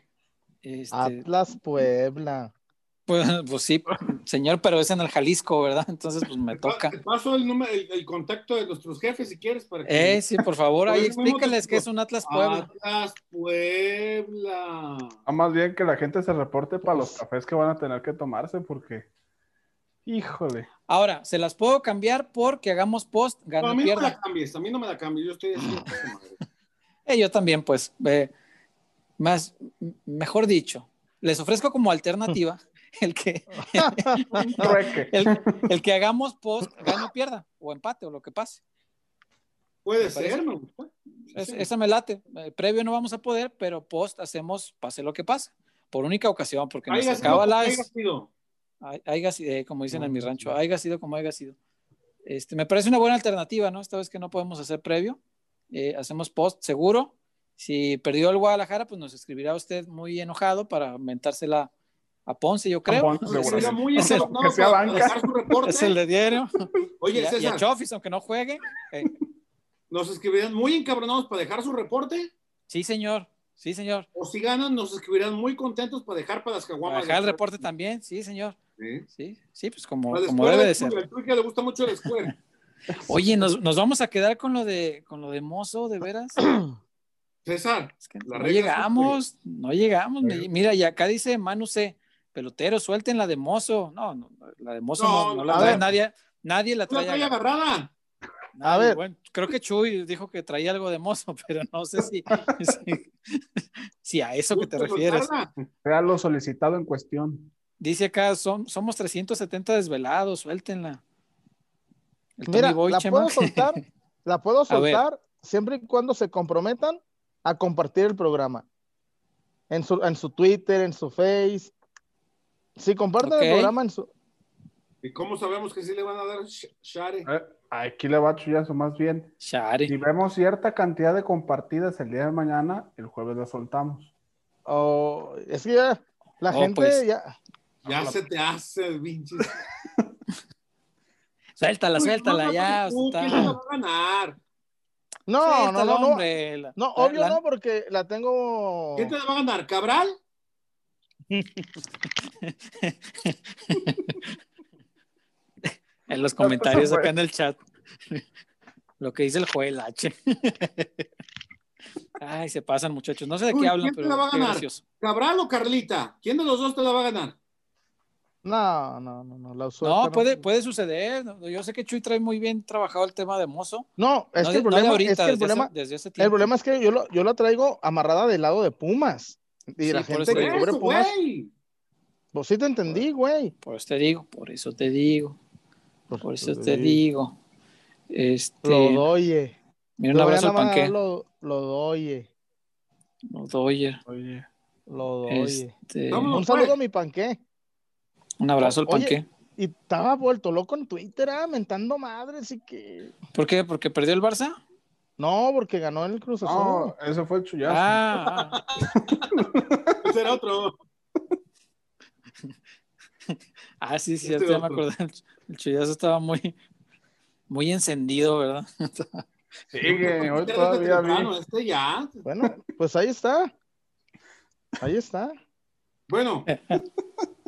S2: Este,
S4: Ah,
S3: Atlas Puebla.
S2: pues, pues sí, señor, pero es en el Jalisco, ¿verdad? Entonces, pues me toca.
S1: Te paso el, número, el, el contacto de nuestros jefes si quieres para que.
S2: Eh, sí, por favor, ahí
S1: Oye, ¿cómo te-
S2: explícales que es un Atlas
S1: Ah.
S2: Puebla.
S1: Atlas Puebla.
S4: Ah, más bien que la gente se reporte para
S2: pues.
S4: los cafés que van a tener que tomarse, porque. Híjole.
S2: Ahora, se las puedo cambiar porque hagamos post,
S1: No, a
S2: gane,
S1: mí no me
S2: pierda.
S1: la cambies, a mí no me la cambies. Yo estoy
S2: Ah.
S1: así. puta madre.
S2: Eh, yo también, pues, eh, más, m- mejor dicho, les ofrezco como alternativa el que,
S4: Un trueque.
S2: el, el que hagamos post, gane o pierda, o empate, o lo que pase.
S1: Puede
S2: Me parece.
S1: ser, me gusta.
S2: Es-
S1: Sí.
S2: Esa me late. Eh, previo no vamos a poder, pero post hacemos, pase lo que pase, por única ocasión, porque nos
S1: Haya sido
S2: acaba
S1: como
S2: la...
S1: haya sido.
S2: Ay- haiga si- eh, como dicen en mi rancho, haiga sido como haiga sido. Este, me parece una buena alternativa, ¿no? Esta vez que no podemos hacer previo, eh, hacemos post seguro. Si perdió el Guadalajara, pues nos escribirá usted muy enojado para mentársela a Ponce, yo creo.
S4: Ponce,
S2: Es el-
S4: seguro.
S1: Sería muy
S2: es el-
S1: afortunado
S4: que sea
S1: para
S4: banca.
S1: dejar su reporte.
S2: es el de diario.
S1: Oye,
S2: y, a, y a
S1: César,
S2: Chofis, aunque no juegue. Eh,
S1: nos escribirán muy encabronados para dejar su reporte.
S2: sí, señor. Sí, señor.
S1: O si ganan, nos escribirán muy contentos para dejar para las
S2: Para
S1: caguamas.
S2: dejar el reporte también. Sí, señor.
S1: Sí.
S2: Sí, sí pues como,
S1: Para el
S2: como
S1: square
S2: debe
S1: del
S2: de ser.
S1: Chuy, al Chuy que le gusta mucho el square.
S2: Oye, ¿nos, nos vamos a quedar con lo de, con lo de mozo, de veras.
S1: César,
S2: Es que
S1: La
S2: no
S1: regla es
S2: llegamos, no llegamos. me- Mira, y acá dice Manu C, pelotero, suelten la de Mozo. No, no, la de Mozo no,
S1: No,
S2: no
S1: no,
S2: la
S1: a
S2: trae
S1: ver.
S2: nadie, nadie la
S1: la
S2: trae.
S1: trae
S2: acá.
S1: agarrada.
S3: A ver.
S2: Bueno, creo que Chuy dijo que traía algo de mozo, pero no sé si, si, si a eso que te
S1: pues,
S2: refieres.
S4: Sea lo solicitado en cuestión.
S2: Dice acá, son, somos 370 desvelados, suéltenla. El Tommy
S3: Mira,
S2: Boy,
S3: la
S2: Chema.
S3: puedo soltar, la puedo
S2: A ver.
S3: soltar siempre y cuando se comprometan a compartir el programa. En su, en su Twitter, en su Face. Si comparten
S2: Ok.
S3: el programa en su...
S1: ¿Y cómo sabemos que sí le van a dar sh- share?
S4: Eh, Aquí le va chullazo más bien.
S2: Share.
S4: Si vemos cierta cantidad de compartidas el día de mañana, el jueves lo soltamos.
S3: o- es que ya la
S2: Oh,
S3: gente
S2: pues.
S3: ya...
S1: Ya se te hace, pinches.
S2: Suéltala,
S1: Uy,
S2: suéltala,
S1: no,
S2: ya.
S1: tú,
S2: está.
S1: ¿Quién la va a ganar?
S3: No,
S2: Suéltala,
S3: no, no, no.
S2: hombre, la-
S3: No,
S2: la-
S3: obvio
S2: la-
S3: no, porque la tengo...
S1: ¿Quién te la va a ganar? ¿Cabral?
S2: En
S3: pues,
S2: los comentarios
S4: fue.
S2: acá en el chat. Lo que dice el Joel H. Ay, se pasan, muchachos. No sé de
S1: Uy,
S2: qué hablan,
S1: ¿quién te la
S2: pero
S1: va a
S2: qué
S1: ganar?
S2: gracioso.
S1: ¿Cabral o Carlita? ¿Quién de los dos te la va a ganar?
S3: No, no, no, Pues no, la suelta
S2: No, puede, puede suceder. Yo sé que Chuy trae muy bien trabajado el tema de mozo.
S3: No, es
S2: No
S3: que
S2: de- no de
S3: el problema,
S2: ahorita,
S3: es que el
S2: desde hace-
S3: problema,
S2: desde hace
S3: el
S2: tiempo.
S3: problema es que yo, lo- yo la traigo amarrada del lado de Pumas. Y
S2: Sí,
S3: la
S2: por
S4: Pues,
S3: gente
S2: eso
S3: que
S2: digo.
S3: cubre
S1: Eso,
S3: Pumas,
S1: güey.
S3: pues sí te entendí, güey. Pues
S2: Por eso te digo, por eso te digo, por eso te
S3: Sí.
S2: digo. Este,
S3: Lo doye.
S2: mira, un abrazo al
S3: Todavía nada más
S2: panque.
S3: Lo, lo doye.
S2: Lo doy. eh.
S4: Oye,
S3: Lo doye.
S2: Este,
S1: Vámonos.
S3: Un saludo a mi panqué.
S2: un abrazo al
S3: Oye.
S2: panque.
S3: Y estaba vuelto loco en Twitter, ah, mentando madres y que.
S2: ¿Por qué? ¿Porque perdió el Barça?
S3: No, porque ganó el Cruz Azul.
S4: no, ese fue el chullazo.
S2: Ah, ah.
S1: Ese era otro.
S2: Ah, sí, sí,
S1: Este
S2: ya me
S1: otro.
S2: acordé. El, ch- el chullazo estaba muy, muy encendido, ¿verdad?
S4: Sigue, hoy
S1: Este era desde
S4: todavía vi.
S1: temprano, este ya.
S3: Bueno, pues ahí está. Ahí está.
S1: Bueno,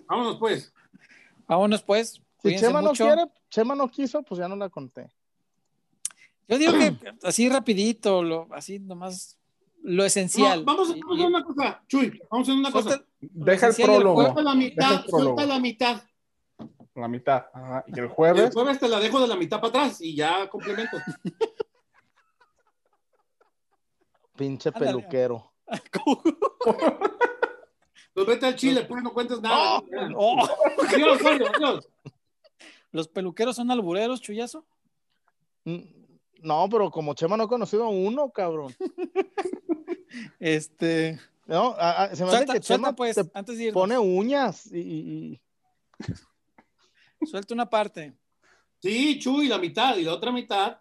S1: vámonos pues.
S2: Vámonos pues.
S3: Si
S2: cuídense
S3: Chema no
S2: mucho.
S3: quiere, Chema no quiso, pues ya no la conté.
S2: Yo digo que así rapidito, lo, así nomás lo esencial.
S1: No, vamos,
S2: Y-
S1: vamos a
S2: y-
S1: hacer una cosa, Chuy. Vamos a hacer una cosa.
S2: Suelta-
S4: Deja
S2: pues
S4: el
S2: Sí, el
S4: prólogo,
S1: Suelta la
S4: Deja
S1: mitad,
S4: el prólogo.
S1: suelta la mitad.
S4: la mitad. Ajá, Y el
S1: Y El
S4: jueves,
S1: jueves te la dejo de la mitad para atrás y ya complemento.
S3: Pinche
S2: Ándale.
S3: peluquero.
S1: Los vete al Chile, pues no cuentes nada.
S2: Oh,
S1: Adiós, Mario, adiós.
S2: ¿Los peluqueros son albureros, chullazo?
S3: Mm, No, pero como Chema no he conocido a uno, cabrón.
S2: Este.
S3: No, a- a- se me hace
S2: Suelta,
S3: que
S2: suelta,
S3: Chema
S2: pues,
S3: te
S2: antes de ir.
S3: pone uñas y, y- y-
S2: Suelta una parte.
S1: Sí, Chuy, la mitad y la otra mitad.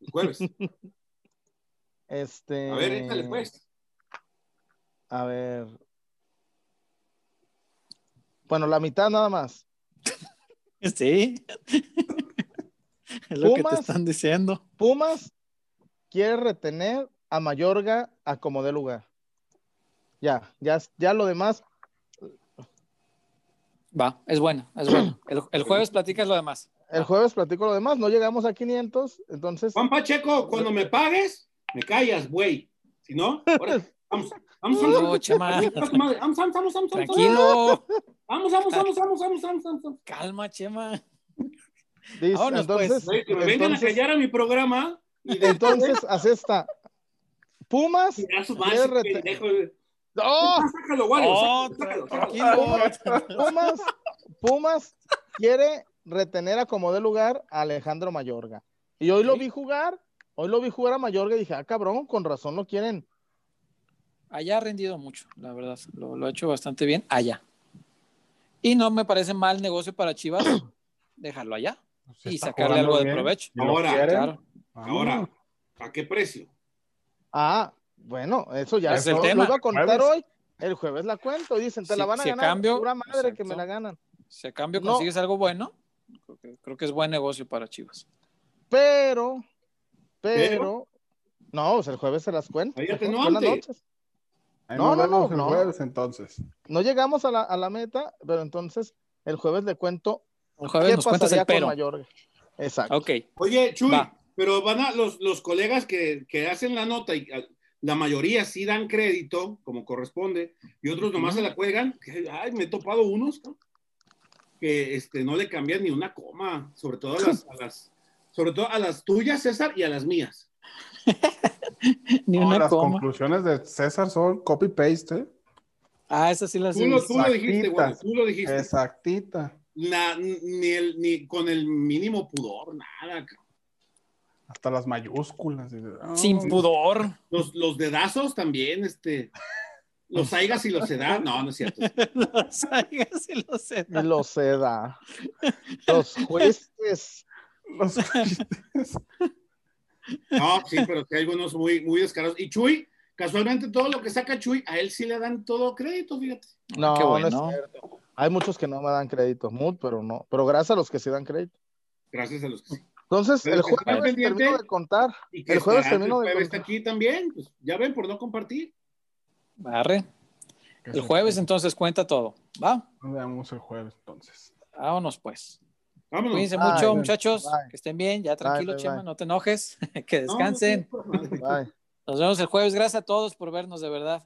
S1: El jueves. A
S3: este.
S1: ver, échale pues.
S3: A ver. Bueno, la mitad nada más.
S2: Sí. es lo que te
S3: Pumas.
S2: están diciendo.
S3: Pumas quiere retener a Mayorga a como dé lugar. Ya, ya, ya lo demás.
S2: Va, es bueno, es bueno. El, el jueves platicas lo demás.
S3: El jueves platico lo demás. No llegamos a 500, entonces.
S1: Juan Pacheco, cuando me pagues, me callas, güey. Si no, ahora, vamos, vamos, vamos.
S2: No, Chema.
S1: Vamos, vamos, vamos, vamos, vamos.
S2: Tranquilo.
S1: Vamos, vamos, vamos, vamos, vamos, vamos, vamos.
S2: Calma, Chema.
S3: dice-
S2: vámonos, pues.
S3: entonces,
S1: Oye, que me vengan a
S3: entonces-
S1: callar a mi programa y de
S3: entonces, así está. Pumas
S1: a su madre, ese
S3: RT.
S1: pendejo, güey.
S3: ¡Oh!
S1: Sácalo, Wario,
S2: Oh,
S1: sácalo, sácalo.
S2: tranquilo.
S3: Pumas, Pumas quiere retener a como de lugar a Alejandro Mayorga. Y hoy lo
S2: Ok.
S3: vi jugar, hoy lo vi jugar a Mayorga y dije, ah, cabrón, con razón lo quieren.
S2: Allá ha rendido mucho, la verdad. Lo, lo ha hecho bastante bien allá. Y no me parece mal negocio para Chivas dejarlo allá
S4: pues, Se
S2: y
S4: está
S2: sacarle
S4: jugando
S2: algo de
S4: bien.
S2: provecho.
S4: ¿Y lo
S1: Ahora,
S4: quieren? ah,
S2: Claro.
S4: Vámonos.
S1: Ahora, ¿a qué precio?
S3: Ah, bueno, eso ya
S2: Es el
S3: lo- lo
S2: tema.
S3: iba a contar
S4: Jueves.
S3: hoy. El jueves la cuento, dicen, te
S2: Si-
S3: la van a
S2: si a
S3: ganar.
S2: cambio-
S3: pura madre que me
S2: exacto.
S3: la ganan.
S2: Si a cambio
S3: No.
S2: consigues algo bueno, creo que, creo que es buen negocio para Chivas.
S3: Pero,
S1: Pero.
S3: pero, no, pues el jueves se las cuento.
S1: Cállate, no
S3: Buenas
S1: antes.
S3: noches.
S4: Ahí
S3: No,
S4: nos
S3: no,
S4: vemos
S3: no,
S4: el
S3: no.
S4: jueves entonces.
S3: No llegamos a la, a la meta, pero entonces el jueves le cuento
S2: El jueves
S3: qué
S2: nos cuentas
S3: pasaría
S2: el
S3: con
S2: pero.
S3: Mayorga. Exacto.
S2: Ok,
S1: Oye, Chuy,
S2: Va.
S1: pero van a los, los colegas que, que hacen la nota y a- la mayoría sí dan crédito como corresponde y otros nomás se la juegan. que, Ay, me he topado unos ¿no? que este, no le cambian ni una coma, sobre todo a las, a las, sobre todo a las tuyas, César, y a las mías.
S2: Ni
S4: No,
S2: una
S4: las
S2: coma.
S4: conclusiones de César son copy-paste. ¿eh?
S2: Ah, esa sí la
S1: Tú lo, tú lo
S4: Exactitas.
S1: dijiste, güey, tú lo dijiste.
S4: Exactita.
S1: Na- ni, el- ni con el mínimo pudor, nada. cabrón.
S4: Hasta las mayúsculas. y de- ah,
S2: Sin pudor.
S1: Los, los dedazos también, este. Los aigas y los edad. No, no es cierto.
S2: Los aigas y los setas.
S3: Lo seda. Los jueces.
S4: los-
S1: No, sí, pero que hay algunos muy, muy descarados. Y Chuy, casualmente todo lo que saca Chuy, a él sí le dan todo crédito, fíjate.
S3: No,
S2: Qué bueno.
S3: no es cierto. Hay muchos que no me dan crédito, Mood, pero no. Pero gracias a los que sí dan crédito.
S1: Gracias a los que sí.
S3: Entonces,
S1: Pero
S3: el
S1: que estar
S3: jueves
S1: pendiente.
S3: termino de contar.
S1: Y que
S3: El jueves
S1: Esperanza,
S3: termino de
S1: el jueves está
S3: contar.
S1: aquí también. Pues, ya ven, por no compartir.
S2: Barre. El jueves entonces cuenta todo. Va.
S4: Nos vemos el jueves entonces.
S2: Vámonos pues.
S1: Vámonos.
S2: Cuídense
S3: Bye,
S2: mucho,
S3: bye.
S2: muchachos.
S3: Bye.
S2: Que estén bien. Ya tranquilo,
S3: bye,
S2: Chema,
S3: bye.
S2: no te enojes. que
S1: No,
S2: descansen.
S1: no, no, no, no.
S3: Bye.
S2: Nos vemos el jueves. Gracias a todos por vernos, de verdad.